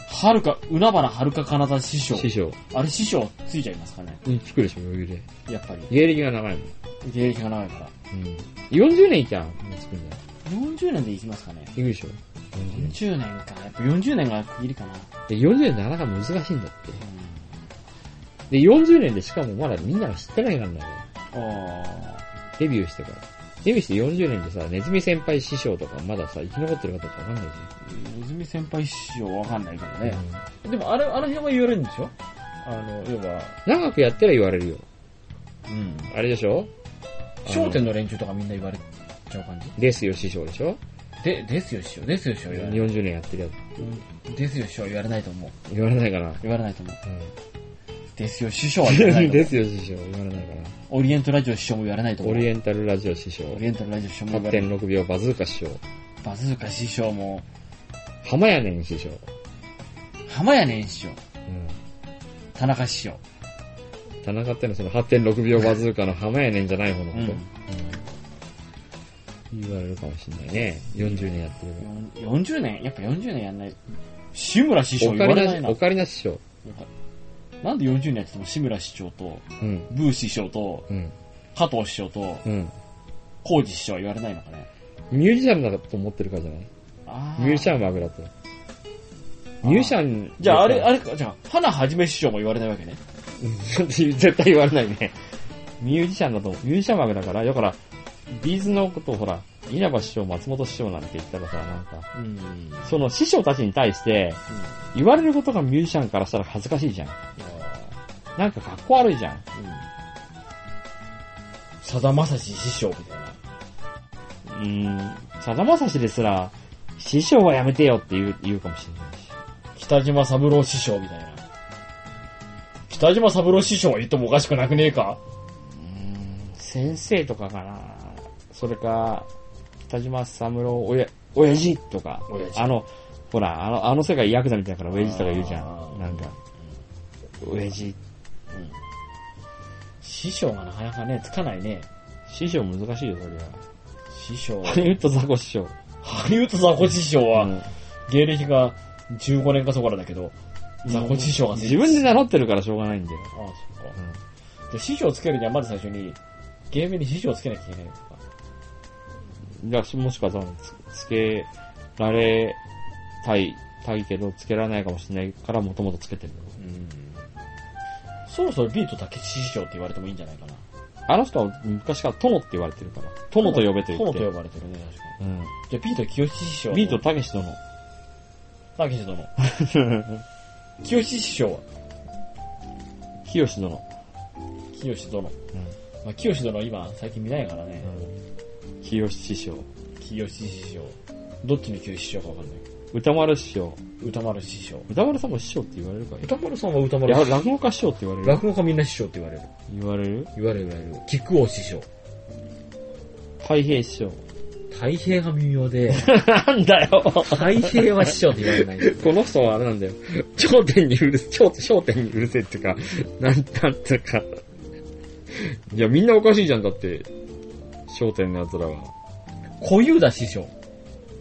S2: はるか、海原はるかかなた師匠。
S1: 師匠
S2: あれ師匠ついちゃいますかね。
S1: につくでしょ、余裕で。
S2: やっぱり。
S1: 芸歴が長いもん。
S2: 芸歴が長いから。
S1: うん。40年いきゃん、もうつくんじゃん。
S2: 40年で行きますかね。
S1: いくでしょ ?40 年。
S2: 40年か。やっぱ40年が区切りかな。
S1: で、40年なかなか難しいんだって。で、40年でしかもまだみんなが知ってないからなのよ。
S2: あ
S1: デビューしてから。デビューして40年でさ、ネズミ先輩師匠とかまださ、生き残ってるかどうかわかんない
S2: あ、ねずみ先輩師匠わかんないけど
S1: じゃ
S2: ね。
S1: ん。
S3: でもあれ、あの辺は言われるんでしょあの、要は、
S1: 長くやったら言われるよ。
S2: うん。
S1: あれでしょ
S3: 商店の連中とかみんな言われちゃう感じ
S1: ですよ師匠でしょ
S2: で、ですよ師匠、ですよ師匠言われない。
S1: ?40 年やってるや
S2: ですよ師匠言われないと思う。
S1: つ。言われないかな。
S2: 言われないと思う。
S1: う
S2: [laughs] ですよ師匠は言われ
S1: ん。[laughs]
S2: ない
S1: で
S2: と
S1: すよ師匠。言われないかな。
S2: 思う。オリエントラジオ師匠も言われないと思う。
S1: オリエンタルラジオ師匠
S2: オ。リエントラジオ師匠も言われない。
S1: 8.6秒バズーカ師匠。
S2: バズーカ師匠も、
S1: 浜屋年師匠。
S2: 浜屋年師匠、
S1: うん。
S2: 田中師匠。
S1: 田中ってのはその8.6秒バズーカの浜やねんじゃない方のこと、
S2: うん
S1: うん言われるかもしんないね。40年やってるか
S2: 40年やっぱ40年やんない。志村師
S1: ら。オ
S2: 匠言
S1: カ
S2: わ
S1: リ
S2: れない
S1: ナ、
S2: な
S1: オ。カリナ師匠。
S2: なんで40年やってても志村師匠と、
S1: うん。
S2: ブー師匠と、
S1: うん。
S2: 加藤師匠と、
S1: うん。
S2: 浩二師匠は言われないのかね。
S1: ミュージシャンだと思ってるからじゃない
S2: あ
S1: ミュージシ
S2: ン。
S1: ャンはあぐだと。ミュージシャン。
S2: じゃああれ、あ
S1: れ
S2: れか、じゃあ、花はじめ師匠も言われないわけね。
S1: [laughs] 絶対言われないね。ミュージシャンだと、ミュージシャンはあぐだから、だから、ビーズのことをほら、稲葉師匠、松本師匠なんて言ったらさ、なんか、
S2: うん。
S1: その師匠たちに対して、言われることがミュージシャンからしたら恥ずかしいじゃん。なんかかっこ悪いじゃん。
S3: さだまさし師匠みたいな。
S1: うーん、さだまさしですら、師匠はやめてよって言う言うかもしれないし。
S3: 北島三郎師匠みたいな。北島三郎師匠は言ってもおかしくなくねえか
S1: 先生とかかなそれか、北島三郎、おや、親父とか
S3: 親、父
S1: あの、ほら、あの、あの世界ヤクザみたいだから親父とか言うじゃ
S3: あー
S1: ん。なんか、親父、
S3: 師匠がなかなかね、つかないね。
S1: 師匠難しいよ、それは。
S3: 師匠。
S1: ハリウッドザコ師匠。
S3: ハリウッドザコ師匠
S1: う
S3: は、
S1: ん
S3: 芸歴が15年かそこらだけど、ザコ師匠がつい
S1: 自分で習ってるからしょうがないんだよ。
S3: ああ、そっか。で、師匠つけるにはまず最初に、ゲームに師匠つけなきゃいけないのか。
S1: いや、もしかしたらつつけられたい、たいけど、つけられないかもしれないから、もともとつけてるの。
S3: うん。そろそろビート竹内師匠って言われてもいいんじゃないかな。
S1: あの人は昔から殿って言われてるから、殿と呼べと言って。
S3: 友と呼ばれてるね、確か
S1: うん。
S3: に。じゃあ、ビート清志師匠。
S1: ビートたけし殿。
S3: 竹内
S1: [laughs]
S3: 殿。清志師匠は
S1: きよし殿。
S3: 清志殿。まあ、清志殿は今、最近見ないからね。
S1: きよし師匠。
S3: 清志師匠。どっちの清志師匠かわかんない。
S1: 歌丸師匠。
S3: 歌丸師匠。
S1: 歌丸さんも師匠って言われるからい
S3: 歌丸さんは歌
S1: や、
S3: 師匠。
S1: 落語家師匠って言われる。
S3: 落語家みんな師匠って言われる。
S1: 言われる
S3: 言われる言われる。菊王師匠。
S1: 太平師匠。
S3: 大平が微妙
S1: [laughs]
S3: で、
S1: なんだよこ
S3: 大平は師匠って言われないんだよ。
S1: の人はあれなんだよ。頂点にうるせ、頂頂点にうるせえっていうか、なん、なんていうか。いや、みんなおかしいじゃん、だって。笑点の奴らは。
S3: 小遊三師匠。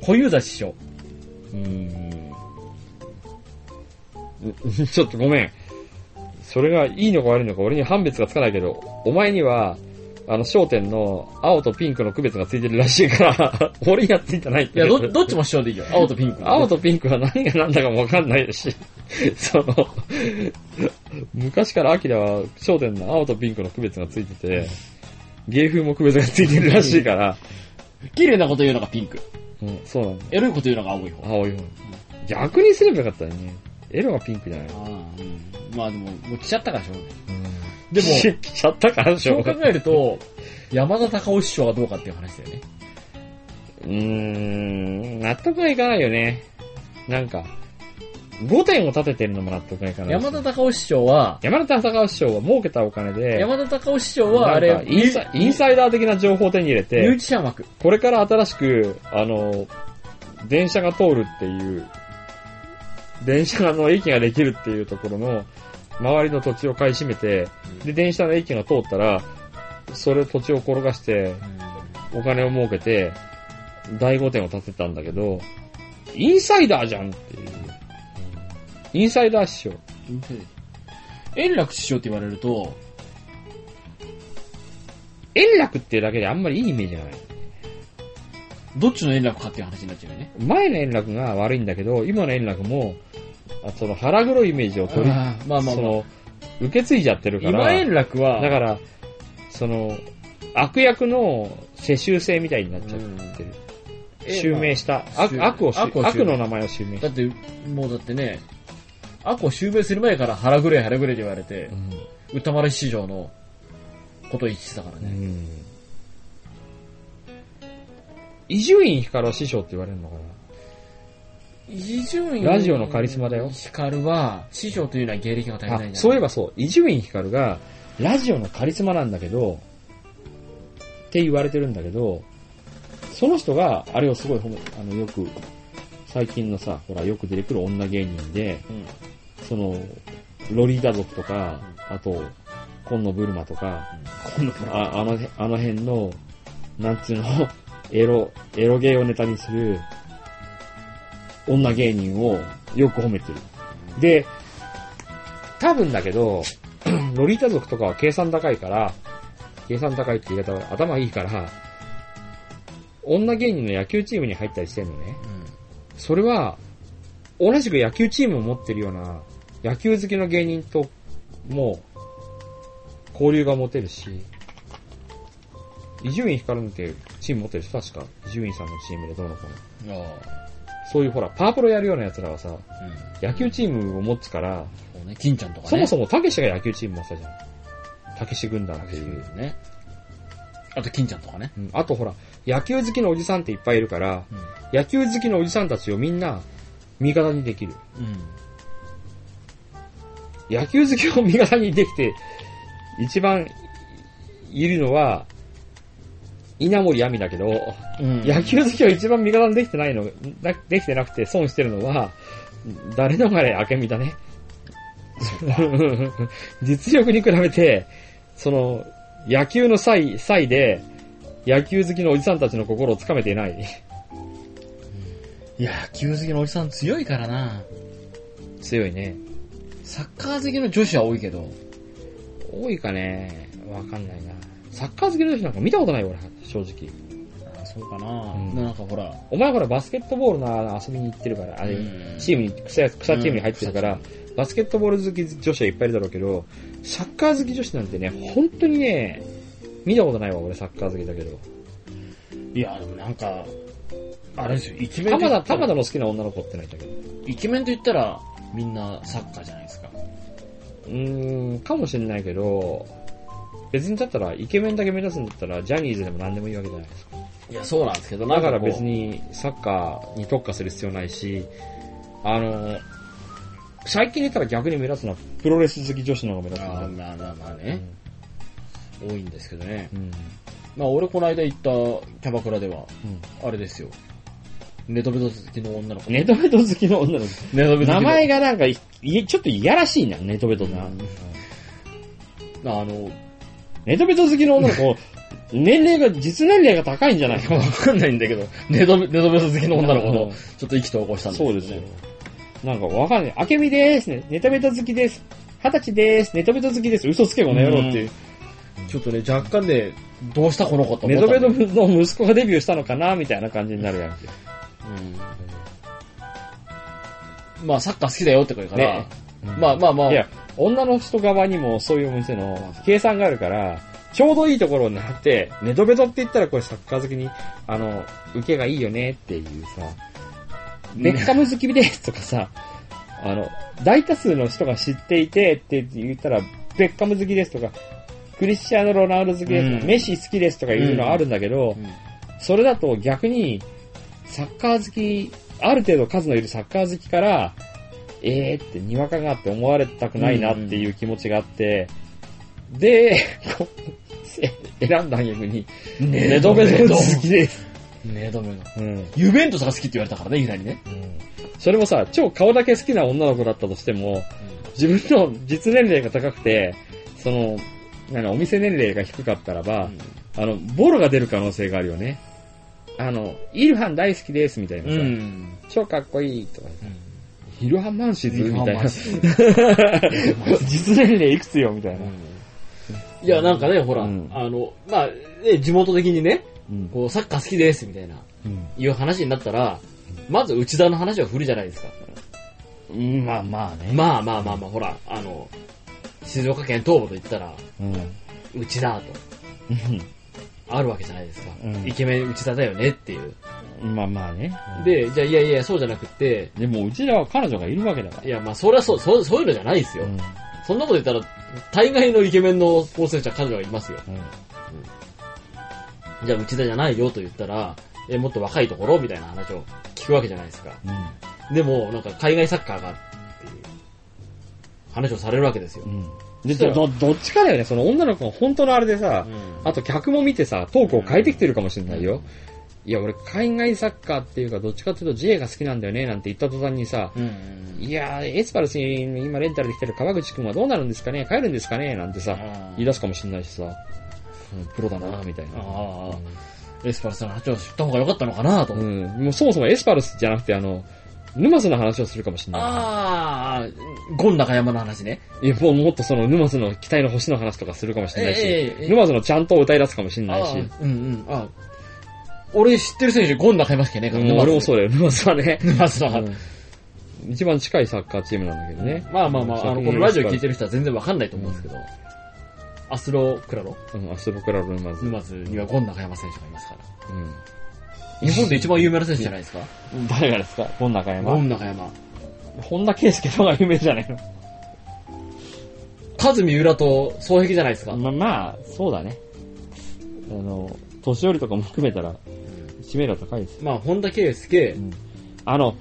S3: 小遊三師匠。
S1: うーん。ちょっとごめん。それがいいのか悪いのか俺に判別がつかないけど、お前には、あの、焦点の青とピンクの区別がついてるらしいから、 [laughs] 俺にはついてないって
S2: いや、ど、どっちも主張でいいよ。青とピンク。
S1: 青とピンクは何が何だかもわかんないし、その、昔からアキラは焦点の青とピンクの区別がついてて、芸風も区別がついてるらしいから、
S2: 綺麗なこと言うのがピンク。
S1: うん、そうなんだ。
S2: エロいこと言うのが青い方。
S1: 青い方。逆にすればよかったよね。エロがピンクじゃない
S2: あーうんまあでも、もう来ちゃったからしょうがない。
S1: で
S2: で
S1: も
S2: も、
S1: 来ちゃった
S2: [laughs]
S1: からでし
S2: そ
S1: ょ
S2: う
S1: うが
S2: 考えると、山田隆夫師匠はどうかっていう話だよね。
S1: うーん、納得がいかないよね。なんか、5点を立ててるのも納得がいかないし。
S2: 山田隆夫師匠は、
S1: 山田隆夫師匠は儲けたお金で、
S2: 山田隆夫師匠は、あ
S1: なん
S2: れ
S1: か、インサインサイダー的な情報を手に入れ
S2: ミュー
S1: て、
S2: ジシャン枠。
S1: これから新しく、あの、電車が通るっていう、電車の駅ができるっていうところの、周りの土地を買い占めて、で、電車の駅が通ったら、それ土地を転がして、お金を儲けて、大御殿を建てたんだけど、インサイダーじゃんっていう。インサイダー師匠。
S2: 円楽師匠って言われると、
S1: 円楽っていうだけであんまりいいイメージがない。
S2: どっちの円楽かっていう話になっちゃうよね。
S1: 前の円楽が悪いんだけど、今の円楽も、あその腹黒いイメージを取り、
S2: あーまあまあ
S1: そ
S2: まあ。
S1: の、受け継いじゃってるから、
S2: 今円楽
S1: だ
S2: は、
S1: から、その、悪役の世襲制みたいになっちゃってる。
S2: え
S1: 襲名した。悪
S2: 襲
S1: 悪を襲
S2: 悪を襲
S1: 悪の名前を襲名した
S2: だ。って、もうだってね、アコ襲名する前から腹ぐれ腹ぐれって言われて、歌丸師匠のことを言ってたから
S1: う
S2: ね。
S1: ん伊集院光は師匠って言われるのかな
S2: 伊集院
S1: ラジオのカリスマだよ
S2: 光は、師匠というのは芸歴が足りない
S1: あ
S2: んだ
S1: そういえばそう、伊集院光が、ラジオのカリスマなんだけど、って言われてるんだけど、その人が、あれをすごい褒め、あの、よく、最近のさ、ほら、よく出てくる女芸人で、
S2: うん
S1: その、ロリーダ族とか、あと、今野ブルマとか、ああのへ、あの辺の、なんつうの、 [laughs] エロ、エロゲーをネタにする、女芸人をよく褒めてる。で、多分だけど、 [clears throat] ロリータ族とかは計算高いから、計算高いって言い方は頭いいから、女芸人の野球チームに入ったりしてんのね。それは、同じく野球チームを持ってるような、野球好きの芸人と、もう、交流が持てるし、伊集院光っていうチーム持ってる人確か、伊集院さんのチームでどうのこうの。
S2: ああ
S1: そういうほら、パワープロやるような奴らはさ、
S2: うん
S1: 野球チームを持つから、
S2: そうね、金ちゃんとかね。
S1: そもそもたけしが野球チーム持ってたじゃん。たけし軍団っていう。
S2: ね。あと、金ちゃんとかね。
S1: うんあとほら、野球好きのおじさんっていっぱいいるから、野球好きのおじさんたちをみんな味方にできる。
S2: うん。
S1: 野球好きを味方にできて、一番いるのは、稲森亜美だけど、
S2: うん
S1: 野球好きを一番味方にできてないの、なできてなくて損してるのは、誰のがれ明美だね。 [laughs] 実力に比べて、その、野球の際、際で、野球好きのおじさんたちの心をつかめていない。
S2: いや、野球好きのおじさん強いからな。
S1: 強いね。
S2: サッカー好きの女子は多いけど。
S1: 多いかねわかんないな。サッカー好きの人なんか見たことない俺、正直。
S2: あそうかな、
S1: ん
S2: なんかほら。
S1: お前ほらバスケットボールの遊びに行ってるから、あれ、
S2: うん
S1: チームに、草、草チームに入ってるから、バスケットボール好き女子はいっぱいいるだろうけど、サッカー好き女子なんてね、本当にね、見たことないわ、俺サッカー好きだけど。
S2: いや、でもなんか、あれですよ、イケメ
S1: 玉
S2: ンと言
S1: 田、
S2: った
S1: 玉
S2: ら、
S1: 田の好きな女の子ってないんだけど。う
S2: イケメンと言ったら、みんなサッカーじゃないですか。
S1: ーん、かもしれないけど、別にだったら、イケメンだけ目指すんだったら、ジャニーズでも何でもいいわけじゃないですか。
S2: いや、そうなんですけど、
S1: だから
S2: なんこう
S1: 別。に、サッカーに特化する必要ないし、あの、最近で言ったら逆に目立つのは、プロレス好き女子の方が目
S2: あ
S1: 立つんだ
S2: ー
S1: よ
S2: まあまあまあね、多いんですけどね。
S1: うん。
S2: まあ俺この間行ったキャバクラでは、
S1: うん
S2: あれですよ。ネトベト好きの女の子。
S1: ネトベト好きの女の子。
S2: ネトベト好きの
S1: 名前がなんかい、いちょっといやらしいな、ネトベトな。
S2: うんあの、
S1: ネトベト好きの女の
S2: [laughs]
S1: 子、年齢が、実年齢が高いんじゃないか
S2: わかんないんだけど、ネドベネドベソ好きの女の子
S1: うん
S2: の、ちょっと意気投合したんです
S1: そうですよ。なんかわかんない。あけみですね。ネトベト好きです。二十歳です、ネトベト好きです、嘘つけこの野郎っていう、
S2: ちょっとね、若干ね、どうしたこの子と思
S1: ネ
S2: った
S1: ト
S2: んだ
S1: ベ
S2: よ
S1: トの息子がデビューしたのかなみたいな感じになるやんけ。
S2: うんまあ、サッカー好きだよって言うから、
S1: ね
S2: まあまあまあ、
S1: いや、女の人側にもそういうお店の計算があるから、ちょうどいいところになって、ネトベトって言ったらこれサッカー好きに、あの、受けがいいよねっていうさ、ベッカム好きですとかさ、あの、大多数の人が知っていてって言ったら、ベッカム好きですとか、クリスチアーノ・ロナウド好きですとか、
S6: うん
S1: メッシ好きですとかいうのはあるんだけど、
S6: うん
S1: それだと逆に、サッカー好き、ある程度数のいるサッカー好きから、えーってにわかがあって思われたくないなっていう気持ちがあって、で、こう選んだん逆に、ネドベド好きです。
S2: ねえ、ダメだ。
S1: うん
S2: ユベントスが好きって言われたからね、いきなりね。
S1: それもさ、超顔だけ好きな女の子だったとしても、自分の実年齢が高くて、その、なんかお店年齢が低かったらば、あの、ボロが出る可能性があるよね。あの、イルハン大好きですみたいなさ、
S2: ん。
S1: 超かっこいいとかさ、イルハンマンシズみたいな。 [laughs] 実年齢いくつよみたいな。
S2: いや、なんかね、ほら、
S1: うん
S2: あの、まあ、ね、地元的にね、
S1: うん
S2: こう、サッカー好きです、みたいな、いう話になったら、まず内田の話は振るじゃないですか。
S1: うんまあまあね。
S2: まあまあまあまあ、ほら、あの、静岡県東部と言ったら、
S1: うん
S2: 内田と、あるわけじゃないですか。
S1: うん
S2: イケメン内田だよねっていう。
S1: まあまあね。
S2: で、じゃあ、いやいや、そうじゃなくって、
S1: でもうちらは彼女がいるわけだか
S2: いや、まあ、それはそう、そう、そういうのじゃないです
S1: ら。
S2: よ。
S1: うん
S2: そんなこと言ったら、大概のイケメンのスポーツ選手は彼女がいますよ。
S1: うん
S2: じゃあ、内田じゃないよと言ったら、え、もっと若いところみたいな話を聞くわけじゃないですか。でも、なんか海外サッカーがっていう話をされるわけですよ。
S1: で、ど、どどっちかだよね。その女の子が本当のあれでさ、あと客も見てさ、トークを変えてきてるかもしれないよ。いや、俺、海外サッカーっていうか、どっちかっていうと J が好きなんだよね、なんて言った途端にさ、いやー、エスパルスに今レンタルできてる川口くんはどうなるんですかね帰るんですかねなんてさ、言い出すかもしれないしさ、うんプロだなみたい
S2: あ
S1: な。
S2: あ、エスパルスの話を知った方が良かったのかなと。
S1: うん。もうそもそもエスパルスじゃなくて、あの、沼津の話をするかもしれな
S2: ああ、ゴン中山の話ね。
S1: い。いや、もうもっとその沼津の期待の星の話とかするかもしれないし、
S2: ええええ
S1: 沼津のちゃんと歌い出すかもしれないし、
S2: ああうんうん。ああ俺知ってる選手、ゴン中山しかいないから、。
S1: うん俺もそううだよ、沼津はね。
S2: 沼津の
S1: 一番近いサッカーチームなんだけどね。
S2: まあまあまあ、あの、このラジオ聞いて
S1: る。
S2: る人は全然わかんないと思うんですけど、アスロクラロ
S1: うん、アストロクラブ沼津。
S2: 沼津にはゴン中山選手がいますから。
S1: うん。
S2: [laughs] 日本で一番有名な選手じゃないですか
S1: 誰がですか本中
S2: ゴ
S1: 山。
S2: ン中山。
S1: 本田圭介の方が有名じゃないの
S2: カズミ浦と双璧じゃないですか
S1: まあまあ、そうだね。あの、年寄りとかも含めたら、知名度高いです。
S2: まあ、本田圭佑、
S1: あの、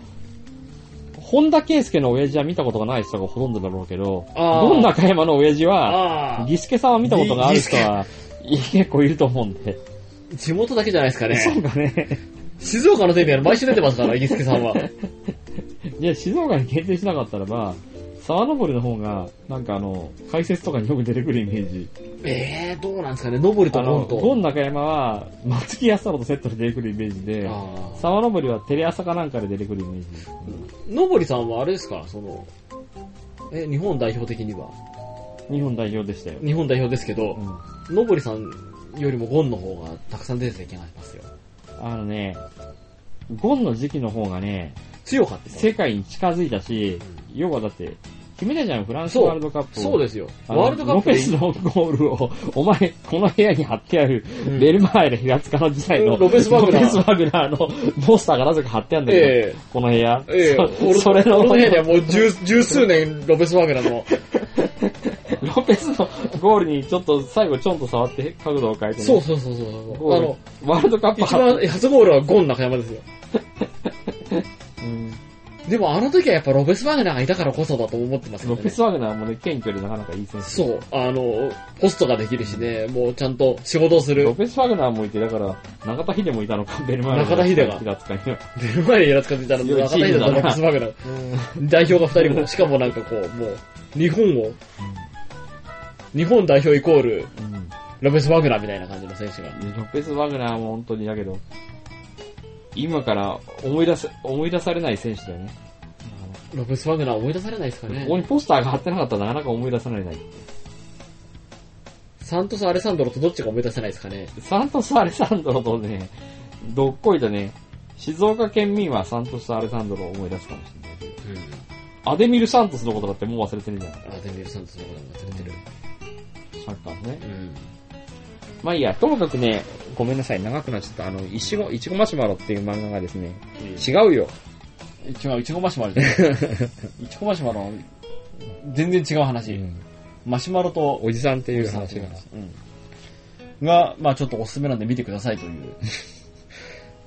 S1: 本田圭介の親父は見たことがない人がほとんどだろうけど、
S2: あー
S1: ゴン中山の親父は、
S2: あ
S1: ギスケさんは見たことがある人は、い結構いると思うんで。
S2: あ、地元だけじゃないですか
S1: そう
S2: ね。
S1: かね。
S2: 静岡のテレビは毎週出てますから、イギスケさんは。
S1: いや、静岡に限定しなかったらば、沢登りの方が、なんかあの、解説とかによく出てくるイメージ。
S2: [laughs] ええー、どうなんですかね、ノブル
S1: あ
S2: とゴ
S1: の、
S2: ンと。
S1: ゴン中山は、松木安太郎とセットで出てくるイメージで、
S2: ああ
S1: 沢登りはテレ朝かなんかで出てくるイメージ。
S2: ノブリさんはあれですか、その、え、日本代表的には。
S1: 日本代表でしたよ。
S2: 日本代表ですけど
S1: う、ん
S2: ノブリさんよりもゴンの方がたくさん出てた気がしますよ。
S1: あのね、ゴンの時期の方がね、
S2: 強かった。
S1: 世界に近づいたし、要はだって、決めたじゃん、フランス
S2: そう
S1: ワールドカップを。
S2: そうですよ。
S1: あの
S2: ワールドカップ
S1: ロ
S2: で
S1: ペスのゴールを、お前、この部屋に貼ってある、ベルマーレ平塚の時代の、
S2: ロペスワグナ
S1: ロ
S2: ー
S1: ペスワグナーのポスターがなぜか貼ってあるんだけど、
S2: え
S1: この部屋。
S2: え、ええ、俺
S1: そそれの、
S2: 俺の部屋にはもう十十数年ロペス・ワグナーの。
S1: ロペスのゴールにちょっと最後ちょんと触って角度を変えてね、
S2: そうそうそうそうそう。
S1: ゴ
S2: あ
S1: ール
S2: の、
S1: ワールドカップ
S2: 一
S1: 貼って
S2: 番初ゴールはゴン中山ですよ。
S1: [laughs] うん
S2: でもあの時はやっぱロペス・ワグナーがいたからこそだと思ってますけど
S1: ロペ
S2: ね。
S1: スワグナーもね、謙虚でなかなかいい選手。
S2: そう、あの、ホストができるしね、もうちゃんと仕事をす
S1: ロ
S2: る。
S1: ペス・ファグナーもいて、だから、中田秀もいたのか、ベルマーレ
S2: 中田秀が
S1: 平塚には。
S2: 出る前にやらつかっていたら、もう中田秀とロペス・ワグナー。代表が二人も、しかもなんかこう、もう、日本を、日本代表イコール、ロペス・ワグナーみたいな感じの選手が。
S1: でロペス・ワグナーも本当にだけど、今から思い出す、思い出されない選手だよね。
S3: ロブスワグナー思い出されないですか
S1: こ
S3: ね
S1: こ。にポスターが貼ってなかったらなかなか思い出されない。
S3: サントス・アレサンドロとどっちか思い出せないですかね。
S1: サントス・アレサンドロとね、どっこいとね、静岡県民はサントス・アレサンドロを思い出すかもしれないけど、アデミル・サントスのことだってもう忘れてるじゃん。
S3: アデミル・サントスのことが忘れてる。
S1: サッカーね。
S3: うん。
S1: まあいいや、ともかくね、ごめんなさい、長くなっちゃった。あの、いちご、いちごマシュマロっていう漫画がですね、違うよ。
S2: 違う、いちごマシュマロ [laughs] じゃない。いちごマシュマロ、全然違う話。マシュマロと
S1: おじさんっていう
S2: おじ
S1: 話
S2: さん
S1: が
S2: っていう。話うんが、まあちょっとおすすめなんで見てくださいという。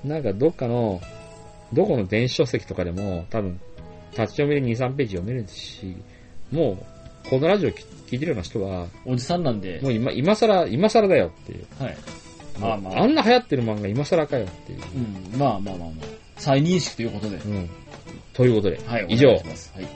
S1: なんかどっかの、どこの電子書籍とかでも、多分、立ち読みで2、3ページ読めるし、もう、このラジオき聞いてるような人は、
S2: おじさんなんで
S1: も、う今、今更、今更だよっていう。
S2: はい。
S1: もう
S2: まあまあ
S1: あんな流行ってる漫画今更かよっていう。
S2: うん、まあまあまあまあ。再認識ということで。
S1: うん。ということで、
S2: はい、
S1: 以上
S2: お願いしますはい。